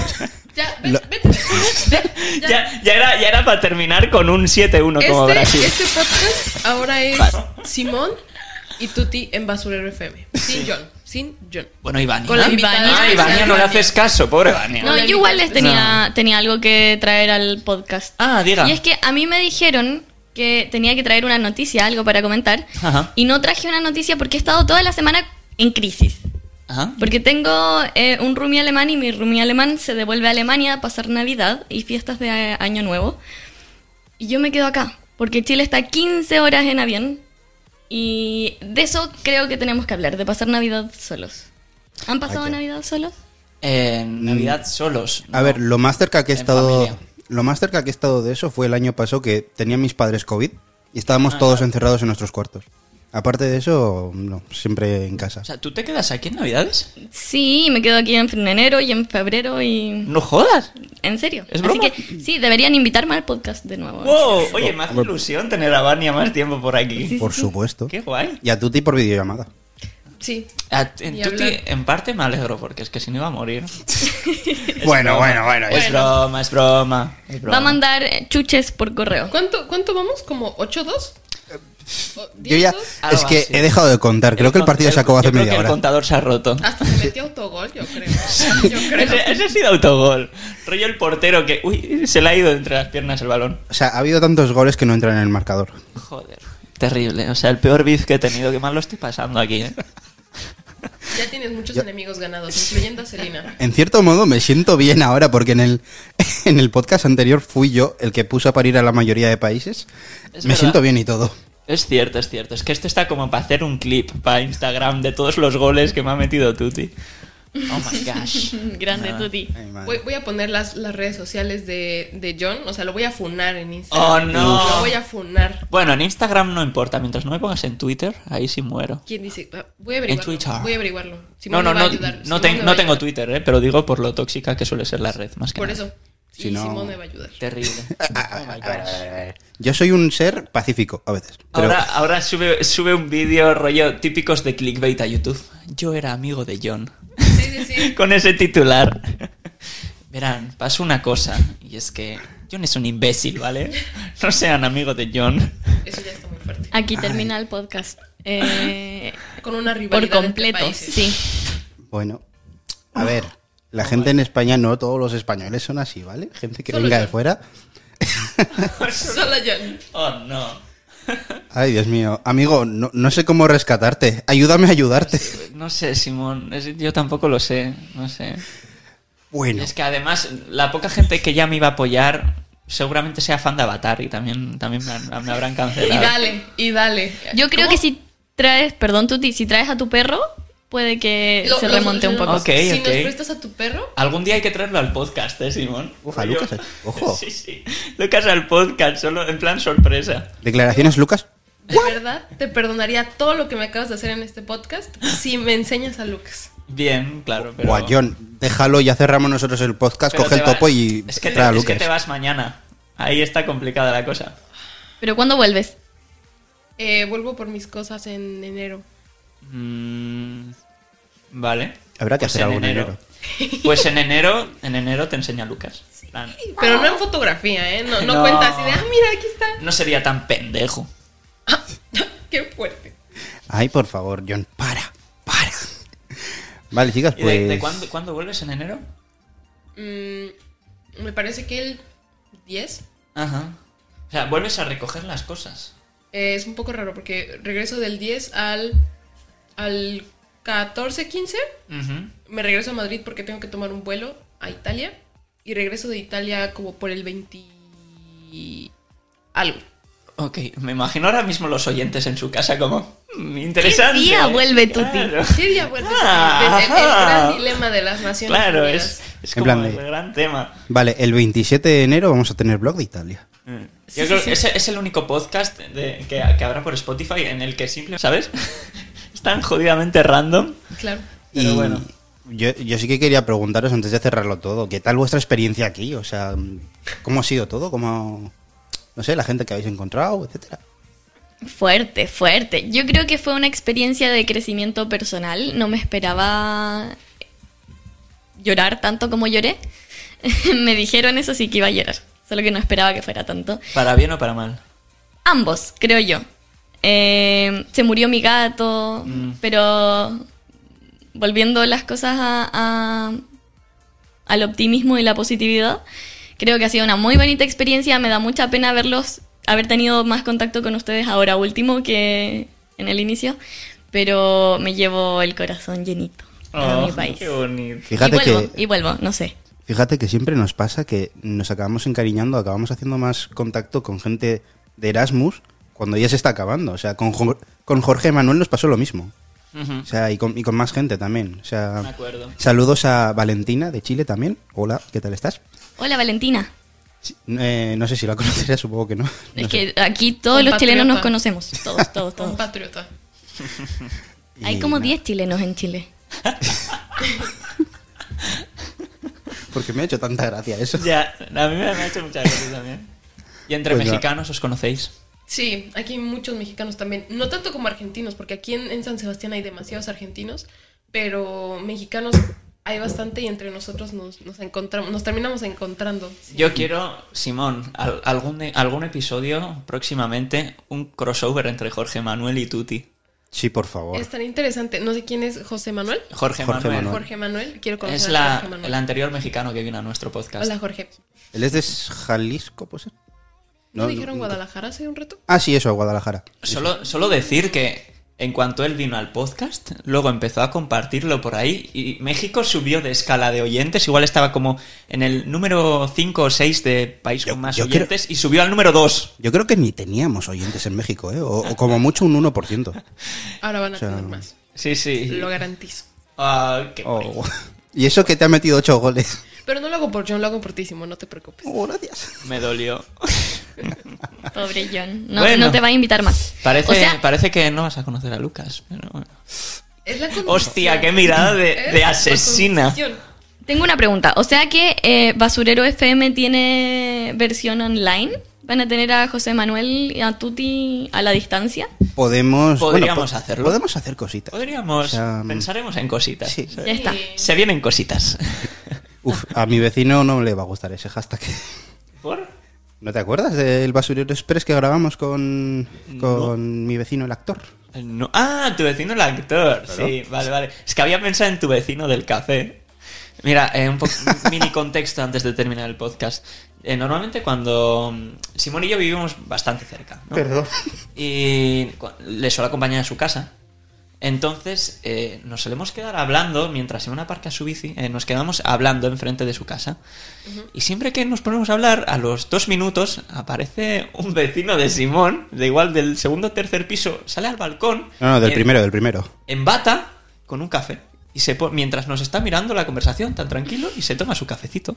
Speaker 7: Ya, vete,
Speaker 3: Lo-
Speaker 7: vete. ya,
Speaker 5: ya, ya era, ya era para terminar con un 7-1 como Brasil.
Speaker 7: Este, este podcast ahora es Simón y Tuti en Basurero FM. Sin John. Sin John.
Speaker 5: Bueno, Ivania.
Speaker 7: Con la
Speaker 6: Ivania.
Speaker 7: invitada.
Speaker 5: Ah, Ivania, no le haces caso, pobre Ivania.
Speaker 6: No, yo igual les tenía, tenía algo que traer al podcast.
Speaker 5: Ah, diga.
Speaker 6: Y es que a mí me dijeron que tenía que traer una noticia, algo para comentar.
Speaker 5: Ajá.
Speaker 6: Y no traje una noticia porque he estado toda la semana en crisis.
Speaker 5: Ajá.
Speaker 6: Porque tengo eh, un roomie alemán y mi roomie alemán se devuelve a Alemania a pasar Navidad y fiestas de eh, Año Nuevo. Y yo me quedo acá, porque Chile está 15 horas en avión. Y de eso creo que tenemos que hablar, de pasar Navidad solos. ¿Han pasado
Speaker 3: Vaya.
Speaker 6: Navidad solos?
Speaker 5: Eh, Navidad solos.
Speaker 3: Mm. A ver, lo más cerca que he
Speaker 5: En
Speaker 3: estado.
Speaker 5: familia.
Speaker 3: Lo más cerca que he estado de eso fue el año pasado que tenían mis padres COVID y estábamos
Speaker 5: Ah,
Speaker 3: todos encerrados en nuestros cuartos. Aparte de eso, no, siempre en casa.
Speaker 5: O sea, ¿tú te quedas aquí en Navidades?
Speaker 6: Sí, me quedo aquí en enero y en febrero y...
Speaker 5: No jodas.
Speaker 6: ¿En serio?
Speaker 5: ¿Es
Speaker 6: Así
Speaker 5: broma?
Speaker 6: que sí, deberían invitarme al podcast de nuevo.
Speaker 5: Wow, oye, me hace ilusión tener a Vania más tiempo por aquí.
Speaker 3: por supuesto.
Speaker 5: Qué guay.
Speaker 3: Y a Tuti por videollamada.
Speaker 7: Sí.
Speaker 5: A- Ah, en,
Speaker 7: Y
Speaker 5: Tuti,
Speaker 7: hablar.
Speaker 5: en parte me alegro porque es que si no iba a morir. Es
Speaker 3: Bueno,
Speaker 5: broma.
Speaker 3: bueno, bueno,
Speaker 5: Es broma, es broma. es broma.
Speaker 6: Va a mandar eh, chuches por correo.
Speaker 7: ¿Cuánto, cuánto vamos? ¿Como 8-2?
Speaker 5: Eh,
Speaker 7: ¿O
Speaker 3: Yo ya.
Speaker 7: 10-2?
Speaker 5: Algo
Speaker 3: Es que
Speaker 5: así.
Speaker 3: he dejado de contar. Creo que el partido
Speaker 5: con-
Speaker 3: se acabó
Speaker 5: yo
Speaker 3: hace
Speaker 5: creo que
Speaker 3: media
Speaker 5: El
Speaker 3: hora.
Speaker 5: contador se ha roto.
Speaker 7: Hasta se metió autogol, yo creo. Ah, Yo
Speaker 5: Ese,
Speaker 7: creo.
Speaker 5: ese ha sido autogol. Rollo el portero que. Uy, se le ha ido entre las piernas el balón.
Speaker 3: O sea, ha habido tantos goles que no entran en el marcador.
Speaker 5: Joder. Terrible. O sea, el peor beef que he tenido. Qué mal lo estoy pasando aquí, ¿eh?
Speaker 7: Ya tienes muchos enemigos ganados, incluyendo a Selena.
Speaker 3: En cierto modo me siento bien ahora porque en el, en el podcast anterior fui yo el que puso a parir a la mayoría de países.
Speaker 5: Es
Speaker 3: me
Speaker 5: verdad.
Speaker 3: siento bien y todo.
Speaker 5: Es cierto, es cierto. Es que esto está como para hacer un clip para Instagram de todos los goles que me ha metido Tuti. Oh my gosh. Ah.
Speaker 6: Grande, Tuti.
Speaker 3: Ay, madre.
Speaker 7: Voy, voy a poner las, las redes sociales de, de John. O sea, lo voy a funar en Instagram.
Speaker 5: Oh no.
Speaker 7: Lo voy a funar.
Speaker 5: Bueno, en Instagram no importa. Mientras no me pongas en Twitter, ahí sí muero.
Speaker 7: ¿Quién dice? Ah, Voy a averiguarlo.
Speaker 5: Twitter.
Speaker 7: Voy a averiguarlo.
Speaker 5: No,
Speaker 7: Simón
Speaker 5: no,
Speaker 7: me va a
Speaker 5: no,
Speaker 7: ayudar.
Speaker 5: no,
Speaker 7: Simón
Speaker 5: ten-
Speaker 7: me va
Speaker 5: no
Speaker 7: a
Speaker 5: tengo
Speaker 7: ayudar.
Speaker 5: Twitter, ¿eh? pero digo por lo tóxica que suele ser la red, más que
Speaker 7: Por
Speaker 5: nada.
Speaker 7: eso.
Speaker 3: Si
Speaker 7: y
Speaker 3: no-
Speaker 7: Simón me va a ayudar.
Speaker 5: Terrible.
Speaker 3: ah,
Speaker 5: Oh my gosh.
Speaker 3: Yo soy un ser pacífico a veces. Pero
Speaker 5: Ahora, ahora sube, sube un vídeo rollo típicos de clickbait a YouTube. Yo era amigo de John.
Speaker 7: Sí, sí, sí.
Speaker 5: Con ese titular. Verán, pasó una cosa, y es que John es un imbécil, ¿vale? No sean amigos de John.
Speaker 7: Eso ya está muy fuerte.
Speaker 6: Aquí termina el podcast. Eh,
Speaker 7: Con una
Speaker 6: por
Speaker 7: rivalidad entre
Speaker 6: completo,
Speaker 7: países.
Speaker 6: sí.
Speaker 3: bueno, a ver,
Speaker 5: Oh
Speaker 3: la gente en España no todos los españoles son así, ¿vale? Gente que
Speaker 7: Solo
Speaker 3: venga
Speaker 7: yo.
Speaker 3: de fuera.
Speaker 7: Solo John.
Speaker 5: Oh, no.
Speaker 3: Ay, Dios mío, amigo, no, no sé cómo rescatarte. Ayúdame a ayudarte.
Speaker 5: No sé, Simón. Es- Yo tampoco lo sé. No sé.
Speaker 3: Bueno,
Speaker 5: Es que además, la poca gente que ya me iba a apoyar seguramente sea fan de Avatar y también, también me, han- me habrán
Speaker 7: Y
Speaker 5: cancelado.
Speaker 7: dale, y dale.
Speaker 6: Yo creo
Speaker 7: ¿Cómo?
Speaker 6: que si traes, perdón Tuti, si traes a tu perro, puede que
Speaker 7: Lo-
Speaker 6: se
Speaker 7: lo-
Speaker 6: remonte un
Speaker 7: lo-
Speaker 6: poco.
Speaker 5: Ok,
Speaker 7: si
Speaker 5: ok.
Speaker 7: nos prestas a tu perro,
Speaker 5: Algún día hay que traerlo al podcast, ¿eh, Simón?
Speaker 3: Ojo, a
Speaker 5: Yo-
Speaker 3: Lucas, eh. Ojo.
Speaker 5: Sí, sí. Lucas al podcast, solo en plan sorpresa.
Speaker 3: declaraciones, Lucas.
Speaker 7: de verdad, te perdonaría todo lo que me acabas de hacer en este podcast si me enseñas a Lucas.
Speaker 5: Bien, claro, pero...
Speaker 3: Guayón, déjalo, ya cerramos nosotros el podcast,
Speaker 5: pero
Speaker 3: coge
Speaker 5: te
Speaker 3: el
Speaker 5: va-
Speaker 3: topo y
Speaker 5: Es que, te,
Speaker 3: trae a
Speaker 5: es que
Speaker 3: Lucas.
Speaker 5: te vas mañana. Ahí está complicada la cosa.
Speaker 6: Pero ¿cuándo vuelves?
Speaker 7: Eh, vuelvo por mis cosas en enero.
Speaker 5: Mm, vale.
Speaker 3: Habrá que hacer
Speaker 5: en
Speaker 3: algo en
Speaker 5: Pues en enero, en enero te enseña Lucas. Plan,
Speaker 7: Pero no en fotografía, ¿eh? No, no,
Speaker 5: Ah. No.
Speaker 7: cuenta así de, ah, mira, aquí está.
Speaker 5: No sería tan pendejo.
Speaker 7: Qué fuerte.
Speaker 3: Ay, por favor, John, para. Vale, chicas,
Speaker 5: ¿Y de, de
Speaker 3: pues.
Speaker 5: cuándo, cuándo vuelves? ¿En enero?
Speaker 7: Mm, me parece que el 10
Speaker 5: Ajá. O sea, vuelves a recoger las cosas.
Speaker 7: eh, es un poco raro porque regreso del 10 al, al 14, 15. Me regreso a Madrid porque tengo que tomar un vuelo a Italia. Y regreso de Italia como por el 20 algo.
Speaker 5: Ok, me imagino ahora mismo los oyentes en su casa como... "Mm, interesante.
Speaker 6: ¿Qué día vuelve Tuti?
Speaker 5: Claro,
Speaker 7: ¿Qué día vuelves?
Speaker 5: Ah,
Speaker 7: el, el- el gran
Speaker 5: ajá.
Speaker 7: dilema de las naciones.
Speaker 5: Claro,
Speaker 7: Unidas.
Speaker 5: es, es
Speaker 3: En
Speaker 5: como
Speaker 3: plan
Speaker 5: el
Speaker 3: de-
Speaker 5: gran tema.
Speaker 3: Vale, el 27 de enero vamos a tener blog de Italia.
Speaker 5: Mm.
Speaker 6: Sí,
Speaker 5: Yo
Speaker 6: sí,
Speaker 5: creo
Speaker 6: sí.
Speaker 5: que ese es el único podcast de- que, que habrá por Spotify en el que simplemente... ¿Sabes? es tan jodidamente random.
Speaker 7: Claro.
Speaker 5: Pero
Speaker 3: y
Speaker 5: bueno.
Speaker 3: Yo, yo sí que quería preguntaros antes de cerrarlo todo, ¿qué tal vuestra experiencia aquí? O sea, ¿cómo ha sido todo? ¿Cómo, no sé, la gente que habéis encontrado, etcétera?
Speaker 6: Fuerte, fuerte. Yo creo que fue una experiencia de crecimiento personal. No me esperaba llorar tanto como lloré. me dijeron eso sí que iba a llorar. Solo que no esperaba que fuera tanto.
Speaker 5: Para bien o para mal.
Speaker 6: Ambos, creo yo. Eh, se murió mi gato,
Speaker 5: Mm.
Speaker 6: pero volviendo las cosas a- a- al optimismo y la positividad, creo que ha sido una muy bonita experiencia. Me da mucha pena verlos, haber tenido más contacto con ustedes ahora último que en el inicio, pero me llevo el corazón llenito a
Speaker 5: Oh,
Speaker 6: mi país.
Speaker 5: Qué bonito.
Speaker 3: Fíjate
Speaker 6: y vuelvo,
Speaker 3: que-
Speaker 6: y vuelvo, no sé.
Speaker 3: Fíjate que siempre nos pasa que nos acabamos encariñando, acabamos haciendo más contacto con gente de Erasmus cuando ya se está acabando. O sea, con, Jo- con Jorge Manuel nos pasó lo mismo.
Speaker 5: Ujú.
Speaker 3: O sea, y con, y con más gente también. O
Speaker 5: Me
Speaker 3: sea,
Speaker 5: acuerdo.
Speaker 3: saludos a Valentina de Chile también. Hola, ¿qué tal estás?
Speaker 6: Hola Valentina,
Speaker 3: Sí, eh, no sé si la conocerás, supongo que no.
Speaker 6: es
Speaker 3: No sé.
Speaker 6: que aquí todos los chilenos nos
Speaker 7: Compatriota.
Speaker 6: conocemos, todos, todos,
Speaker 7: Un
Speaker 6: todos.
Speaker 7: patriota.
Speaker 3: Y
Speaker 6: Hay como
Speaker 3: nada,
Speaker 6: 10 chilenos en Chile.
Speaker 3: Porque me ha hecho tanta gracia eso.
Speaker 5: Ya, a mí me ha hecho mucha gracia también. Y entre
Speaker 3: Pues ya.
Speaker 5: mexicanos os conocéis.
Speaker 7: Sí, aquí hay muchos mexicanos también. No tanto como argentinos, porque aquí en, en San Sebastián hay demasiados argentinos, pero mexicanos hay bastante y entre nosotros nos, nos encontramos, nos terminamos encontrando.
Speaker 5: Yo quiero, Simón, al- algún, de- algún episodio próximamente, un crossover entre Jorge Manuel y Tuti.
Speaker 3: Sí, por favor.
Speaker 7: Es tan interesante. No sé quién es José Manuel.
Speaker 5: Jorge,
Speaker 3: Jorge
Speaker 5: Manuel.
Speaker 3: Manuel.
Speaker 7: Jorge Manuel. Quiero conocer
Speaker 5: Es
Speaker 7: a
Speaker 5: la,
Speaker 7: Jorge Manuel.
Speaker 5: el anterior mexicano que vino a nuestro podcast.
Speaker 7: Hola, Jorge.
Speaker 3: Él es de Jalisco, pues.
Speaker 7: ¿No, dijeron Guadalajara hace un rato?
Speaker 3: Ah, sí, eso, Guadalajara.
Speaker 5: Solo, solo decir que en cuanto él vino al podcast, luego empezó a compartirlo por ahí y México subió de escala de oyentes. Igual estaba como en el número 5 o 6 de país
Speaker 3: Yo-
Speaker 5: con más
Speaker 3: yo quiero-
Speaker 5: oyentes y subió al número 2.
Speaker 3: Yo creo que ni teníamos oyentes en México, ¿eh? O, o como mucho un 1%.
Speaker 7: Ahora van a
Speaker 3: O sea,
Speaker 7: tener más.
Speaker 5: Sí, sí.
Speaker 7: Lo garantizo.
Speaker 5: Ah, qué guay.
Speaker 3: Oh. Y eso que te ha metido 8 goles.
Speaker 7: Pero no lo hago por John, lo hago por ti, Simón, no te preocupes.
Speaker 3: Oh, gracias.
Speaker 5: Me dolió.
Speaker 6: Pobre John. No,
Speaker 5: Bueno.
Speaker 6: no te va a invitar más.
Speaker 5: Parece,
Speaker 6: O sea,
Speaker 5: parece que no vas a conocer a Lucas. pero bueno.
Speaker 7: Es la condición.
Speaker 5: Hostia, qué mirada de,
Speaker 7: Es
Speaker 5: de
Speaker 7: la
Speaker 5: asesina.
Speaker 7: condición.
Speaker 6: tengo una pregunta. O sea que eh, Basurero FM tiene versión online. Van a tener a José Manuel y a Tuti a la distancia.
Speaker 5: Eh,
Speaker 3: Podemos.
Speaker 5: Podríamos hacerlo.
Speaker 3: Podemos hacer cositas.
Speaker 5: Podríamos.
Speaker 3: O sea, mm,
Speaker 5: pensaremos en cositas.
Speaker 3: sí.
Speaker 6: Ya está.
Speaker 5: Se vienen cositas.
Speaker 3: Uf, a mi vecino no le va a gustar ese hashtag.
Speaker 5: ¿Por?
Speaker 3: ¿No te acuerdas del Basurero Express que grabamos con, con mi vecino, el actor?
Speaker 5: No. Ah, tu vecino el actor.
Speaker 3: Claro.
Speaker 5: Sí, vale, vale. Es que había pensado en tu vecino del café. Mira, eh, un po- un mini contexto antes de terminar el podcast. Eh, normalmente cuando mm, Simón y yo vivimos bastante cerca. ¿no?
Speaker 3: Perdón.
Speaker 5: y cu- le suelo acompañar a su casa. Entonces eh, nos solemos quedar hablando mientras Simón aparca su bici, eh, nos quedamos hablando enfrente de su casa. Y siempre que nos ponemos a hablar, a los dos minutos aparece un vecino de Simón, de igual del segundo o tercer piso, sale al balcón.
Speaker 3: No, no, del
Speaker 5: en-
Speaker 3: primero, del primero.
Speaker 5: En bata, con un café. Y se po- mientras nos está mirando la conversación tan tranquilo y se toma su cafecito.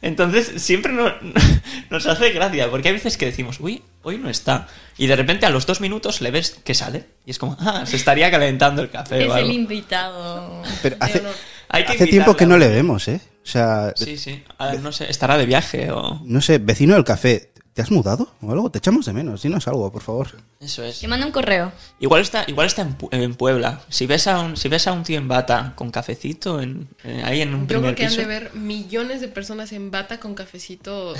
Speaker 5: Entonces siempre no- nos hace gracia, porque hay veces que decimos, uy, hoy no está. Y de repente a los dos minutos le ves que sale. Y es como, ah, se estaría calentando el café.
Speaker 6: es
Speaker 5: o algo".
Speaker 6: el invitado.
Speaker 3: Pero hace,
Speaker 7: honor.
Speaker 5: Hay que
Speaker 3: hace tiempo que no
Speaker 5: invitarla.
Speaker 3: le vemos, ¿eh? O sea,
Speaker 5: Sí, sí. A ver, no sé, estará de viaje o...
Speaker 3: no sé, vecino del café, ¿te has mudado o algo? Te echamos de menos, dinos algo, por favor.
Speaker 5: Eso es.
Speaker 6: Que manda un correo.
Speaker 5: Igual está, igual está en, Pu- en Puebla. Si ves, a un, si ves a un tío en bata con cafecito en, en- ahí en un
Speaker 7: Yo
Speaker 5: primer
Speaker 7: creo que han
Speaker 5: piso.
Speaker 7: de ver millones de personas en bata con cafecito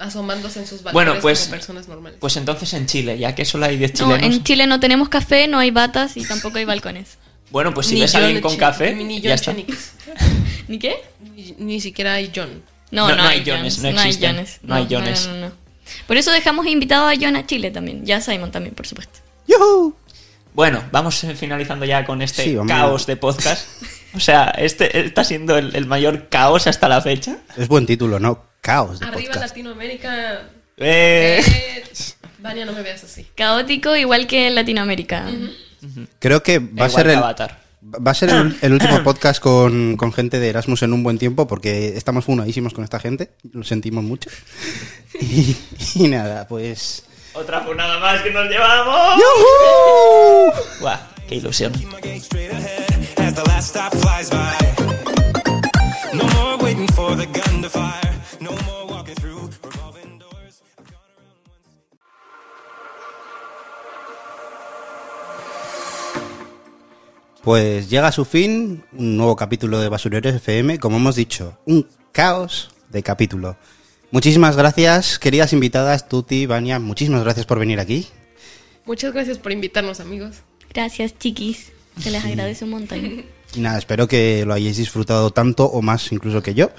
Speaker 7: asomándose en sus balcones
Speaker 5: Bueno, pues-
Speaker 7: como personas normales.
Speaker 5: Pues entonces en Chile, ya que solo hay 10
Speaker 6: No,
Speaker 5: chilenos.
Speaker 6: en Chile no tenemos café, no hay batas y tampoco hay balcones.
Speaker 5: Bueno, pues si
Speaker 7: Ni
Speaker 5: ves a
Speaker 7: John
Speaker 5: alguien con
Speaker 7: Chi-
Speaker 5: café,
Speaker 7: Ni
Speaker 5: ya
Speaker 7: John
Speaker 5: está.
Speaker 7: Chenix.
Speaker 6: ¿Ni qué?
Speaker 7: Ni, ni siquiera hay John.
Speaker 6: No, no, hay
Speaker 5: Jones,
Speaker 6: Jones.
Speaker 5: no existen.
Speaker 6: hay Jones.
Speaker 5: No hay Jones.
Speaker 6: no, no, no. Por eso dejamos invitado a John a Chile también. Ya a Simon también, por supuesto.
Speaker 3: ¡Yujú!
Speaker 5: Bueno, vamos eh, finalizando ya con este
Speaker 3: Sí, vamos.
Speaker 5: caos de podcast. O sea, este está siendo el, el mayor caos hasta la fecha.
Speaker 3: Es buen título, ¿no? Caos de
Speaker 7: Arriba
Speaker 3: podcast.
Speaker 7: Latinoamérica.
Speaker 5: Eh,
Speaker 7: Eh, Vania, no me veas así.
Speaker 6: Caótico igual que en Latinoamérica.
Speaker 3: Creo que va a
Speaker 5: igual
Speaker 3: ser
Speaker 5: que
Speaker 3: el,
Speaker 5: Avatar.
Speaker 3: Va a ser el, el último podcast con, con gente de Erasmus en un buen tiempo porque estamos funadísimos con esta gente, lo sentimos mucho. Y, y nada, pues...
Speaker 5: Otra jornada más que nos llevamos. Guau, qué ilusión.
Speaker 11: as the last stop flies by. No more waiting for the gun to fire. No more walking through revolving doors.
Speaker 3: Pues llega a su fin un nuevo capítulo de Basureros FM, como hemos dicho, un caos de capítulo. Muchísimas gracias, queridas invitadas, Tuti, Vania, muchísimas gracias por venir aquí.
Speaker 7: Muchas gracias por invitarnos, amigos.
Speaker 6: Gracias, chiquis. Se les agradece un montón.
Speaker 3: Y nada, espero que lo hayáis disfrutado tanto o más incluso que yo.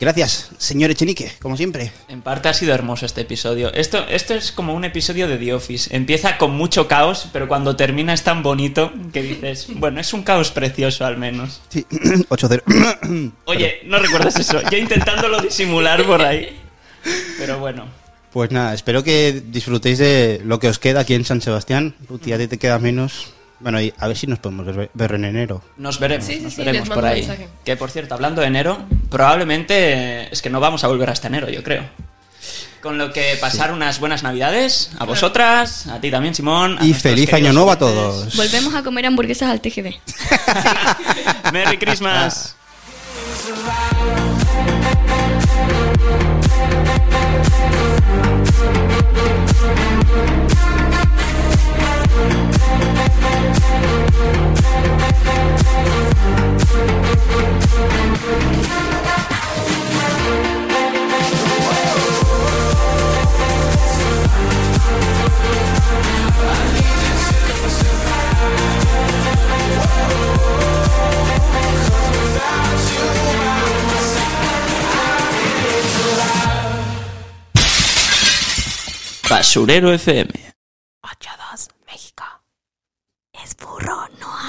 Speaker 3: Gracias, señor Echenique, como siempre.
Speaker 5: En parte ha sido hermoso este episodio. Esto, esto es como un episodio de The Office. Empieza con mucho caos, pero cuando termina es tan bonito que dices, bueno, es un caos precioso al menos.
Speaker 3: Sí, 8-0.
Speaker 5: Oye, no recuerdas eso. Yo intentándolo disimular por ahí. Pero bueno.
Speaker 3: Pues nada, espero que disfrutéis de lo que os queda aquí en San Sebastián. Puti, a ti te queda menos. Bueno, y a ver si nos podemos ver, ver en enero.
Speaker 5: Nos veremos,
Speaker 7: Sí, sí,
Speaker 5: nos
Speaker 7: sí, les
Speaker 5: veremos
Speaker 7: mando
Speaker 5: por ahí.
Speaker 7: mensaje.
Speaker 5: Que por cierto, hablando de enero, probablemente eh, es que no vamos a volver hasta enero, yo creo. Con lo que pasar unas buenas navidades a vosotras, a ti también, Simón. a
Speaker 3: y
Speaker 5: nuestros
Speaker 3: feliz año
Speaker 5: queridos
Speaker 3: nuevo a todos.
Speaker 5: oyentes.
Speaker 6: Volvemos a comer hamburguesas al TGV.
Speaker 5: Merry Christmas. Basurero FM.
Speaker 6: Es burro, no hay.